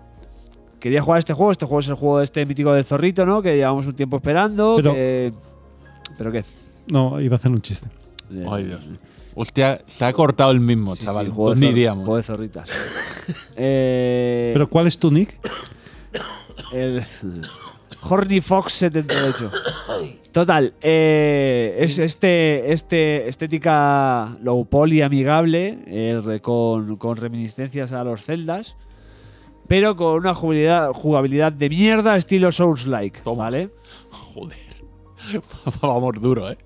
quería jugar este juego. Este juego es el juego este mítico del zorrito, ¿no? Que llevamos un tiempo esperando.
Pero-
que- ¿Pero qué?
No, iba a hacer un chiste.
Ay, Dios. Hostia, se ha cortado el mismo,
Sí,
chaval. pues
sí, juego de
¿Dónde
zor-
iríamos?
Juego de zorritas. [LAUGHS] Eh,
¿Pero cuál es tu nick?
El Horny Fox 78. Total, eh, es este, este estética low poly amigable, eh, re- con, con reminiscencias a los celdas, pero con una jugabilidad, jugabilidad de mierda estilo Souls-like,
Toma.
¿vale?
Joder. [LAUGHS] Vamos duro, ¿eh?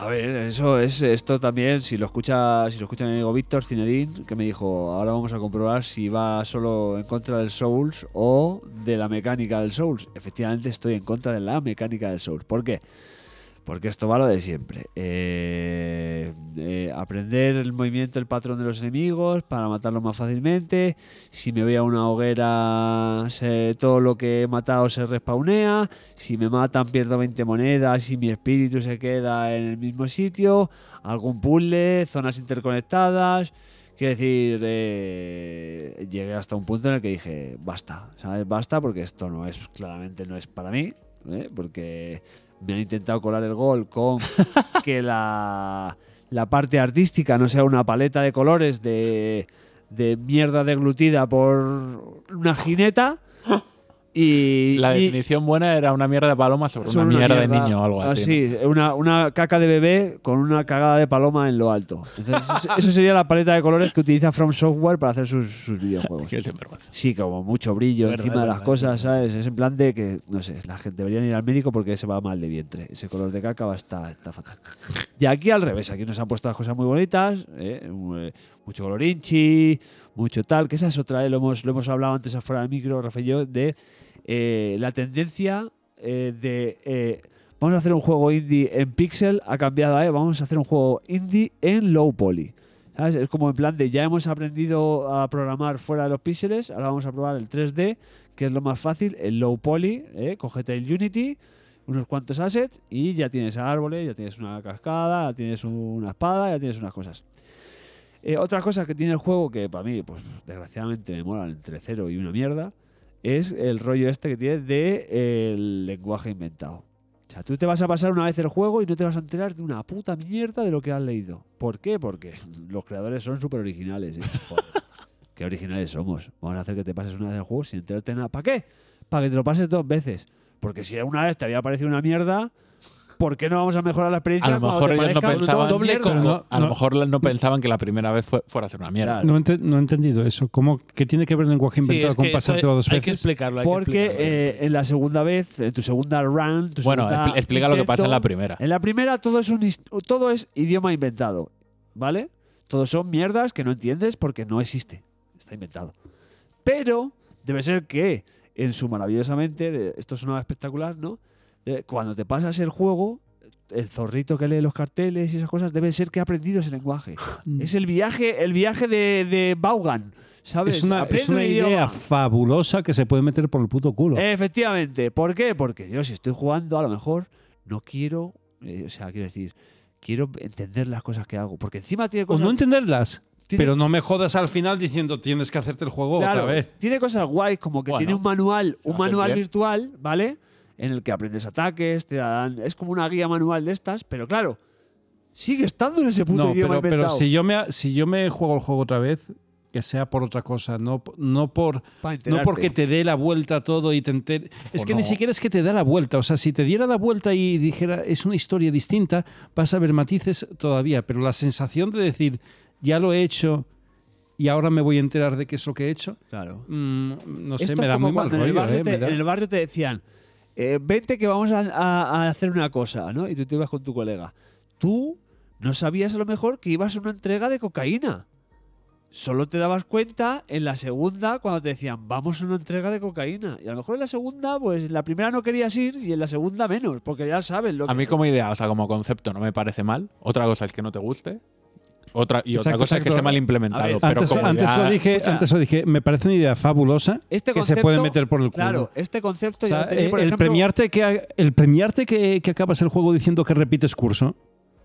A ver, eso es esto también. Si lo escucha, si lo escucha mi amigo Víctor Cinedín, que me dijo, ahora vamos a comprobar si va solo en contra del Souls o de la mecánica del Souls. Efectivamente, estoy en contra de la mecánica del Souls. ¿Por qué? Porque esto va lo de siempre. Eh, eh, aprender el movimiento, el patrón de los enemigos para matarlos más fácilmente. Si me voy a una hoguera, se- todo lo que he matado se respawnea. Si me matan, pierdo 20 monedas. y mi espíritu se queda en el mismo sitio. Algún puzzle, zonas interconectadas. Quiero decir, eh, llegué hasta un punto en el que dije, basta, ¿sabes? Basta porque esto no es, claramente no es para mí, ¿eh? porque me han intentado colar el gol con que la, la parte artística no sea una paleta de colores de, de mierda deglutida por una jineta. Y,
La
y-
definición buena era una mierda de paloma sobre una,
son
mierda, de niño o algo
ah,
así. ¿no?
sí, una, una caca de bebé con una cagada de paloma en lo alto. Entonces, eso- eso sería la paleta de colores que utiliza From Software para hacer sus, sus videojuegos.
Que siempre, bueno.
Sí, como mucho brillo
Verdad,
encima de las
verdad,
cosas, ¿sabes? Es en plan de que, no sé, la gente debería ir al médico porque se va mal de vientre. Ese color de caca va a estar, está fatal. Y aquí al revés, aquí nos han puesto las cosas muy bonitas, ¿eh? Un, eh, mucho colorinchi, mucho tal, que esa es otra, ¿eh? lo, hemos, lo hemos hablado antes afuera del micro, Rafael y yo, de eh, la tendencia eh, de... eh, Vamos a hacer un juego indie en pixel, ha cambiado a, eh, vamos a hacer un juego indie en low poly. ¿Sabes? Es como en plan de ya hemos aprendido a programar fuera de los píxeles, ahora vamos a probar el 3D, que es lo más fácil, el low poly, ¿eh? cógete el Unity, unos cuantos assets y ya tienes árboles, ya tienes una cascada, ya tienes una espada, ya tienes unas cosas. Eh, otra cosa que tiene el juego que para mí, pues desgraciadamente me mola entre cero y una mierda, es el rollo este que tiene de eh, el lenguaje inventado. O sea, tú te vas a pasar una vez el juego y no te vas a enterar de una puta mierda de lo que has leído. ¿Por qué? Porque [LAUGHS] los creadores son súper originales. ¿eh? [LAUGHS] Joder, qué originales somos. Vamos a hacer que te pases una vez el juego sin enterarte de nada. ¿Para qué? Para que te lo pases dos veces. Porque si una vez te había parecido una mierda, ¿por qué no vamos a mejorar la experiencia?
A lo
cuando
mejor
te
ellos no
parezca una
pensaban.
doble
Doble
mierda?
No,
a lo
no.
mejor no pensaban que la primera vez fue- fuera a ser una mierda.
Claro.
No, ente- no he entendido eso. ¿Cómo, ¿Qué tiene que ver el lenguaje inventado con pasártelo dos
hay que
veces?
explicarlo. hay que
Porque
explicarlo.
eh, en la segunda vez, en tu segunda run, tu
Bueno,
segunda
expli- explica lo que pasa en la
intento,
primera.
En la primera todo es un his- todo es idioma inventado, ¿vale? Todos son mierdas que no entiendes porque no existe. Está inventado. Pero debe ser que en su maravillosamente, de- esto sonaba espectacular, ¿no? Eh, cuando te pasas el juego, el zorrito que lee los carteles y esas cosas, debe ser que ha aprendido ese
[LAUGHS]
lenguaje.
Mm,
es el viaje, el viaje de, de Vaughan, ¿sabes?
Es una, es
Aprende
una
un
idea
idioma. Eh,
fabulosa que se puede meter por el puto culo.
Efectivamente. ¿Por qué? Porque yo si estoy jugando, a lo mejor no quiero, eh, o sea, quiero decir, quiero entender las cosas que hago. Porque encima tiene
o
cosas...
no entenderlas.
tiene-
Pero no me jodas al final diciendo tienes que hacerte el juego
claro,
otra vez.
Tiene cosas guays, como que
Bueno,
tiene un manual, un
hace
manual
bien.
virtual, ¿vale? En el que aprendes ataques, te dan... Es como una guía manual de estas, pero claro, sigue estando en ese puto
No,
idioma
pero, pero
inventado.
si, yo me, si yo me juego el juego otra vez, que sea por otra cosa, no, p- no por...
Pa'
No
enterarte.
porque te dé la vuelta a todo y te enter- Es
O
que
no.
ni siquiera es que te da la vuelta. O sea, si te diera la vuelta y dijera es una historia distinta, vas a ver matices todavía. Pero la sensación de decir ya lo he hecho y ahora me voy a enterar de qué es lo que he hecho,
Claro.
mm, no sé,
Esto
me
es
da
como
muy mal
cuando en el
rollo.
barrio
eh,
te-
me da-
En el barrio te decían, eh, vente que vamos a, a- a hacer una cosa, ¿no? Y tú te ibas con tu colega. Tú no sabías a lo mejor que ibas a una entrega de cocaína. Solo te dabas cuenta en la segunda cuando te decían, vamos a una entrega de cocaína. Y a lo mejor en la segunda, pues en la primera no querías ir y en la segunda menos, porque ya sabes lo
A mí como idea, o sea, como concepto no me parece mal. Otra cosa es que no te guste. Otra, y otra
Exacto,
cosa es que
exacto.
esté mal
A
implementado.
ver,
pero
antes,
como
antes
idea-
lo dije,
escucha.
antes lo dije, me parece una idea fabulosa
Este
que
concepto-
se puede meter por el culo.
Claro, este concepto
O
ya
sea,
lo tenía,
eh,
por
el
ejemplo-
premiarte, que, ha- el premiarte que, que acabas el juego diciendo que repites curso,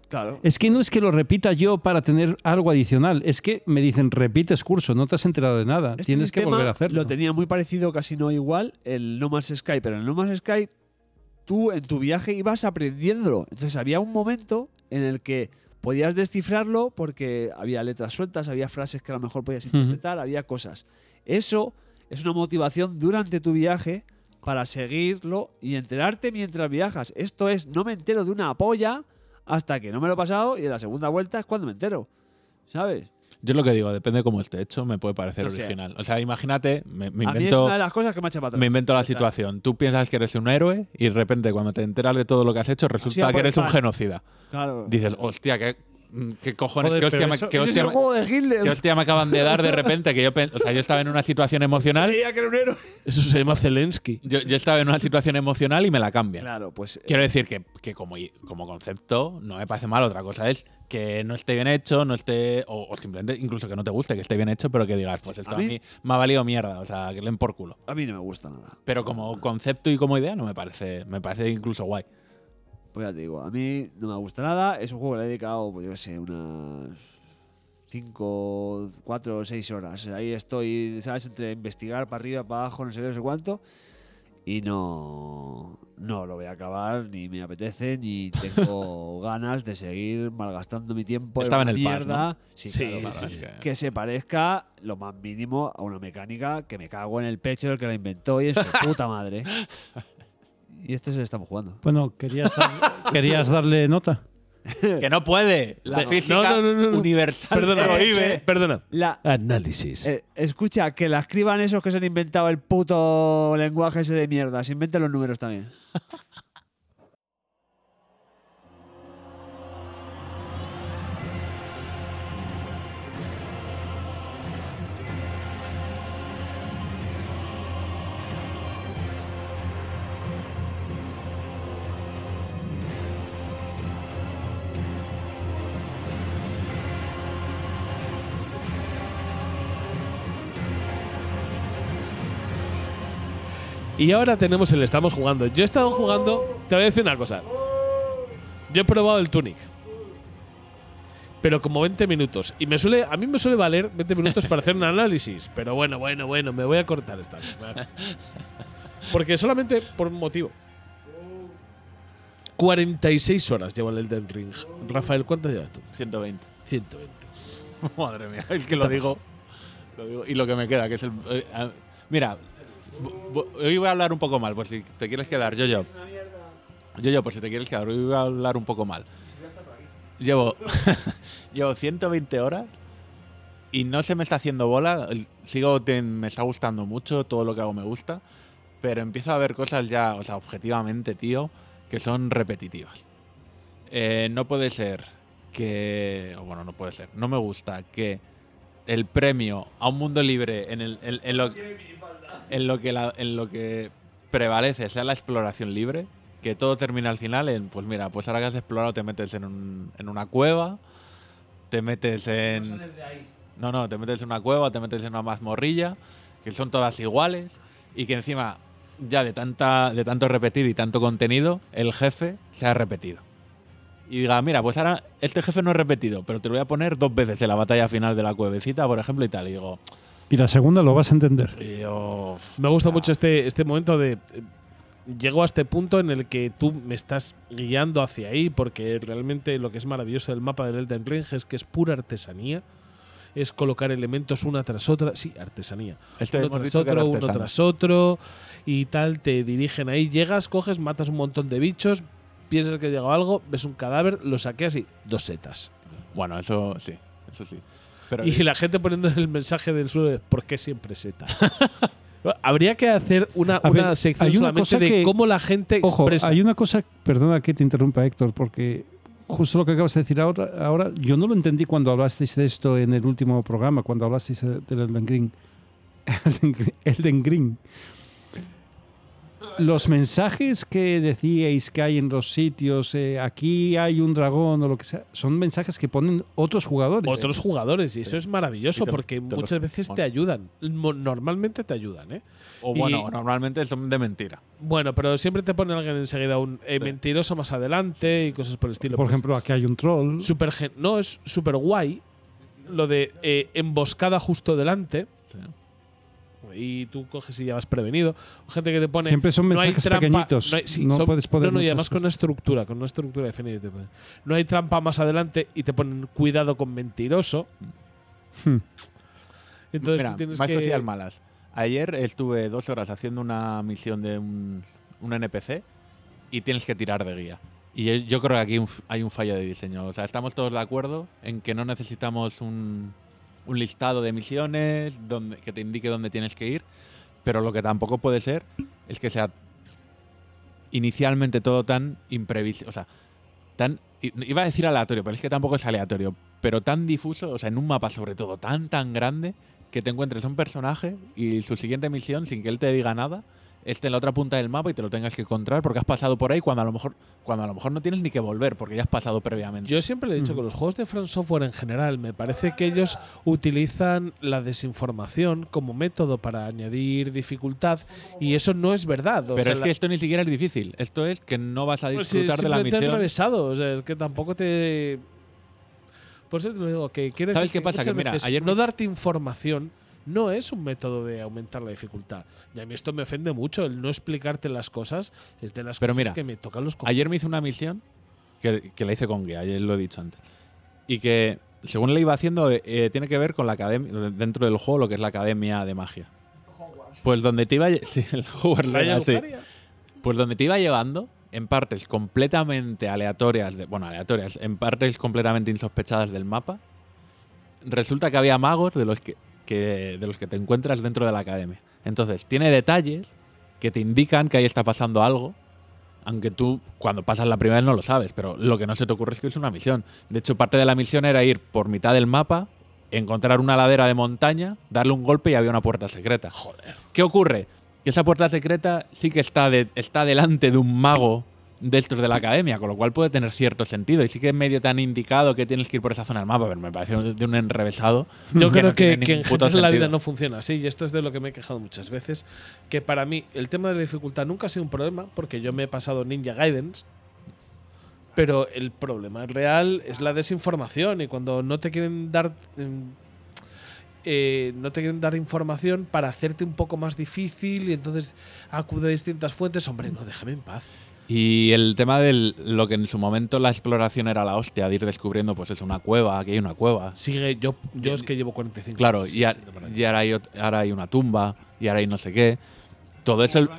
Claro.
es que no es que lo repita yo para tener algo adicional, es que me dicen repites curso, no te has enterado de nada,
Este
tienes que
sistema
volver a hacerlo.
Lo tenía muy parecido, casi no igual, el No Man's Sky, pero en el No Man's Sky tú en tu viaje ibas aprendiéndolo. Entonces había un momento en el que podías descifrarlo porque había letras sueltas, había frases que a lo mejor podías interpretar, había cosas. Eso es una motivación durante tu viaje para seguirlo y enterarte mientras viajas. Esto es, no me entero de una polla hasta que no me lo he pasado y en la segunda vuelta es cuando me entero. ¿Sabes?
Yo lo que digo, depende de cómo esté hecho, me puede parecer
O sea,
original. O sea, imagínate, me, me
A mí es
invento,
una de las cosas que me ha echado para atrás.
me invento la
Está.
situación. Tú piensas que eres un héroe y de repente cuando te enteras de todo lo que has hecho
a
resulta
por
que
el
eres un
pan.
genocida.
Claro.
Dices, hostia, qué, mm, qué cojones,
Joder,
qué hostia,
pero
me,
eso-
qué
eso
Ese es
hostia
el
me-
juego de Hitler.
qué hostia me acaban de dar de repente. Que yo, pen- o sea, yo estaba en una situación emocional.
Creía que era un héroe.
Eso se llama Zelensky.
Yo, yo estaba en una situación emocional y me la cambian.
Claro, pues. eh,
Quiero decir que, que como, i- como concepto no me parece mal. Otra cosa es que no esté bien hecho, no esté. O, o simplemente incluso que no te guste, que esté bien hecho, pero que digas, pues esto
¿A
a
mí?
mí me ha valido mierda. O sea, que leen por culo.
A mí no me gusta nada.
Pero como concepto y como idea no me parece. Me parece incluso guay.
Pues ya te digo, a mí no me gusta nada. Es un juego que le he dedicado, pues yo qué sé, unas. 5, 4, 6 horas. Ahí estoy, ¿sabes? Entre investigar para arriba, para abajo, no sé qué, no sé cuánto. Y no. No lo voy a acabar, ni me apetece, ni
[LAUGHS]
tengo ganas de seguir malgastando mi tiempo.
Estaba en
una
el Pass, ¿no?
mierda. Sí,
Sí,
claro,
sí,
claro.
sí.
Que se parezca lo más mínimo a una mecánica que me cago en el pecho del que la inventó y en su puta
[LAUGHS]
madre. Y este se lo estamos jugando.
Bueno, querías, dar- querías darle nota.
¡Que no puede! La
No,
física
no, no, no, no.
universal
Perdona,
prohíbe.
perdona.
La,
Análisis.
Eh, escucha, que la escriban esos que se han inventado el puto lenguaje ese de mierda. Se inventan los números también.
Y ahora tenemos el estamos jugando. Yo he estado jugando. Te voy a decir una cosa. Yo he probado el Tunic. Pero como 20 minutos. Y me suele, a mí me suele valer 20 minutos para hacer un análisis. Pero bueno, bueno, bueno, me voy a cortar esta. vez. Porque solamente por un motivo. 46 horas lleva el Elden Ring. Rafael, ¿cuántas llevas tú?
120.
120.
[LAUGHS] Madre mía, es que lo digo, lo digo. Y lo que me queda, que es el. eh, ah, mira, bo- bo- hoy voy a hablar un poco mal, por si te quieres quedar, yo, yo. Yo, yo, por si te quieres quedar, hoy voy a hablar un poco mal. Llevo, [LAUGHS] llevo 120 horas y no se me está haciendo bola. el- Sigo, ten- me está gustando mucho, todo lo que hago me gusta. Pero empiezo a ver cosas ya, o sea, objetivamente, tío, que son repetitivas. Eh, no puede ser que. o bueno, no puede ser. No me gusta que el premio a un mundo libre en, el, en- en lo, en lo que la- en lo que prevalece sea la exploración libre, que todo termina al final en, pues mira, pues ahora que has explorado te metes en, un- en una cueva, te metes en... No, no, te metes en una cueva, te metes en una mazmorrilla, que son todas iguales y que encima ya de, tanta, de tanto repetir y tanto contenido, el jefe se ha repetido. Y diga, mira, pues ahora este jefe no es repetido, pero te lo voy a poner dos veces en la batalla final de la cuevecita, por ejemplo, y tal. Y digo,
Y la segunda lo vas a entender.
y yo, f-
Me gusta
Ah.
mucho este, este momento de. eh, Llego a este punto en el que tú me estás guiando hacia ahí, porque realmente lo que es maravilloso del mapa del Elden Ring es que es pura artesanía. Es colocar elementos una tras otra. Sí, artesanía.
Este
uno
hemos
tras
dicho que era
otro, uno
artesano.
tras otro. Y tal, te dirigen ahí. Llegas, coges, matas un montón de bichos. Piensas que ha llegado algo, ves un cadáver, lo saqueas y dos setas.
bueno, eso sí, eso sí. Pero
Y la gente poniendo el mensaje del suelo de ¿por qué siempre setas? [LAUGHS] Habría que hacer una,
A
una
ver,
sección
hay una
solamente
cosa
de
que-
cómo la gente
Ojo,
expresa.
hay una cosa, perdona que te interrumpa Héctor, porque justo lo que acabas de decir ahora, ahora, yo no lo entendí cuando hablasteis de esto en el último programa, cuando hablasteis de- del Elden Green. [LAUGHS] Elden Green- Elden Green. Los mensajes que decíais que hay en los sitios, eh, aquí hay un dragón o lo que sea, son mensajes que ponen otros jugadores.
Otros jugadores, y eso es maravilloso
Y te-
porque
te los-
muchas veces te
bueno.
ayudan. Mo- Normalmente te ayudan, ¿eh?
O
Y-
bueno, normalmente son de mentira.
Bueno, pero siempre te pone alguien enseguida un eh,
Sí.
mentiroso más adelante y cosas por el estilo.
Por
Pues,
ejemplo, aquí hay un troll.
super gen- no, es súper guay lo de eh, emboscada justo delante.
Sí.
Y tú coges y ya vas prevenido. Gente que te pone.
Siempre son
"No hay
mensajes
trampa,
pequeñitos,
No, hay- sí,
no
son-
puedes poner
no, no, y
muchas
además con una estructura, con una estructura definida. y te ponen, No hay trampa más adelante y te ponen cuidado con mentiroso.
Hmm.
Entonces tú
Mira,
tienes
más
que.
cosas malas. Ayer estuve dos horas haciendo una misión de un, un NPC y tienes que tirar de guía. Y yo, yo creo que aquí un f- hay un fallo de diseño. O sea, estamos todos de acuerdo en que no necesitamos un, un listado de misiones donde, que te indique dónde tienes que ir, pero lo que tampoco puede ser es que sea inicialmente todo tan imprevisible. O sea, tan. i- Iba a decir aleatorio, pero es que tampoco es aleatorio. Pero tan difuso, o sea, en un mapa sobre todo tan, tan grande, que te encuentres un personaje y su siguiente misión, sin que él te diga nada, esté en la otra punta del mapa y te lo tengas que encontrar porque has pasado por ahí cuando a lo mejor, cuando a lo mejor no tienes ni que volver porque ya has pasado previamente.
Yo siempre le he
Hmm.
dicho que los juegos de From Software en general, me parece que ellos utilizan la desinformación como método para añadir dificultad y eso no es verdad. o
pero
sea,
es
la-
que esto ni siquiera es difícil. Esto es que no vas a
pues sí,
disfrutar de la
simplemente
misión.
enrevesado, o sea, es que tampoco te... Por eso te lo digo, que quiero
¿Sabes
decir
qué pasa?
muchas
Que mira,
veces
ayer
no
me-
darte información no es un método de aumentar la dificultad. Y a mí esto me ofende mucho, el no explicarte las cosas es de las
Pero
cosas
mira,
que me tocan los cojones.
Ayer me hice una misión que, que la hice con guía, ayer lo he dicho antes. Y que, según la iba haciendo, eh, eh, tiene que ver con la academia, dentro del juego, lo que es la academia de magia. Pues donde te iba. [LAUGHS] lle- sí, el Hogwarts
Raya
Legacy.
Lucaria.
Pues donde te iba llevando, en partes completamente aleatorias, de, bueno, aleatorias, en partes completamente insospechadas del mapa, resulta que había magos de los que, que- de los que te encuentras dentro de la academia. Entonces, tiene detalles que te indican que ahí está pasando algo, aunque tú cuando pasas la primera vez no lo sabes, pero lo que no se te ocurre es que es una misión. De hecho, parte de la misión era ir por mitad del mapa, encontrar una ladera de montaña, darle un golpe y había una puerta secreta. Joder. ¿Qué ocurre? Que esa puerta secreta sí que está, de- está delante de un mago dentro de la academia, con lo cual puede tener cierto sentido. Y sí que es medio tan indicado que tienes que ir por esa zona del mapa, pero me parece un- de un enrevesado.
Yo creo
no
que,
tiene
que en
ningún puto
general la vida
sentido.
no funciona así y esto es de lo que me he quejado muchas veces, que para mí el tema de la dificultad nunca ha sido un problema porque yo me he pasado Ninja Guidance, pero el problema real es la desinformación y cuando no te quieren dar em, eh, no te quieren dar información para hacerte un poco más difícil y entonces acude a distintas fuentes, hombre, no, déjame en paz.
Y el tema de lo que en su momento la exploración era la hostia, de ir descubriendo, pues es una cueva, aquí hay una cueva.
Sigue, yo, yo es que llevo 45
Claro,
años
y, a-
siendo para allá.
y ahora, hay, ot- ahora hay una tumba, y ahora hay no sé qué. Todo eso. El,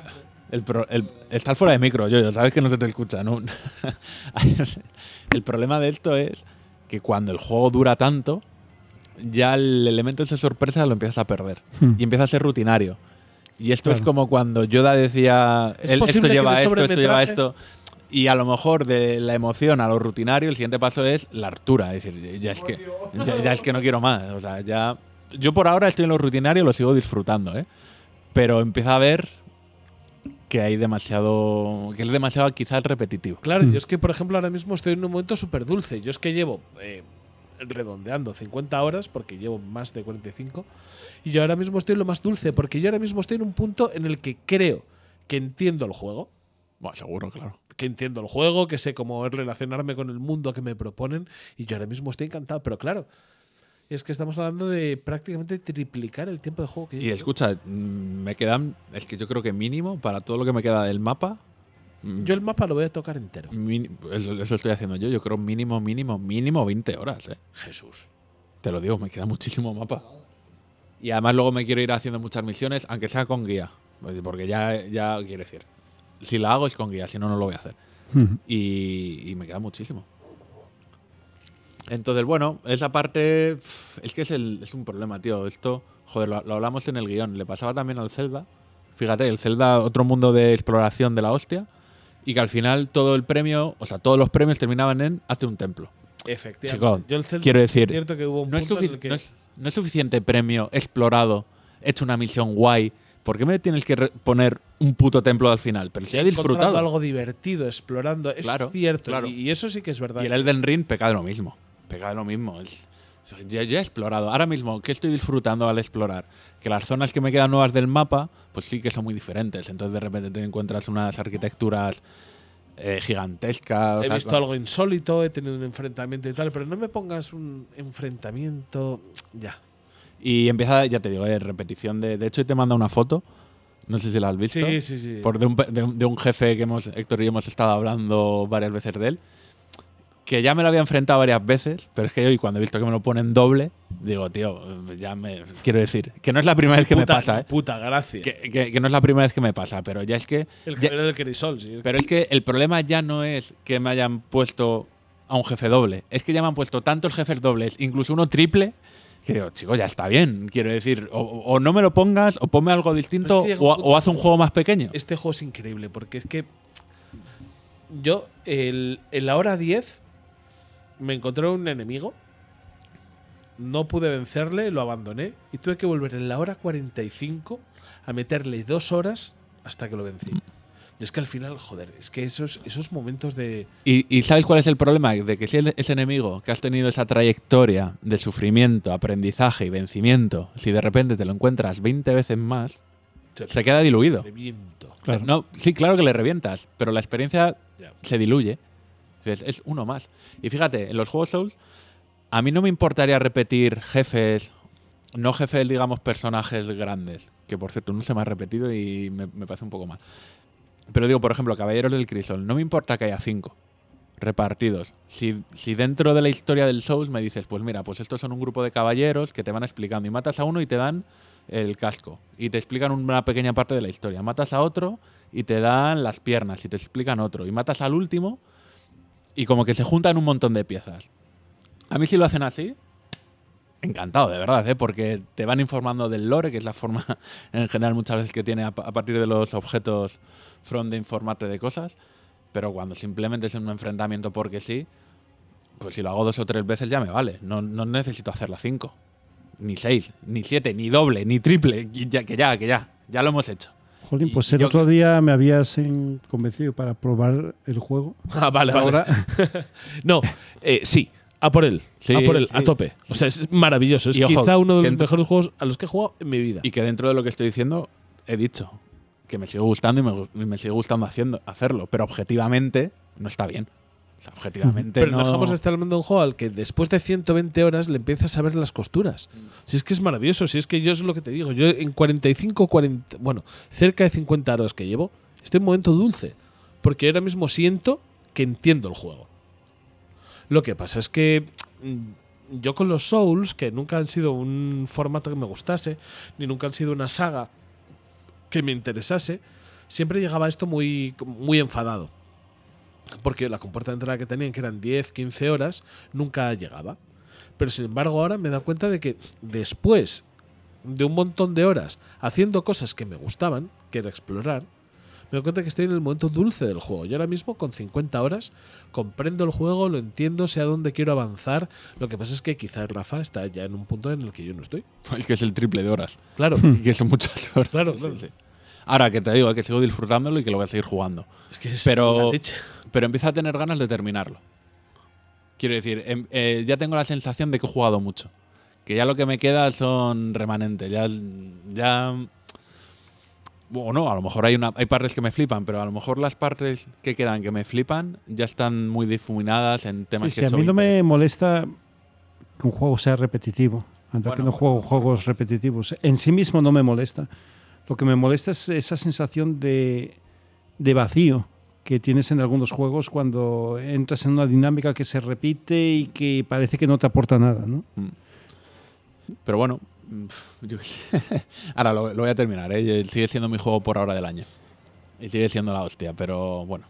el, pro- el- estar fuera de micro, yo, sabes que no se te escucha, ¿no? [LAUGHS] el problema de esto es que cuando el juego dura tanto, ya el elemento de sorpresa lo empiezas a perder.
Hmm.
Y empieza a ser rutinario. Y esto es
Claro.
como cuando Yoda decía,
¿Es
"Él- esto
posible que
lleva
de
a esto, esto lleva a
sobremetraje?
esto. Y a lo mejor de la emoción a lo rutinario, el siguiente paso es la hartura. Es decir, ya es que, ya, ya es que no quiero más. O sea, ya. Yo por ahora estoy en lo rutinario y lo sigo disfrutando, ¿eh? Pero empieza a ver que hay demasiado. que es demasiado quizás repetitivo.
Claro,
Mm.
yo es que, por ejemplo, ahora mismo estoy en un momento súper dulce. Yo es que llevo eh, redondeando 50 horas, porque llevo más de 45, y yo ahora mismo estoy en lo más dulce, porque yo ahora mismo estoy en un punto en el que creo que entiendo el juego,
Bueno, seguro, claro.
que entiendo el juego, que sé cómo relacionarme con el mundo que me proponen, y yo ahora mismo estoy encantado. Pero claro, es que estamos hablando de prácticamente triplicar el tiempo de juego que yo
Y
llevo.
escucha, mm, me quedan. Es que yo creo que mínimo para todo lo que me queda del mapa. mm,
Yo el mapa lo voy a tocar entero.
mini- eso, eso estoy haciendo yo. Yo creo mínimo, mínimo, mínimo 20 horas, ¿eh?
Jesús.
Te lo digo, me queda [LAUGHS] muchísimo mapa. Y además luego me quiero ir haciendo muchas misiones, aunque sea con guía. Pues Porque ya, ya quiero decir, si la hago es con guía, si no, no lo voy a hacer.
Hmm.
Y, y me queda muchísimo. Entonces, bueno, esa parte pf, es que es, el- es un problema, tío. Esto, joder, lo, lo hablamos en el guión. Le pasaba también al Zelda. Fíjate, el Zelda, otro mundo de exploración de la hostia. y que al final todo el premio, o sea, todos los premios terminaban en hazte un templo.
Efectivamente.
Chico,
Yo el Zelda,
quiero decir,
es cierto que hubo un
No es,
punto en el
sufic-
que-
no es- no es suficiente premio explorado, hecho una misión guay. ¿Por qué me tienes que re- poner un puto templo al final? Pero si he
encontrando
disfrutado.
algo divertido, explorando. Es
Claro,
cierto.
claro.
Y, y eso sí que es verdad.
Y el Elden Ring peca de lo mismo. Peca de lo mismo. Es- o sea, ya, ya he explorado. Ahora mismo, ¿qué estoy disfrutando al explorar? Que las zonas que me quedan nuevas del mapa, pues sí que son muy diferentes. Entonces de repente te encuentras unas arquitecturas eh, gigantescas. o
he
sea,
visto algo insólito, he tenido un enfrentamiento y tal, pero no me pongas un enfrentamiento. Ya.
Y empieza, ya te digo, eh, repetición de. De hecho, te manda una foto. No sé si la has visto.
Sí, sí, sí.
Por de, un, pe- de un- de un jefe que hemos, Héctor y yo hemos estado hablando varias veces de él. Que ya me lo había enfrentado varias veces, pero es que hoy cuando he visto que me lo ponen doble, digo, tío, ya me. Quiero decir, que no es la primera vez que me
Puta-
pasa, ¿eh?
Puta gracia.
Que, que- que no es la primera vez que me pasa, pero ya es que.
El
ya-
que era del crisol, sí.
pero es que el problema ya no es que me hayan puesto a un jefe doble, es que ya me han puesto tantos jefes dobles, incluso uno triple, que digo, chico, ya está bien. Quiero decir, o, o no me lo pongas, o ponme algo distinto,
Pero es que llega
o,
un punto-
o haz un juego más pequeño.
Este juego es increíble porque es que yo el, en la hora 10 me encontré un enemigo, no pude vencerle, lo abandoné y tuve que volver en la hora 45 a meterle dos horas hasta que lo vencí.
Mm.
Y es que al final, joder, es que esos, esos momentos de...
Y, y ¿sabes cuál es el problema? De que si el- ese enemigo que has tenido esa trayectoria de sufrimiento, aprendizaje y vencimiento, si de repente te lo encuentras 20 veces más, se queda diluido.
reviento.
O sea, no, sí, claro que le revientas, pero la experiencia
Ya.
se diluye. Es, es uno más. Y fíjate, en los juegos Souls, a mí no me importaría repetir jefes, no jefes, digamos, personajes grandes, que por cierto no se me ha repetido y me, me parece un poco mal. Pero digo, por ejemplo, Caballeros del Crisol, no me importa que haya cinco repartidos. Si, si dentro de la historia del Souls me dices, pues mira, pues estos son un grupo de caballeros que te van explicando y matas a uno y te dan el casco y te explican una pequeña parte de la historia. Matas a otro y te dan las piernas y te explican otro. Y matas al último y como que se juntan un montón de piezas. A mí si lo hacen así, encantado, de verdad, ¿eh? porque te van informando del lore, que es la forma [LAUGHS] en general muchas veces que tiene a, pa- a partir de los objetos From de informarte de cosas. Pero cuando simplemente es un enfrentamiento porque sí, pues si lo hago dos o tres veces ya me vale. No, no necesito hacerla cinco ni seis, ni siete, ni doble, ni triple. Que ya, que ya, que ya. Ya lo hemos hecho.
Jolín,
Y-
pues
y
el
yo
otro
que-
día me habías en- convencido para probar el juego.
Ah, vale, vale.
Ahora,
No, eh, sí. A por él,
Sí,
a por él, a
sí.
tope. O sea, es maravilloso. Es
Y ojo,
quizá uno de
que
los
ent-
mejores juegos a los que he jugado en mi vida.
Y que dentro de lo que estoy diciendo, he dicho que me sigue gustando y me, gu- y me sigue gustando haciendo, hacerlo. Pero objetivamente no está bien. O sea, objetivamente
Pero
no.
nos dejamos este- estar hablando de un juego al que después de 120 horas le empiezas a ver las costuras. Si es que es maravilloso, si es que yo es lo que te digo. Yo en 45, 40, bueno, cerca de 50 horas que llevo, estoy en un momento dulce. Porque ahora mismo siento que entiendo el juego. Lo que pasa es que mm, yo con los Souls, que nunca han sido un formato que me gustase, ni nunca han sido una saga que me interesase, siempre llegaba a esto muy, muy enfadado porque la compuerta de entrada que tenían, que eran 10, 15 horas, nunca llegaba. Pero sin embargo, ahora me he dado cuenta de que después de un montón de horas haciendo cosas que me gustaban, que era explorar, me doy cuenta que estoy en el momento dulce del juego. Yo ahora mismo, con 50 horas, comprendo el juego, lo entiendo, sé a dónde quiero avanzar. Lo que pasa es que quizás Rafa está ya en un punto en el que yo no estoy.
[LAUGHS] Es que es el triple de horas.
Claro,
Hmm.
Y que son muchas horas.
Hmm. Claro,
Sí,
claro.
sí. Ahora que te digo eh, que sigo disfrutándolo y que lo voy a seguir jugando.
es que es
Pero-
la leche.
pero empieza a tener ganas de terminarlo. Quiero decir, em- eh, ya tengo la sensación de que he jugado mucho. Que ya lo que me queda son remanentes. Ya. ya o no, a lo mejor hay, una, hay partes que me flipan, pero a lo mejor las partes que quedan que me flipan ya están muy difuminadas en temas
sí,
que
a
son
mí no me
interesantes.
molesta que un juego sea repetitivo. Anda,
Bueno,
que no
pues
juego
no.
juegos repetitivos. En sí mismo no me molesta. Lo que me molesta es esa sensación de, de vacío que tienes en algunos juegos cuando entras en una dinámica que se repite y que parece que no te aporta nada, ¿no?
Pero bueno, [LAUGHS] mm, yo qué sé. [LAUGHS] ahora lo, lo voy a terminar. ¿eh? Sigue siendo mi juego por ahora del año. Y sigue siendo la hostia, pero bueno.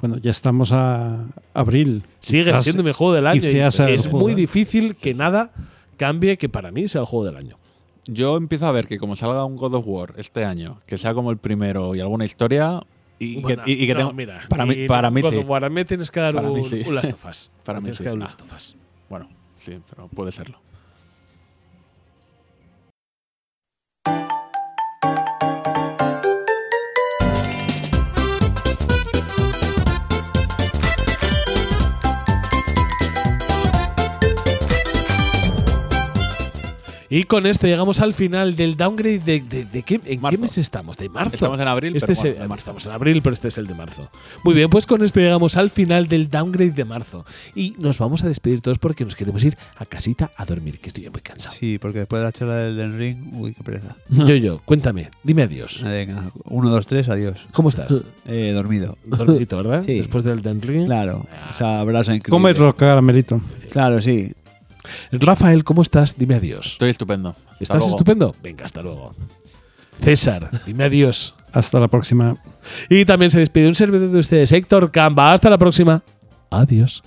Bueno, ya estamos a abril.
Sigue
Quizás-
siendo mi juego del año. y
quizás sea el
es
juego,
muy
¿eh?
difícil que nada cambie que para mí sea el juego del año.
Yo empiezo a ver que como salga un God of War este año, que sea como el primero y alguna historia, Y
Bueno,
que, y- y que
no,
tengo-
mira,
para mí,
y
para mí
God
sí.
of War, a mí tienes que dar
Para
un,
mí sí.
un Last of Us.
[LAUGHS] Para mí
tienes
sí.
que dar un
Ah.
Last of Us.
Bueno, sí, pero puede serlo.
Y con esto llegamos al final del downgrade de, de- de qué, ¿en qué
Marzo.
mes estamos? ¿De marzo?
Estamos en abril,
Este
pero
es
bueno,
el-
de marzo.
Estamos en abril, pero este es el de marzo. Muy bien, pues con esto llegamos al final del downgrade de marzo. Y nos vamos a despedir todos porque nos queremos ir a casita a dormir, que estoy ya muy cansado.
Sí, porque después de la charla del Den Ring, uy, qué pereza.
Yo, yo, cuéntame, dime adiós.
Venga, uno, dos, tres, adiós.
¿Cómo
[LAUGHS]
estás?
Eh, dormido.
Dormidito, ¿verdad?
Sí.
Después del Elden Ring.
Claro,
Ah.
o sea, brasa increíble.
Come rock, caramelito.
Claro, sí.
Rafael, ¿cómo estás? Dime adiós.
Estoy estupendo. Hasta
¿Estás
luego.
estupendo? Venga, hasta luego. César, dime adiós.
Hasta la próxima.
Y también se despide un servidor de ustedes, Héctor Camba. Hasta la próxima. Adiós.